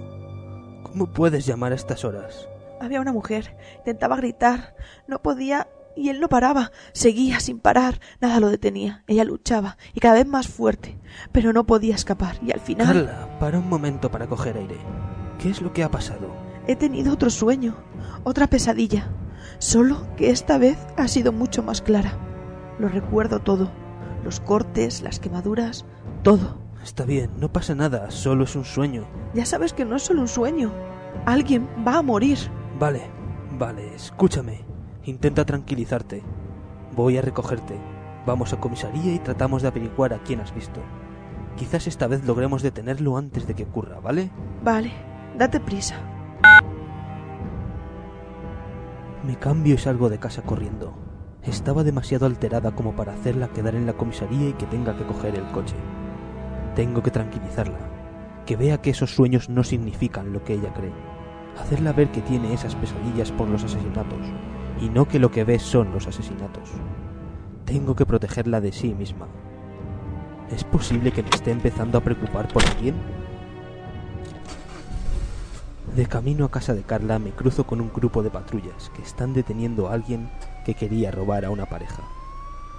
¿Cómo puedes llamar a estas horas?
Había una mujer, intentaba gritar, no podía y él no paraba, seguía sin parar, nada lo detenía, ella luchaba y cada vez más fuerte, pero no podía escapar y al final
Carla, para un momento para coger aire. ¿Qué es lo que ha pasado?
he tenido otro sueño, otra pesadilla, solo que esta vez ha sido mucho más clara. Lo recuerdo todo, los cortes, las quemaduras, todo.
Está bien, no pasa nada, solo es un sueño.
Ya sabes que no es solo un sueño. Alguien va a morir.
Vale, vale, escúchame. Intenta tranquilizarte. Voy a recogerte. Vamos a comisaría y tratamos de averiguar a quién has visto. Quizás esta vez logremos detenerlo antes de que ocurra, ¿vale?
Vale, date prisa.
Me cambio y salgo de casa corriendo. Estaba demasiado alterada como para hacerla quedar en la comisaría y que tenga que coger el coche. Tengo que tranquilizarla, que vea que esos sueños no significan lo que ella cree, hacerla ver que tiene esas pesadillas por los asesinatos, y no que lo que ve son los asesinatos. Tengo que protegerla de sí misma. ¿Es posible que me esté empezando a preocupar por alguien? De camino a casa de Carla me cruzo con un grupo de patrullas que están deteniendo a alguien que quería robar a una pareja.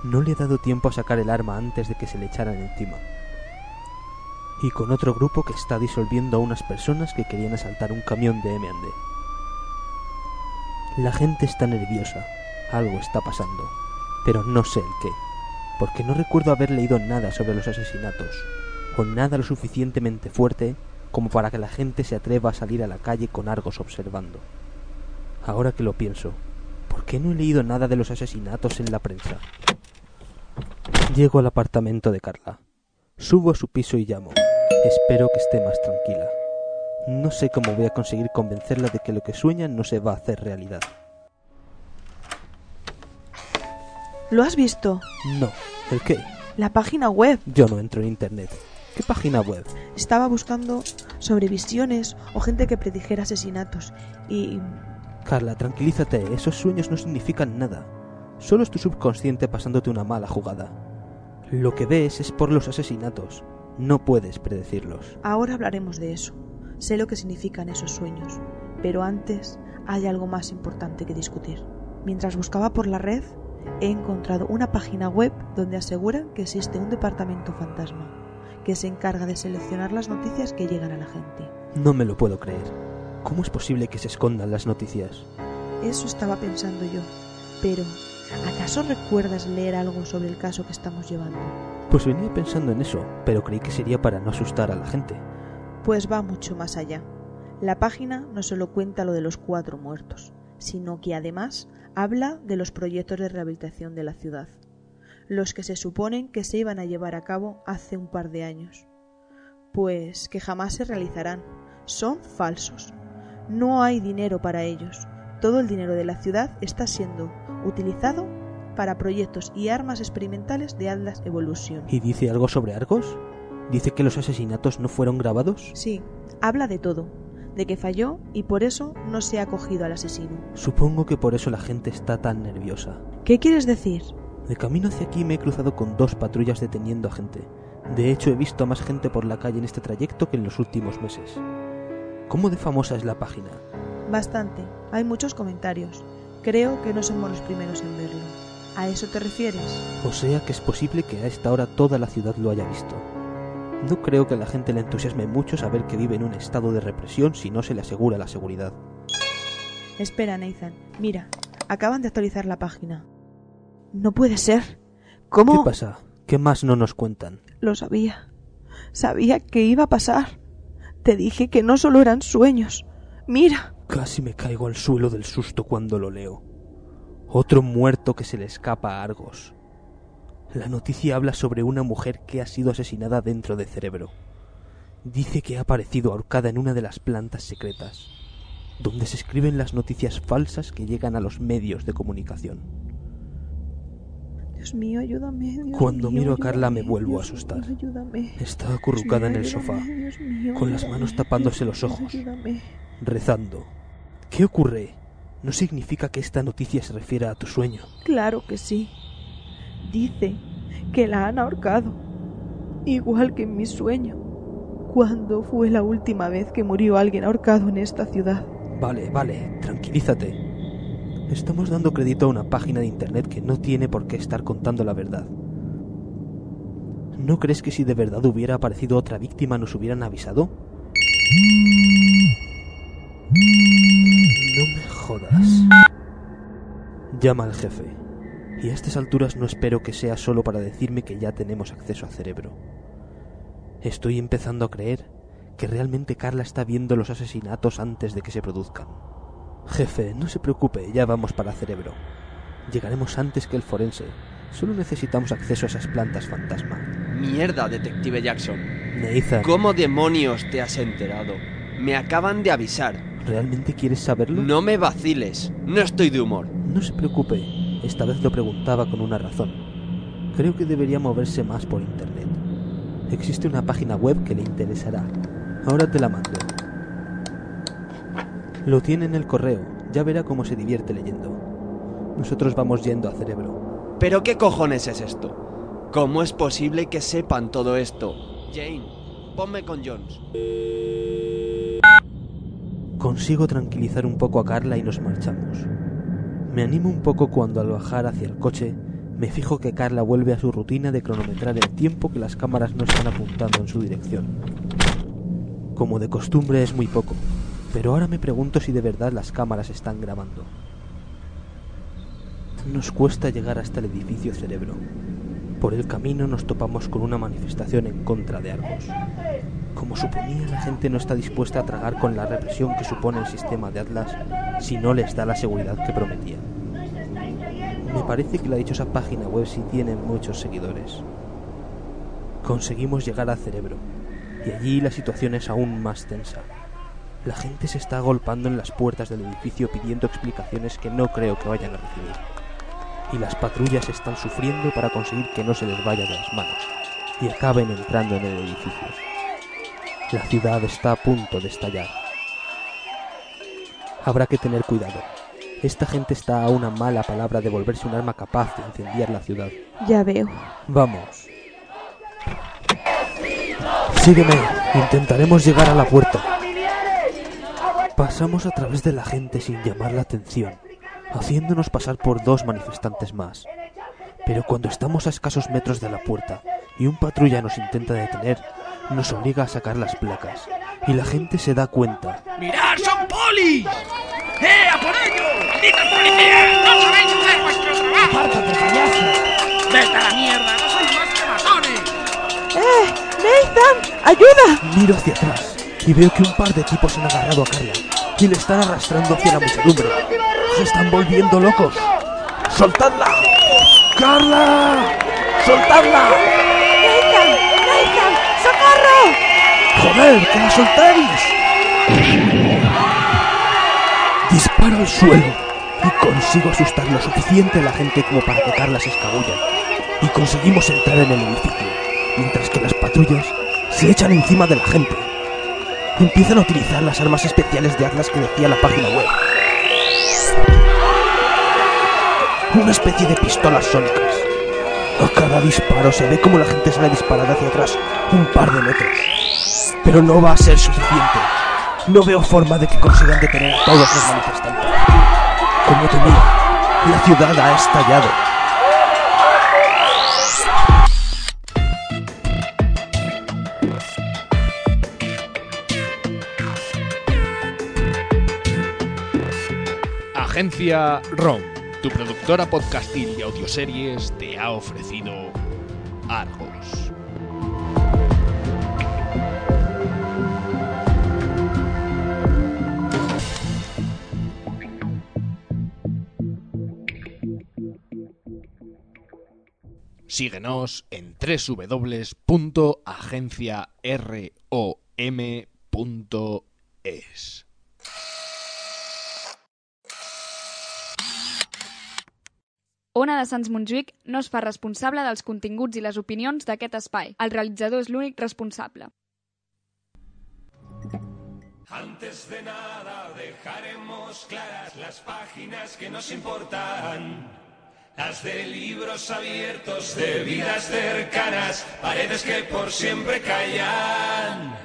No le he dado tiempo a sacar el arma antes de que se le echaran encima. Y con otro grupo que está disolviendo a unas personas que querían asaltar un camión de M&D. La gente está nerviosa, algo está pasando, pero no sé el qué, porque no recuerdo haber leído nada sobre los asesinatos, o nada lo suficientemente fuerte como para que la gente se atreva a salir a la calle con Argos observando. Ahora que lo pienso, ¿por qué no he leído nada de los asesinatos en la prensa? Llego al apartamento de Carla. Subo a su piso y llamo. Espero que esté más tranquila. No sé cómo voy a conseguir convencerla de que lo que sueña no se va a hacer realidad.
¿Lo has visto?
No. ¿El qué?
La página web.
Yo no entro en internet. ¿Qué página web?
Estaba buscando sobre visiones o gente que predijera asesinatos y...
Carla, tranquilízate. Esos sueños no significan nada. Solo es tu subconsciente pasándote una mala jugada. Lo que ves es por los asesinatos. No puedes predecirlos.
Ahora hablaremos de eso. Sé lo que significan esos sueños. Pero antes hay algo más importante que discutir. Mientras buscaba por la red, he encontrado una página web donde aseguran que existe un departamento fantasma que se encarga de seleccionar las noticias que llegan a la gente.
No me lo puedo creer. ¿Cómo es posible que se escondan las noticias?
Eso estaba pensando yo. Pero, ¿acaso recuerdas leer algo sobre el caso que estamos llevando?
Pues venía pensando en eso, pero creí que sería para no asustar a la gente.
Pues va mucho más allá. La página no solo cuenta lo de los cuatro muertos, sino que además habla de los proyectos de rehabilitación de la ciudad los que se suponen que se iban a llevar a cabo hace un par de años, pues que jamás se realizarán. Son falsos. No hay dinero para ellos. Todo el dinero de la ciudad está siendo utilizado para proyectos y armas experimentales de Atlas Evolution.
¿Y dice algo sobre Argos? ¿Dice que los asesinatos no fueron grabados?
Sí, habla de todo, de que falló y por eso no se ha cogido al asesino.
Supongo que por eso la gente está tan nerviosa.
¿Qué quieres decir?
De camino hacia aquí me he cruzado con dos patrullas deteniendo a gente. De hecho, he visto a más gente por la calle en este trayecto que en los últimos meses. ¿Cómo de famosa es la página?
Bastante. Hay muchos comentarios. Creo que no somos los primeros en verlo. ¿A eso te refieres?
O sea que es posible que a esta hora toda la ciudad lo haya visto. No creo que a la gente le entusiasme mucho saber que vive en un estado de represión si no se le asegura la seguridad.
Espera, Nathan. Mira, acaban de actualizar la página. No puede ser. ¿Cómo?
¿Qué pasa? ¿Qué más no nos cuentan?
Lo sabía. Sabía que iba a pasar. Te dije que no solo eran sueños. Mira.
Casi me caigo al suelo del susto cuando lo leo. Otro muerto que se le escapa a Argos. La noticia habla sobre una mujer que ha sido asesinada dentro de cerebro. Dice que ha aparecido ahorcada en una de las plantas secretas, donde se escriben las noticias falsas que llegan a los medios de comunicación.
Dios mío, ayúdame. Dios
Cuando
mío,
miro a Carla
ayúdame,
me vuelvo
Dios
a asustar.
mío, ayúdame.
Está acurrucada en el
Dios mío,
sofá,
ayúdame, Dios mío,
con las
ayúdame,
manos tapándose los
Dios mío,
ojos,
ayúdame.
rezando. ¿Qué ocurre? No significa que esta noticia se refiera a tu sueño.
Claro que sí. Dice que la han ahorcado. Igual que en mi sueño. ¿Cuándo fue la última vez que murió alguien ahorcado en esta ciudad?
Vale, vale, tranquilízate. Estamos dando crédito a una página de internet que no tiene por qué estar contando la verdad. ¿No crees que si de verdad hubiera aparecido otra víctima nos hubieran avisado? No me jodas. Llama al jefe. Y a estas alturas no espero que sea solo para decirme que ya tenemos acceso a cerebro. Estoy empezando a creer que realmente Carla está viendo los asesinatos antes de que se produzcan. Jefe, no se preocupe, ya vamos para cerebro. Llegaremos antes que el forense. Solo necesitamos acceso a esas plantas fantasma.
Mierda, detective Jackson.
Nathan,
¿Cómo demonios te has enterado? Me acaban de avisar.
¿realmente quieres saberlo?
No me vaciles. No estoy de humor.
No se preocupe, esta vez lo preguntaba con una razón. Creo que debería moverse más por internet. Existe una página web que le interesará. Ahora te la mando. Lo tiene en el correo, ya verá cómo se divierte leyendo. Nosotros vamos yendo a cerebro.
¿Pero qué cojones es esto? ¿Cómo es posible que sepan todo esto? Jane, ponme con Jones.
Consigo tranquilizar un poco a Carla y nos marchamos. Me animo un poco cuando al bajar hacia el coche me fijo que Carla vuelve a su rutina de cronometrar el tiempo que las cámaras no están apuntando en su dirección. Como de costumbre es muy poco, pero ahora me pregunto si de verdad las cámaras están grabando. Nos cuesta llegar hasta el edificio Cerebro. Por el camino nos topamos con una manifestación en contra de Argos. Como suponía, la gente no está dispuesta a tragar con la represión que supone el sistema de Atlas si no les da la seguridad que prometía. Me parece que la dichosa página web sí tiene muchos seguidores. Conseguimos llegar a Cerebro, y allí la situación es aún más tensa. La gente se está agolpando en las puertas del edificio pidiendo explicaciones que no creo que vayan a recibir. Y las patrullas están sufriendo para conseguir que no se les vaya de las manos y acaben entrando en el edificio. La ciudad está a punto de estallar. Habrá que tener cuidado. Esta gente está a una mala palabra de volverse un arma capaz de incendiar la ciudad.
Ya veo.
Vamos. Sígueme, intentaremos llegar a la puerta. Pasamos a través de la gente sin llamar la atención, haciéndonos pasar por dos manifestantes más. Pero cuando estamos a escasos metros de la puerta y un patrulla nos intenta detener, nos obliga a sacar las placas. Y la gente se da cuenta.
¡Mirad, son polis! ¡Eh, a por ellos! ¡Malditos policías! ¡No sabéis hacer vuestro trabajo! ¡Apártate, payaso! ¡Vete a la mierda! ¡No sois más que matones!
¡Eh! ¡Nathan! ¡Ayuda!
Miro hacia atrás y veo que un par de tipos han agarrado a Carla y le están arrastrando hacia la muchedumbre. ¡Se están volviendo locos! ¡Soltadla! ¡Carla! ¡Soltadla!
¡Nathan! ¡Nathan! ¡Socorro!
¡Joder, que la soltáis! Disparo al suelo y consigo asustar lo suficiente a la gente como para que Carla se escabulla. Y conseguimos entrar en el edificio, mientras que las patrullas se echan encima de la gente. Empiezan a utilizar las armas especiales de Atlas que decía la página web. Una especie de pistolas sónicas. A cada disparo se ve como la gente sale disparada hacia atrás un par de metros. Pero no va a ser suficiente. No veo forma de que consigan detener a todos los manifestantes. Como temía, la ciudad ha estallado.
Agencia ROM, tu productora podcastil de audioseries, te ha ofrecido Argos. Síguenos en www.agenciarom.es.
Ona de Sants Montjuïc no es fa responsable dels continguts i les opinions d'aquest espai. El realitzador és l'únic responsable.
Antes de nada dejaremos claras las páginas que nos importan. Las de libros abiertos, de vidas cercanas, paredes que por siempre callan.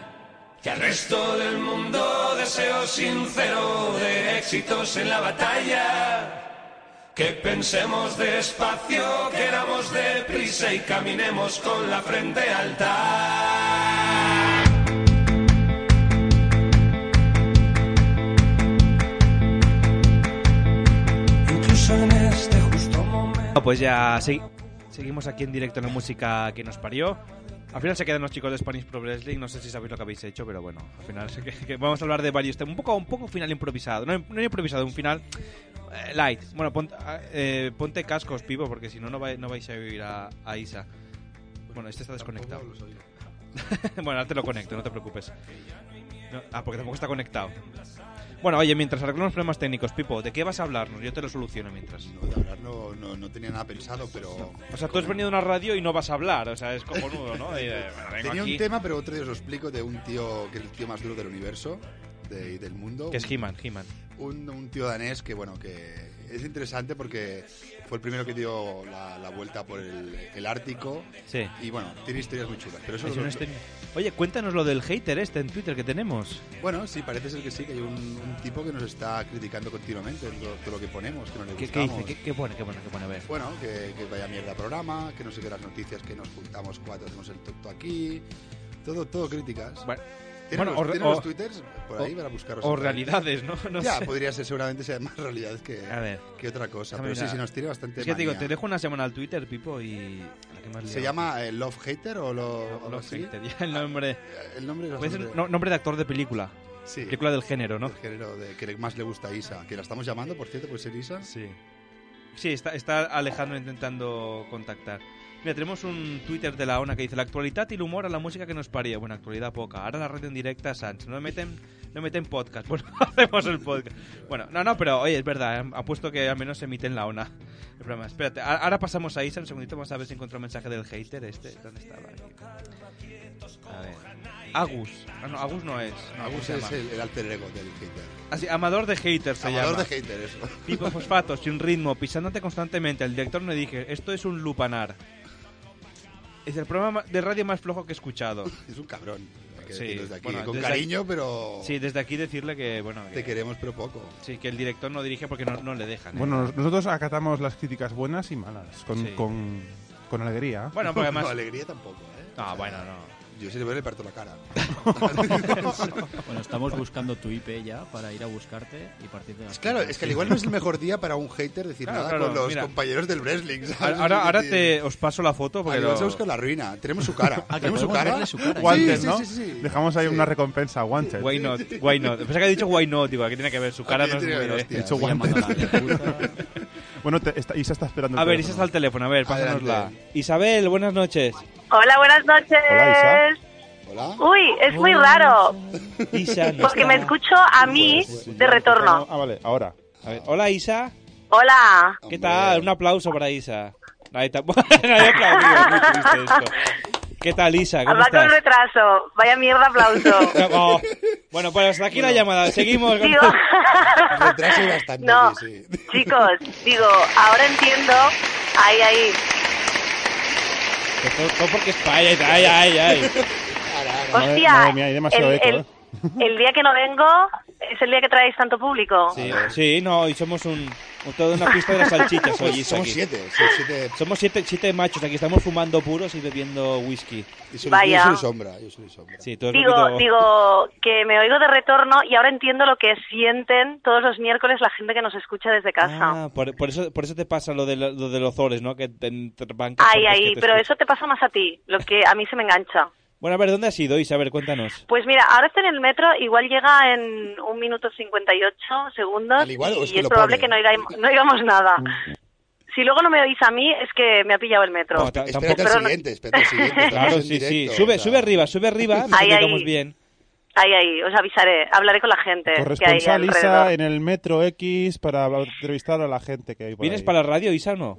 Que al resto del mundo deseo sincero de éxitos en la batalla. Que pensemos despacio, queramos deprisa y caminemos con la frente alta. Incluso en este
Ah, Pues ya sí, seguimos aquí en directo en la música que nos parió. Al final se quedan los chicos de Spanish Pro Wrestling, no sé si sabéis lo que habéis hecho, pero bueno, al final se que, que vamos a hablar de varios temas. Un poco, un poco final improvisado, no, no improvisado, un final eh, light. Bueno, pon- ah, eh, ponte cascos, pivo, porque si no, no, vai- no vais a vivir a, a Isa. Bueno, este está desconectado. <laughs> bueno, ahora te lo conecto, no te preocupes. No, ah, porque tampoco está conectado. Bueno, oye, mientras arreglamos problemas técnicos, Pipo, ¿de qué vas a hablarnos? Yo te lo soluciono mientras.
No, no, no tenía nada pensado, pero.
O sea, tú has venido a una radio y no vas a hablar, o sea, es cojonudo, ¿no? Y, eh, bueno, vengo
Tenía
aquí.
un tema, pero otro día os lo explico, de un tío que es el tío más duro del universo de- y del mundo.
Que es He-Man, He-Man.
Un, un tío danés que, bueno, que es interesante porque fue el primero que dio la, la vuelta por el, el Ártico.
Sí.
Y bueno, tiene historias muy chulas. Pero eso
Es
lo-
un este- Oye, cuéntanos lo del hater este en Twitter que tenemos.
Bueno, sí, parece ser que sí, que hay un, un tipo que nos está criticando continuamente todo, todo lo que ponemos, que no le
¿Qué, qué
gustamos.
dice? ¿Qué, qué pone? ¿Qué pone? ¿Qué pone? A ver.
Bueno, que, que vaya mierda programa, que no sé qué las noticias, que nos juntamos cuatro, hacemos el tonto aquí. Todo, todo críticas.
Bueno,
¿Tienen,
Bueno,
los,
o-
tienen
o-
los twitters por ahí
o-
para buscaros.
o
otra vez.
realidades, ¿no? <laughs> No
ya,
sé.
podría ser seguramente sea más realidad que, que otra cosa.
Déjame
Pero sí,
mirar.
sí, nos tiene bastante
Es que te digo,
manía.
te dejo una semana al Twitter, Pipo, y... ¿a qué más
¿Se
le hago?
llama eh, Love Hater o lo, algo
Love
así? Ah,
Hater, ya el nombre...
El nombre es
Puede ser
bastante-
no- nombre de actor de película.
Sí.
Película del género, ¿no?
El género de que más le gusta a Isa. Que la estamos llamando, por cierto, puede ser Isa.
Sí. Sí, está, está Alejandro intentando contactar. Mira, tenemos un Twitter de la ONA que dice la actualitat i l'humor a la música que nos paría. Bueno, actualidad poca. Ahora la red en directa, Sans. No meten, no meten podcast. <laughs> Bueno, hacemos el podcast. Bueno, no, no, pero oye, es verdad. eh, Apuesto que al menos se emite en la ONA. <laughs> El problema, espérate. a- Ahora pasamos a Isa un segundito. Vamos a ver si encuentro el mensaje del hater este. ¿Dónde estaba? Aquí. A ver. Agus. Ah, no, Agus no es. No, ¿cómo
Agus
se
es
llama? Ah,
el, el alter ego del hater.
Así, amador de hater se
Amador
llama.
de hater, eso.
Pico fosfato, sin ritmo, pisándote constantemente. El director me dije, esto es un lupanar. Es el programa de radio más flojo que he escuchado.
<laughs> Es un cabrón. hay que
Sí,
decirlo desde aquí,
bueno,
con
desde
cariño,
aquí-
pero.
Sí, desde aquí decirle que, bueno...
Te queremos, pero poco.
Sí, que el director no dirige porque no, no le dejan.
<laughs>
¿eh?
Bueno, nos- nosotros acatamos las críticas buenas y malas, con,
Sí.
con, con alegría.
Bueno, pues, porque además...
No, <laughs> alegría tampoco, ¿eh?
No, bueno, no.
Yo si le veo le parto la
<laughs>
cara. <laughs>
Bueno, estamos buscando tu IP ya para ir a buscarte y partir de las
Claro,
cosas.
es que al igual no es el mejor día para un hater decir
Claro,
nada
claro,
con los
mira.
compañeros del wrestling. ¿sabes?
Ahora, ahora- ahora
Sí.
te, Eh, os paso la foto porque...
Ahí
lo-
vas a buscar la ruina. Tenemos su
<laughs>
cara.
Ah, que
Tenemos su
podemos
cara.
verle su cara. Guantes,
Sí,
¿no?
Sí, sí, sí.
Dejamos ahí una recompensa, Wanted.
Why not, why not. Pensé que había dicho why not, digo, que tiene que ver su cara.
Ah,
No es
tiene que
muy
ver,
de-
hostia, He hecho estoy guantes. llamando a la puta. <laughs> Bueno, te- está- Isa está esperando.
A
el
ver, Isa
teléfono.
está
Eh,
al teléfono, a ver,
Adelante.
pásanosla. Isabel, buenas noches.
Hola, buenas noches.
Hola,
Hola.
Uy, es muy raro. Porque me escucho a
Pues,
mí de retorno.
Ah, vale, ahora.
A ver, hola Isa.
Hola.
¿Qué tal? Un aplauso para Isa. Ahí está. <laughs> Bueno, nadie aplaudió, muy triste esto. ¿Qué tal, Isa? ¿Cómo
Habla con
estás?
retraso. Vaya mierda, aplauso.
Oh, Bueno, pues hasta aquí la llamada.
<laughs>
Seguimos. con- <laughs>
Digo-
Retraso y bastante.
No, chicos, digo, ahora entiendo. Ahí, ahí.
Que Todo, todo porque es paella. y tal. Ay, ay, ay.
Madre-
Hostia,
madre mía, hay demasiado
el-
eco,
el-
¿eh?
El día que no vengo es el día que traéis tanto público.
Sí, sí, no, y somos un, un- toda una pista de las salchichas hoy. Isa,
Somos
aquí.
siete, sí, siete.
Somos siete, siete machos. Aquí estamos fumando puros y bebiendo whisky.
Y soy,
Vaya.
Yo soy sombra, yo soy sombra.
Sí, todo es
Digo,
poquito-
digo que me oigo de retorno y ahora entiendo lo que sienten todos los miércoles la gente que nos escucha desde casa.
Ah, por, por eso, por eso te pasa lo de, lo, lo de los ores, ¿no? Que te, te bancas
ay,
antes
ay,
que te
pero
escuchen.
eso te pasa más a ti, lo que a mí se me engancha.
Bueno, a ver, ¿dónde has ido, Isa? A ver, cuéntanos.
Pues mira, ahora está en el metro, igual llega en un minuto 58 segundos
Al igual, o
y
es que
es
lo
probable
pone.
que no, oigaim- no oigamos nada.
Mm.
Si luego no me oís a mí, es que me ha pillado el metro.
No, ta- Espérate tampoco- al
Pero no-
siguiente,
espérate al
<laughs>
siguiente. Estamos
Claro,
en
sí,
directo,
sí. Sube,
o sea.
sube arriba, sube arriba.
Ahí,
que
ahí.
llegamos bien.
Ahí, ahí, os avisaré, hablaré con la gente. que hay
Corresponsal
alrededor.
Isa en el Metro X para hablar- entrevistar a la gente que hay por
¿Vienes
ahí.
para la radio, Isa, o no?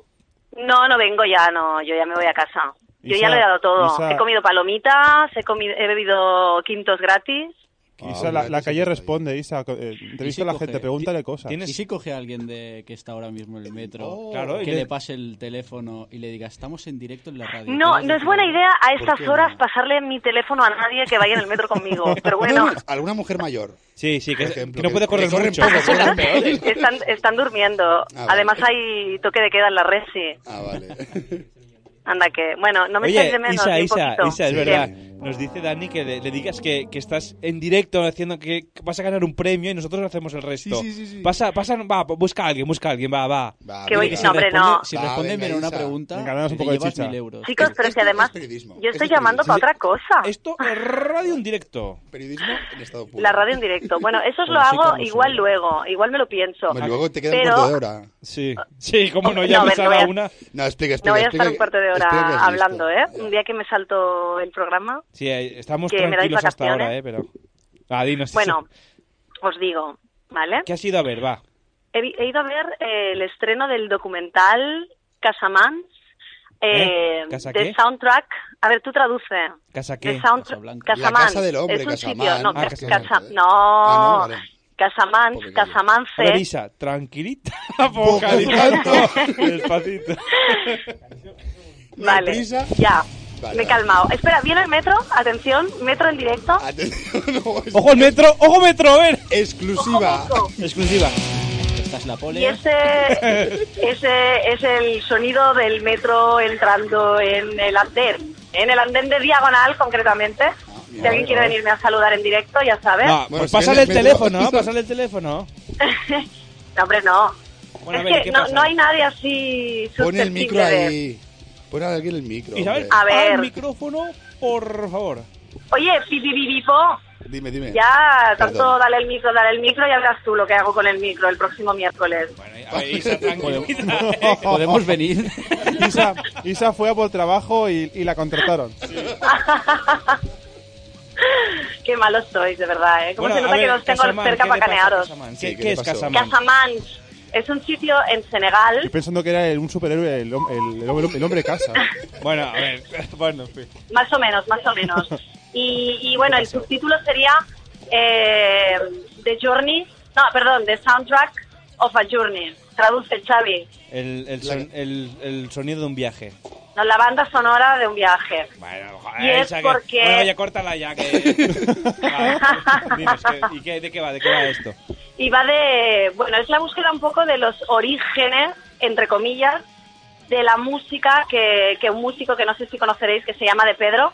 No, no vengo ya, no, yo ya me voy a casa. Yo
Isa,
ya lo he dado todo.
Isa.
He comido palomitas, he, comido, he bebido quintos gratis.
Isa, la, la calle responde, Isa. co- eh, Entrevista a la gente, pregúntale cosas.
¿Y si coge a alguien de que está ahora mismo en el metro,
Oh. Claro, y
que
le-
le... pase el teléfono y le diga, estamos en directo en la radio?
No,
¿Puedes
no es
decir
buena
algo?"
idea a
¿Por
estas
qué no?
horas pasarle mi teléfono a nadie que vaya en el metro conmigo. Pero bueno,
No, no, alguna mujer mayor.
Sí, sí, que,
ejemplo,
que no puede correr
que corren
mucho. <laughs>
poco, corren peores.
<laughs> están, están durmiendo.
Ah, vale.
Además hay toque de queda en la resi.
Ah, vale.
Anda que, bueno, no me echáis
Oye,
de menos,
Isa,
ni un
Isa,
poquito.
Isa, es
Sí.
verdad. Nos dice Dani que le, le digas que, que estás en directo haciendo que que vas a ganar un premio y nosotros hacemos el resto.
Sí,
Pasa, pasa, va, busca a alguien, busca a alguien, va, va.
Que voy- no, hombre, no.
Si
Va,
responden
venga,
bien a una
Isa.
pregunta,
Venga,
ganamos
te
un poco de
llevas
chicha.
1000 euros. Chicos, pero si además yo estoy llamando para otra cosa.
Esto es radio en directo.
Periodismo en estado puro.
La radio en directo. Bueno, eso os lo
Bueno, sí,
hago
Carlos,
igual luego, igual me lo pienso.
Bueno, luego te queda
pero...
un cuarto de hora.
Sí, sí, cómo no,
No,
ya
a
me
ver,
sale
no voy
a
a-
una.
No, explica,
No voy a estar un cuarto de hora hablando, ¿eh? Un día que me salto el programa.
Sí, eh, estamos
Que me dais
tranquilos hasta
vacaciones.
ahora, ¿eh? Pero. Ah, dinos.
Bueno, ¿eh?
Isa.
os digo, ¿vale?
¿Qué has ido a ver? Va.
He, vi- he ido a ver eh, el estreno del documental Casamans, eh,
¿Eh? ¿Casa
del
qué?
soundtrack. A ver, tú traduce.
¿Casa
The
qué?
soundtrack Casamans.
La casa del hombre,
es un
Casamans.
sitio. No,
Ah,
Ca-
Casamans,
Casa-
¿eh?
no.
Ah, no, vale.
Casamans, Casamance.
A ver,
<laughs>
Isa, tranquilita, <laughs> poca, di tanto, <laughs> despacito.
Vale,
prisa.
ya.
Vale,
Me he
vale.
calmado. Espera, viene el metro. Atención, metro en directo.
<laughs> ¡Ojo el metro! ¡Ojo metro! A ver.
Exclusiva.
Exclusiva.
Esta es la pole.
Y ese, ese es el sonido del metro entrando en el andén. En el andén de Diagonal, concretamente.
Ah,
Si alguien quiere venirme a saludar en directo, ya sabes.
No, pues pásale el teléfono, pásale el teléfono.
<laughs> No, hombre, no.
Bueno, a
es
ver,
que
¿qué
no,
pasa?
no hay nadie así
Pon el
susceptible
micro
de-
ahí. Pon aquí el micro.
Isabel,
hombre.
A ver.
al micrófono, por favor.
Oye, pipipipipo,
Dime, dime.
ya tanto
Perdón.
dale el micro, dale el micro, ya verás tú lo que hago con el micro el próximo miércoles.
<laughs>
¿Podemos venir? Isa, Isa fue a por trabajo y, y la contrataron.
<laughs> Qué malos sois, de verdad, ¿eh? Cómo
Bueno,
se
a
nota
ver,
que os tengo
Casamán,
cerca
¿qué
para
le pasa a
canearos.
Casamán?
¿Qué- Sí, ¿qué qué le es pasó? Casamán?
Casamán es un sitio en Senegal.
Y pensando que era el- un superhéroe, el, hom- el- el hombre, el hombre casa.
Bueno, a ver, <laughs> bueno, en fin.
Más o menos, más o menos.
<laughs>
Y, y bueno, el subtítulo sería eh, The Journey, no, perdón, The Soundtrack of a Journey. Traduce Xavi,
El, el, son- el- el sonido de un viaje.
no, la banda sonora de un viaje.
Bueno,
Y es
Isa, que-
porque-
Bueno,
<laughs>
ya córtala ya. Que... Vale, dinos, ¿qué- ¿y qué, de qué va? ¿De qué va esto?
Y va de, bueno, es la búsqueda un poco de los orígenes, entre comillas, de la música que, que un músico que no sé si conoceréis que se llama De Pedro.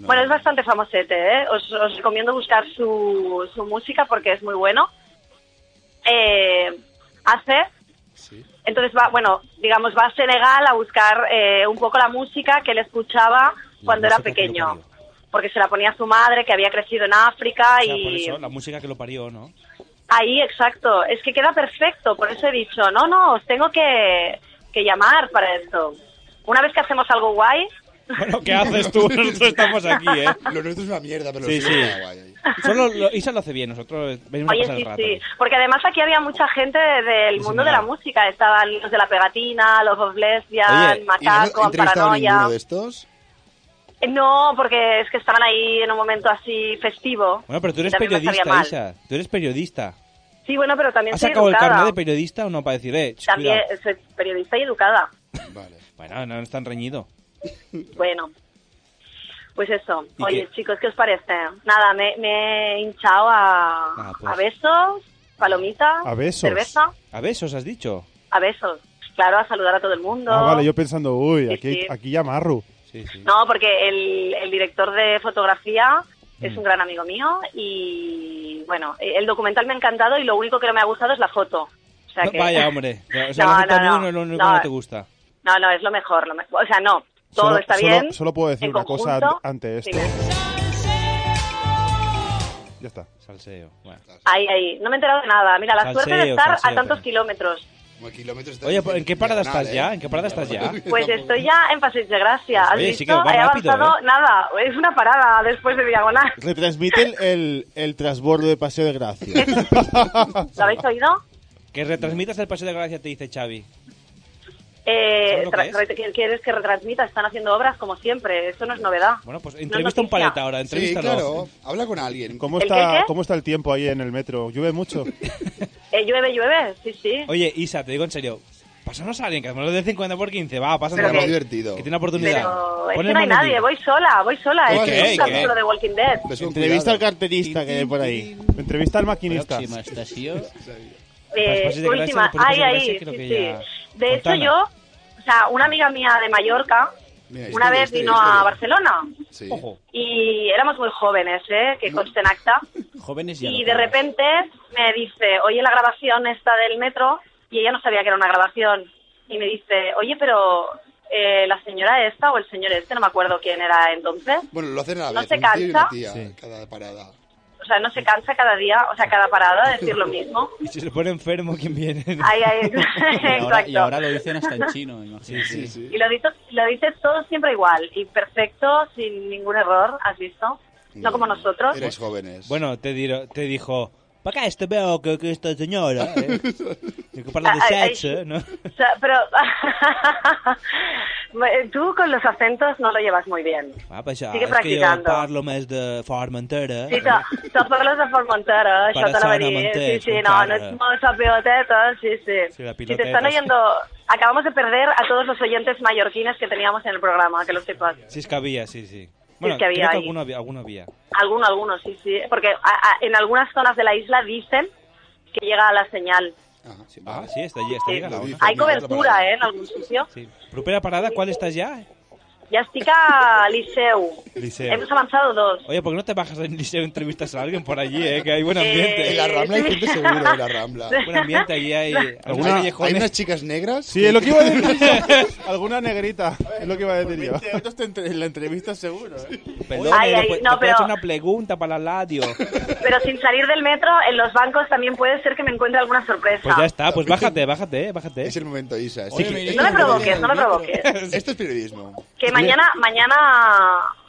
Bueno, es bastante famosete, ¿eh? Os, os recomiendo buscar su, su música porque es muy bueno. Eh, hace. Entonces va, bueno, digamos, va a Senegal a buscar eh, un poco la música que él escuchaba cuando era
música que lo
pequeño. Porque se la ponía a su madre, que había crecido en África
O sea, por
y...
eso, la música que lo parió, ¿no? <laughs>
Ahí, exacto. Es que queda perfecto. Por eso he dicho, no, no, os tengo que, que llamar para esto. Una vez que hacemos algo guay,
Bueno, ¿qué haces tú? Nosotros estamos aquí, ¿eh?
Lo nuestro es una mierda, pero
Sí,
sí,
sí.
está guay ahí.
Solo lo- Isa lo hace bien, nosotros venimos a
oye,
pasar
sí,
el rato.
sí. Porque además aquí había mucha gente del
Sí,
mundo
señora.
de la música. Estaban los de la pegatina, los of Lesbian,
¿y no has
Macaco,
entrevistado a
Paranoia.
ninguno de estos?
Eh, No, porque es que estaban ahí en un momento así festivo.
Bueno, pero tú eres
También me sabía
periodista,
mal.
Isa. Tú eres periodista.
Sí, bueno, pero también
¿Has
soy
sacado el
educada.
carnet de periodista o no para decir, eh, ch,
También
cuidado?
soy periodista y educada.
<laughs>
Bueno, no es tan reñido.
Bueno, pues eso.
¿Y
Oye, chicos, ¿qué os parece? Nada, me, me he hinchado a,
Ah, pues.
a besos, palomitas,
A besos.
cerveza,
A besos, has dicho.
a besos. Claro, a saludar a todo el mundo.
Ah, vale, yo pensando, uy,
Sí,
aquí,
sí.
aquí ya amarro.
No, porque el, el director de fotografía
Mm.
es un gran amigo mío y, bueno, eh, el documental me ha encantado y lo único que no me ha gustado es la foto. O sea
No,
que-
Vaya, hombre. O sea,
No,
la foto
no, no.
no, es lo único
No,
que no te gusta.
<laughs> No, no, es lo mejor. lo me- O sea, no, todo
solo,
está
solo-
bien.
solo puedo decir
en
una cosa
conjunto.
an- ante esto.
Dime.
Ya está.
Salseo. Bueno.
Ahí, ahí. No me he enterado de nada. Mira, la
Salseo,
suerte de estar
salseo,
a tantos
pero- <laughs>
kilómetros.
Oye, pues, ¿en qué parada
Diagonal,
estás
¿eh?
ya? ¿En qué parada estás
<laughs>
ya?
Pues estoy ya en Paseo de Gracia. ¿Has
Pues Oye,
visto?
sí que va
He
rápido,
avanzado
¿eh?
nada. Es una parada después de Diagonal.
<laughs>
Retransmite el, el, el transbordo de Paseo de Gracia.
¿Lo habéis oído?
<laughs> Que retransmitas el paseo de gracia, te dice Este Xavi.
Eh,
¿Sabes lo que
tra- tra- ¿Quieres que retransmita? Están haciendo obras como siempre. Eso no es novedad.
Bueno, pues
entrevista a un paleta ahora,
Sí,
entrevístalo.
claro. Habla con alguien.
¿Cómo
¿El
está,
qué, qué?
¿Cómo está el tiempo ahí en el metro? ¿Llueve mucho?
Eh, llueve, llueve. Sí, sí.
Oye, Isa, te digo en serio. Pásanos a alguien, que hacemos lo de 50 por 15. Va, pásanos.
Pero que-
divertido. Que tiene una oportunidad.
Pero es
Pon
que
el
no hay
mono
nadie.
tío.
Voy sola, voy sola.
¿Cómo que?
Es que es
¿Qué?
un capítulo de Walking Dead.
Pues,
Entrevista al carterista que hay por ahí.
Entrevista al maquinista.
Próxima estación.
Eh,
Pues, pues, sí, que gracias
última,
por el
ahí,
pues,
paso de
ahí,
gracia,
sí,
creo que
sí.
ya-
De hecho,
Fontana.
yo O sea, una amiga mía de Mallorca
Mira,
una
historia,
vez
historia,
vino
historia.
a Barcelona
Sí.
y éramos muy jóvenes, ¿eh? que conste en acta.
Jóvenes ya.
Y
no
de
creo.
repente me dice, oye, la grabación está del metro, y ella no sabía que era una grabación. Y me dice, oye, pero eh, la señora esta o el señor este, no me acuerdo quién era entonces,
Bueno, lo hacen a la
¿No
vez,
se
un tío y una
cansa?
tía cada parada.
o sea, no se cansa cada día, o sea, cada parada de decir lo mismo. <laughs>
<laughs> Y si se pone enfermo, ¿quién viene?
Ay, <laughs> ay,
Y ahora, y
exacto.
ahora lo dicen hasta en chino, imagínate.
Sí,
Y lo dices, lo dices todo siempre igual, y perfecto, sin ningún error, ¿has visto? No como nosotros.
Eres jóvenes.
Bueno, te, diro- te dijo, para acá este veo que, que esta señora,
<laughs>
eh, que parla de
Ah, ah,
sexo,
ah,
¿no?
O sea, pero <laughs> tú con los acentos no lo llevas muy bien.
Ah, pues, ah,
Sigue
és que jo
practicando.
parlo més de Formentera.
Sí, te, te parles de Formentera, això te
Para
la
Sona
veria. Sí,
Montés,
sí, no,
encara.
no ets molt esa piloteta, sí, sí.
Sí, la
Si te están
piloteta,
oyendo, acabamos de perder a todos los oyentes mallorquines que teníamos en el programa, que lo sepas.
Sí, es que había, sí, sí. Bueno,
es que había
creo que
ahí.
alguno había, alguno había.
Alguno, alguno, sí, sí. Porque a- a- en algunas zonas de la isla dicen que llega la señal.
Ah, sí, está allí, está
Sí.
llegado. ¿no?
Hay cobertura, ¿eh? En algún sitio.
Propera parada, ¿cuál estás ya?
Ya estic a Liceu.
Liceo.
Hemos avanzado dos.
Oye, ¿por qué no te bajas en Liceo y entrevistas a alguien por allí, eh? Que hay buen ambiente.
Eh, En la Rambla hay sí. gente seguro, en la Rambla.
Buen ambiente, allí
<laughs>
hay... hay
¿Alguna-
unos
¿Hay
callejones.
unas chicas negras?
Sí, es lo que iba a decir.
<laughs>
yo. Alguna negrita, es lo que iba a decir yo.
en la entrevista seguro,
Perdón,
Ay,
eh,
ay,
¿te
no,
puedo
pero-
hacer una pregunta para la
<laughs>
radio? Pues
Pero sin salir del metro, en los bancos también puede ser que me encuentre alguna sorpresa.
Pues ya está, pues bájate, bájate, eh, bájate. Es
el momento, Isa.
No me provoques, no me
<laughs>
provoques.
Esto es periodismo.
Que mañana, mañana...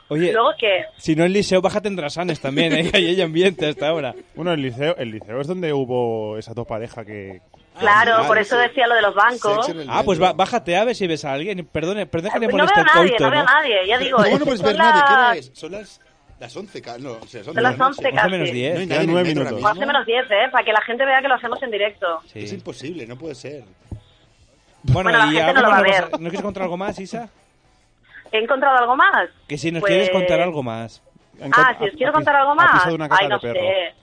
Oye.
Luego que...
Si no en Liceo, bájate en Drasanes también, eh, que ahí hay ambiente hasta ahora.
Bueno, el liceo, el liceo es donde hubo esas dos parejas que...
Ah,
Claro, por eso decía lo de los bancos. Pues
Ah, pues ba- bájate a ver si ves a alguien. Perdone, perdón que le
Eh, No veo
moleste
a
el
nadie,
coito,
no veo a nadie, ya digo.
No, no
es-
puedes
son
ver pues nadie. ¿Qué hora
las-
es? Son las, las 11, ca- no, o sea, son
Son las 11
once.
casi. 11 menos 10.
No
Ya
hay nadie en el
nueve
metro
minutos.
ahora
Once
mismo.
menos 10, ¿eh? Para que la gente vea que lo hacemos en directo.
Es imposible, no puede ser.
Bueno,
Bueno, la
y
gente
algo
no lo
más
va a
cosa-
ver.
¿no quieres contar algo más, Isa?
¿He encontrado algo más?
Que si nos
Pues-
quieres contar algo más.
Ah, si os quiero contar algo
ha
más.
pisado una caca
Ay, no
de perro.
sé.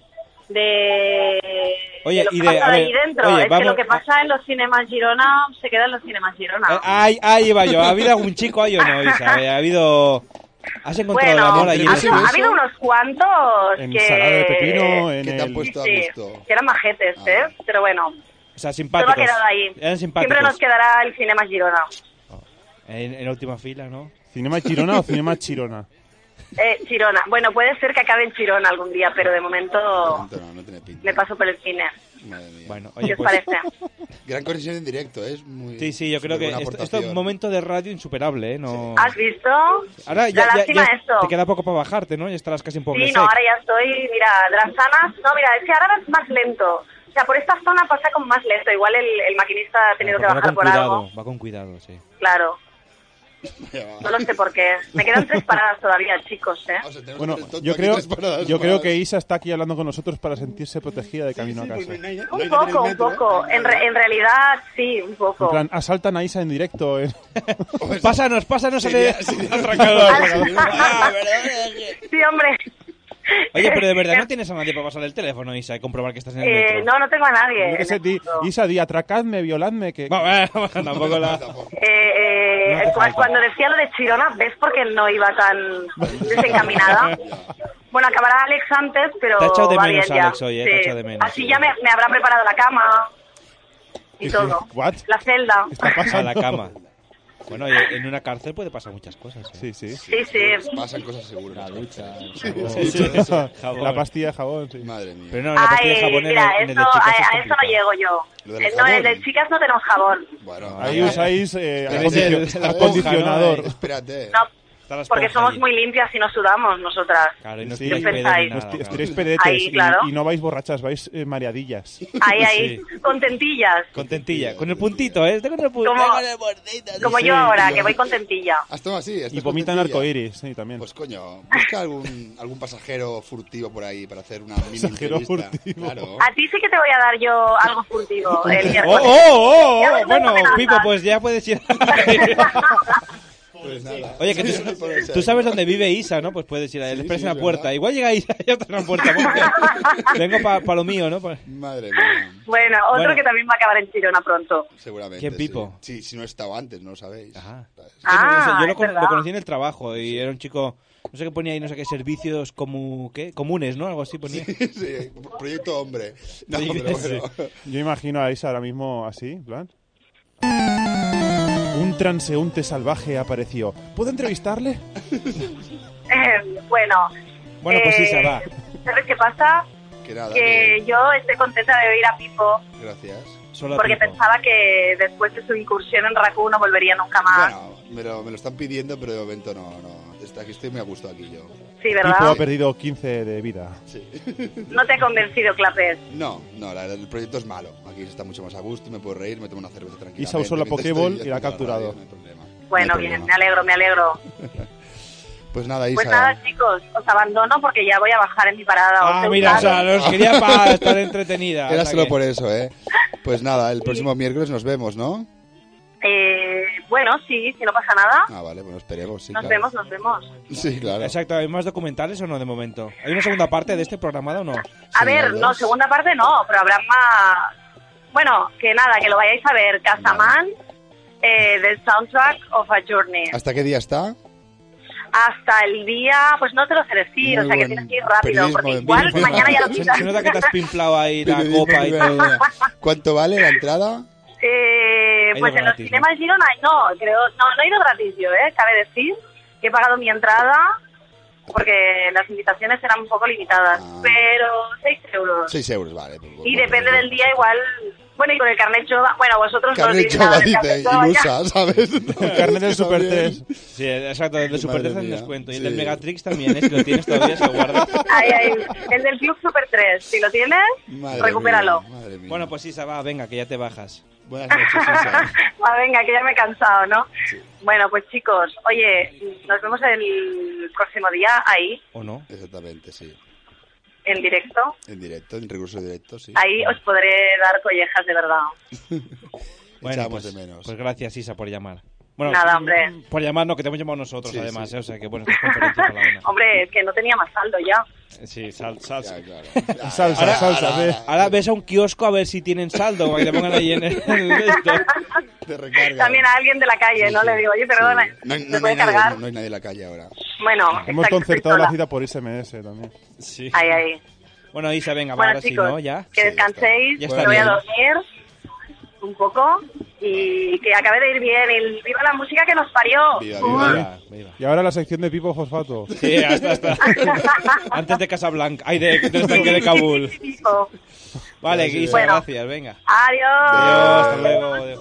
De...
Oye,
de lo
y
que
de-
pasa
a
ahí
ver,
dentro.
oye,
es que
vamos-
lo que pasa en los cinemas Girona se queda en los cinemas Girona.
Eh, Ahí, ahí va yo. ¿Ha habido algún chico ahí o no,
<laughs>
Isa? Eh, ¿Ha habido... ¿Has encontrado el amor allí?
ha habido, ha habido unos cuantos
En
que...
Salado de Pepino, en
Que te han
el-
puesto
Sí,
a gusto.
que eran majetes, ¿eh? Pero bueno,
O sea,
todo ha
simpáticos.
quedado ahí.
Eran simpáticos.
Siempre nos quedará el cinema Girona.
En, en la última fila, ¿no?
¿Cinema Chirona
<laughs>
o Cinema Chirona?
Eh, Girona. Bueno, puede ser que acabe en Girona algún día, pero de momento me paso por el cine.
Bueno,
¿Qué
oye,
os
pues...
parece?
Gran conexión en directo, ¿eh? es muy.
Sí, sí, yo creo que
superbuena
esto, esto es
aportación.
un momento de radio insuperable, ¿eh? No...
¿Has visto?
Ahora
La
ya, ya-
lástima
ya
esto.
te queda poco para bajarte, ¿no? Ya estarás casi un poco
Sí, no, ahora ya estoy, mira, Drasanas, no, mira, es que ahora es más lento. O sea, por esta zona pasa como más lento. Igual el, el maquinista ha tenido que
va
bajar
con
por
cuidado,
algo.
va con cuidado, sí.
Claro. No lo sé por qué. Me quedan tres paradas todavía, chicos, ¿eh?
Bueno,
tonto
yo
aquí
creo,
tres paradas
yo
más.
creo que Isa está aquí hablando con nosotros para sentirse protegida de camino
pues
a casa.
Un poco, un poco. En, re- en realidad, sí, un
En
poco.
plan, asaltan a Isa en directo. eh.
<laughs> Pásanos, pásanos
Sería-
el-
sería-
<laughs> Ah,
atracador.
Sí, hombre.
Oye, pero de verdad no tienes a nadie para pasar el teléfono, Isa, y comprobar que estás en el metro.
Eh, no, no tengo a nadie.
Yo qué sé,
en
di- Isa, di, atracadme, violadme. Que...
eh,
<laughs>
tampoco la...
Eh, eh,
No hace
cu-
falta.
cuando decía lo de Chirona, ¿ves por qué no iba tan
<laughs>
desencaminada? bueno, acabará Alex antes, pero
Te ha echado de
va
menos,
bien ya.
Alex, hoy, eh, te ha echado de menos,
Así ya me, me habrá preparado la cama y todo.
¿What?
La celda.
A
<laughs>
la cama. Bueno, oye, en una cárcel puede pasar muchas cosas. ¿eh? Sí,
sí.
<laughs> Sí, sí.
Pasan cosas seguras. La ducha,
Sí, sí. Jabón.
La pastilla de jabón, sí.
Madre mía.
Pero no, la pastilla de
Ay,
jabón en
mira,
el, en el de
esto-
chicas es
a, a eso no
complicado.
llego yo.
Lo del
Eh, no, en
jabón.
el de chicas no tenemos jabón.
Ahí usáis eh, acondicio-
es la esponja,
acondicionador.
¿no? Eh,
Espérate.
No,
Está la esponja
porque somos
allí.
muy limpias y no sudamos nosotras.
Claro, y no
Sí,
tiráis
¿Qué
pedos ni
pensáis?
nada,
No esti-
claro.
estiréis pedetes
Ahí,
y,
claro.
y no vais borrachas, vais eh, mareadillas.
Ahí, ahí, contentillas.
Contentilla, con el puntito, ¿eh? Este con el puntito.
Como, como
Sí,
yo ahora,
yo-
que voy contentilla.
Has tomado así.
Y vomitan arcoiris, sí, también.
Pues coño, busca algún, algún pasajero furtivo por ahí para hacer una mini
Pasajero
entrevista. Claro.
A ti sí que te voy a dar yo algo furtivo. El
¡Oh,
miércoles.
oh, oh!
Ya
oh.
ves, no
Bueno,
me lanzas. <laughs>
Pipo, pues ya puedes ir.
Pues nada.
Oye, que
Sí,
tú,
por
tú
eso.
sabes dónde vive Isa, ¿no? Pues puedes ir a él.
Sí,
Esperas
sí,
en la
es
puerta.
verdad.
Igual llega Isa y otra en la puerta. Bueno,
<laughs>
que- Vengo para lo mío, ¿no? Pa-
Madre mía.
Bueno, otro
Bueno.
que también va a acabar en Chirona pronto.
Seguramente.
<laughs>
¿Quién,
sí.
Pipo?
Sí, si no he estado antes, no lo sabéis.
Ah,
yo lo,
es
con-
verdad.
lo conocí en el trabajo y era un chico, no sé qué ponía ahí, no sé qué, servicios como, ¿qué? comunes, ¿no? Algo así ponía.
<laughs> Sí, proyecto hombre. No,
Sí,
pero
sí.
bueno.
Yo imagino a Isa ahora mismo así, en plan. Un transeúnte salvaje apareció. ¿Puedo entrevistarle?
Em, bueno.
Bueno, pues
eh,
Isa, va.
¿Sabes qué pasa?
Que nada,
que yo estoy contenta de oír a Pipo
que- gracias.
porque pensaba que después de su incursión en Raku no volvería nunca más.
Me lo, me lo están pidiendo, pero de momento no, no. Está- Aquí estoy muy a gusto aquí yo.
sí,
Pipo
¿verdad?
ha perdido 15 de vida.
No te ha convencido, Clapés.
No, no, la verdad, el proyecto es malo. Aquí se está mucho más a gusto, me puedo reír, me tomo una cerveza tranquila.
Isa usó la Pokéball y la ha capturado.
Bueno,
No hay
bien,
problema.
me alegro, me alegro.
Pues nada, Isa.
Pues nada, chicos, os abandono porque ya voy a bajar en mi parada.
Ah,
Os
mira, o
gustaron.
sea, los quería para estar entretenida.
<laughs> Era
hasta
solo
que-
por eso, ¿eh? Pues nada, el próximo miércoles nos vemos, ¿no?
<laughs> Eh, bueno, sí, si no pasa nada,
Ah, vale, bueno, esperemos, sí.
nos
claro.
vemos, nos vemos.
Sí, claro.
Exacto, ¿hay más documentales o no de momento? ¿Hay una segunda parte de este programada o no?
A ver, no, segunda parte no, pero habrá más... Bueno, que nada, que lo vayáis a ver. Casaman, eh, del soundtrack of a Journey.
¿Hasta qué día está?
Hasta el día, pues no te lo sé decir,
Muy
o sea que
buen
tienes que ir rápido,
periodismo
porque
de
igual
mierda.
mañana ya lo
Se-
quitan.
se
nota que
<laughs>
te has pimplado ahí la
Periodismo
copa y
de
todo.
mierda. ¿Cuánto vale la entrada?
Eh,
Ha
pues
ido
en los
gratis,
cinemas Girona, no, creo, no, no he ido gratis yo, eh, cabe decir que he pagado mi entrada porque las invitaciones eran un poco limitadas,
Ah.
pero 6 euros.
6 euros, vale. pues
y depende del día igual, bueno, y con el carnet Jova, bueno, vosotros no os
Carnet eh,
diréis nada
Jova,
del
dice,
carnet Jova, ya.
ilusa, ¿sabes?
El carnet del Super
También.
3. Sí, exacto, el del Super
Madre
3 en
mía,
descuento. Y el
sí.
del Megatrix también, ¿eh? si lo tienes todavía, se guarda.
Ahí, ahí. El del Club Super 3, si lo tienes, recupéralo.
Bueno, pues Isa, va, venga, que ya te bajas.
Buenas noches,
<laughs> Ah, venga, que ya me he cansado, ¿no? Bueno, pues chicos, oye, nos vemos el próximo día ahí,
¿O no?
Exactamente, sí.
en directo.
En directo, en recurso directo, sí.
Ahí os podré dar collejas de verdad.
Bueno,
Echamos
pues,
de menos.
pues gracias, Isa, por llamar. Bueno,
Nada, hombre.
Por llamarnos, que te hemos llamado nosotros,
Sí,
además,
sí.
¿eh? o sea que
<laughs>
bueno, esta es conferencia por la una.
Hombre, es que no tenía más saldo ya.
Sí, sal, salsa.
Salsa,
ahora,
salsa,
ahora,
ve.
ahora ves a un kiosco a ver si tienen saldo, para que te pongan ahí en el.
También a alguien de la calle, ¿no? Le digo, oye, perdona,
No, hay- no-
¿me
no hay
puede
nadie,
cargar?
no- no hay nadie en la calle ahora.
Bueno,
Hemos
exacto,
concertado la
estoy sola.
cita por SMS también.
Sí.
Ahí, ahí.
Bueno, Isa, venga, va,
Bueno,
ahora sí,
chicos,
¿no? Ya.
que descanséis,
Ya
me
está
voy a
bien.
dormir un poco y que acabe de ir bien. Y viva la música que nos parió.
Y ahora la sección de Pipo Fosfato.
Sí, hasta,
<laughs>
hasta. <laughs> Antes de Casablanca. Ay, de, del tanque de Kabul.
Pipo.
Vale, Isa,
Bueno.
gracias, venga.
Adiós.
Adiós, hasta luego. adiós.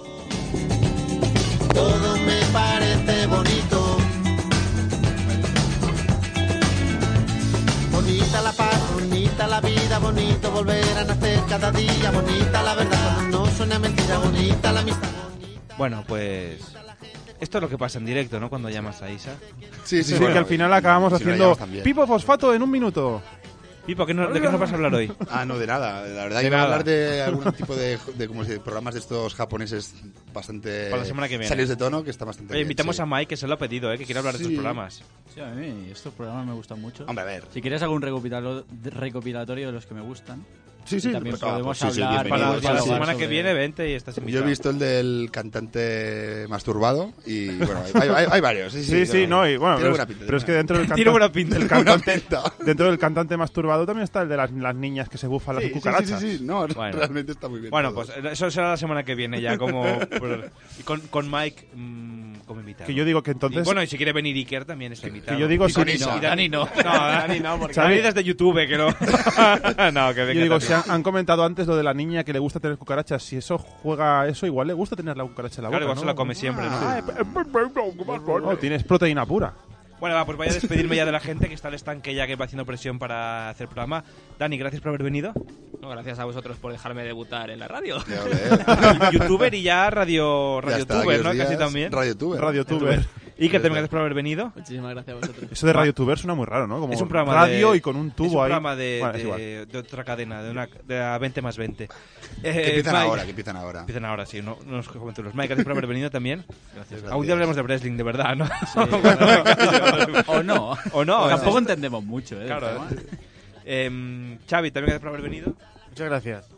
parece bonito. Bonita la paz, bonita la vida, bonito volver a nacer cada día, bonita la verdad, cuando no suena mentira, bonita la amistad.
Bueno, pues. Esto es lo que pasa en directo, ¿no? Cuando llamas a Isa.
Sí, sí, que al final acabamos haciendo Pipo Fosfato en un minuto.
Pipo, ¿qué no- ¿de qué nos vas a hablar hoy?
Ah, no, de nada. La verdad,
De
iba a
nada.
hablar de algún tipo de, de, como se dice, programas de estos japoneses bastante.
Para la semana que viene.
Salidos Eh, de tono, que está bastante.
Oye,
bien,
invitamos
sí.
a Mike, que se lo ha pedido, ¿eh? Que quiere hablar de
Sí.
sus programas.
Sí, a mí estos programas me gustan mucho.
Hombre, a ver.
Si quieres hago un recopilalo- recopilatorio de los que me gustan.
Sí, sí,
Y también
pues, ah,
podemos
pues sí, sí,
hablar.
bienvenido.
podemos
Sí, sí.
dialogar
semana que
sobre-
viene, vente y estás
Yo he
invitado.
visto el del cantante masturbado y bueno, hay, hay- hay varios. Sí, sí,
no, y bueno, pero,
Tiene buena
es-
pinta,
pero es que
tiene
dentro del
buena- Tiene
cantante- <laughs> del
buena pinta. Tiene buena
cantante- dentro del cantante masturbado también está el de las, las niñas que se bufan
Sí,
las
sí,
cucarachas.
sí, sí, sí, no,
Bueno.
realmente está muy bien.
Bueno,
todo.
pues eso será la semana que viene ya,
<laughs>
como por- y con, con Mike mm, como invitado.
Que yo digo que entonces-
Y bueno, y si quiere venir Iker también está invitado.
yo digo
Y con
si-
Isa.
no,
Y
Dani
Dani
no.
Dani no, porque Dani desde
<laughs>
YouTube, que no. no, que pues, venga.
Yo digo, si
también.
han, han comentado antes lo de la niña que le gusta tener cucarachas, si eso juega a eso, igual le gusta tener la cucaracha en la boca.
Claro, igual se la come siempre, ¿no?
Ah, No, tienes proteína pura.
Bueno, va, pues voy a despedirme ya de la gente que está el estanque ya que va haciendo presión para hacer programa. Dani, gracias por haber venido.
No, gracias a vosotros por dejarme debutar en la radio.
<laughs> Youtuber y ya
Ya
radio,
<laughs>
radio
está,
tuber,
aquellos
¿no? Casi
días,
también.
radiotuber.
Radiotuber.
Radiotuber.
Y Iker, también gracias por haber venido.
Muchísimas gracias a vosotros.
Eso de Radio Tuber suena muy raro, ¿no? Como
Ah. es un programa de-
radio y con un tubo
es un
ahí.
programa de,
Bueno, es
de-
igual.
de otra cadena, de, una, de la 20 más 20.
Que empiezan
Mike-
ahora, que empiezan ahora.
Empiezan ahora, sí, no, no nos comentemos. Mike, gracias por haber
<laughs>
venido también.
Gracias,
Algún
gracias.
día hablaremos de wrestling, de verdad, <laughs> ¿no?
<laughs> O no.
O no.
Tampoco
eh.
entendemos mucho, ¿eh,
Claro.
del tema.
Em, Xavi, también gracias por haber venido. Muchas gracias.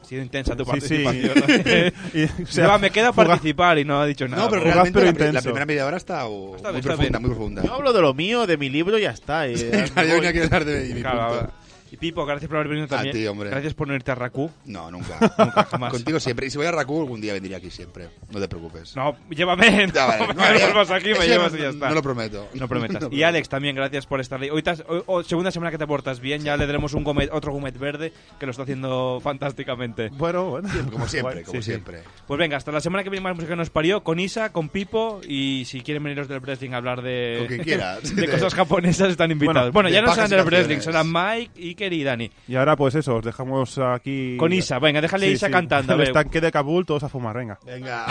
Ha sido intensa tu
Sí,
participación. <laughs>
sí. <laughs> Y, o sea,
Lleva, me queda
fugaz-
participar y no ha dicho nada.
No, pero
Fugaz,
realmente
pero
la, pri- la
intenso.
primera media hora está, o-
Está
muy
bien, está
profunda,
bien.
muy profunda.
Yo hablo de lo mío, de mi libro y ya está.
<laughs>
eh.
claro, yo venía aquí a hablar de mi
Claro,
punto.
ahora. Y Pipo, gracias por haber venido también.
ti, hombre.
Gracias por no irte a Raku.
No, nunca.
<laughs> nunca, jamás.
Contigo siempre. Y si voy a Raku, algún día vendría aquí siempre. No te preocupes.
No, llévame.
<laughs> Ya, vale.
No,
No,
me
ya-
vuelvas aquí,
eso
me llevas y
no-
ya está.
no lo prometo.
No prometas.
<laughs> No
y Alex, también gracias por estar ahí. Hoy, te has- hoy- hoy- segunda semana que te portas bien, ya le daremos un gomet- otro gomet verde que lo está haciendo fantásticamente.
Bueno, bueno.
Como siempre,
Guay,
como
sí, sí.
siempre.
Pues venga, hasta la semana que viene más música que nos parió con Isa, con Pipo y si quieren veniros del wrestling a hablar de
Con quien quieras.
<laughs> de cosas japonesas están invitados. Bueno, ya no serán del wrestling,
canciones.
serán Mike, Iker y Dani.
Y ahora, pues eso, os dejamos aquí.
Con Isa, venga, déjale a Isa cantando, a
El
ver.
estanque de Kabul, todos a fumar, venga.
Venga.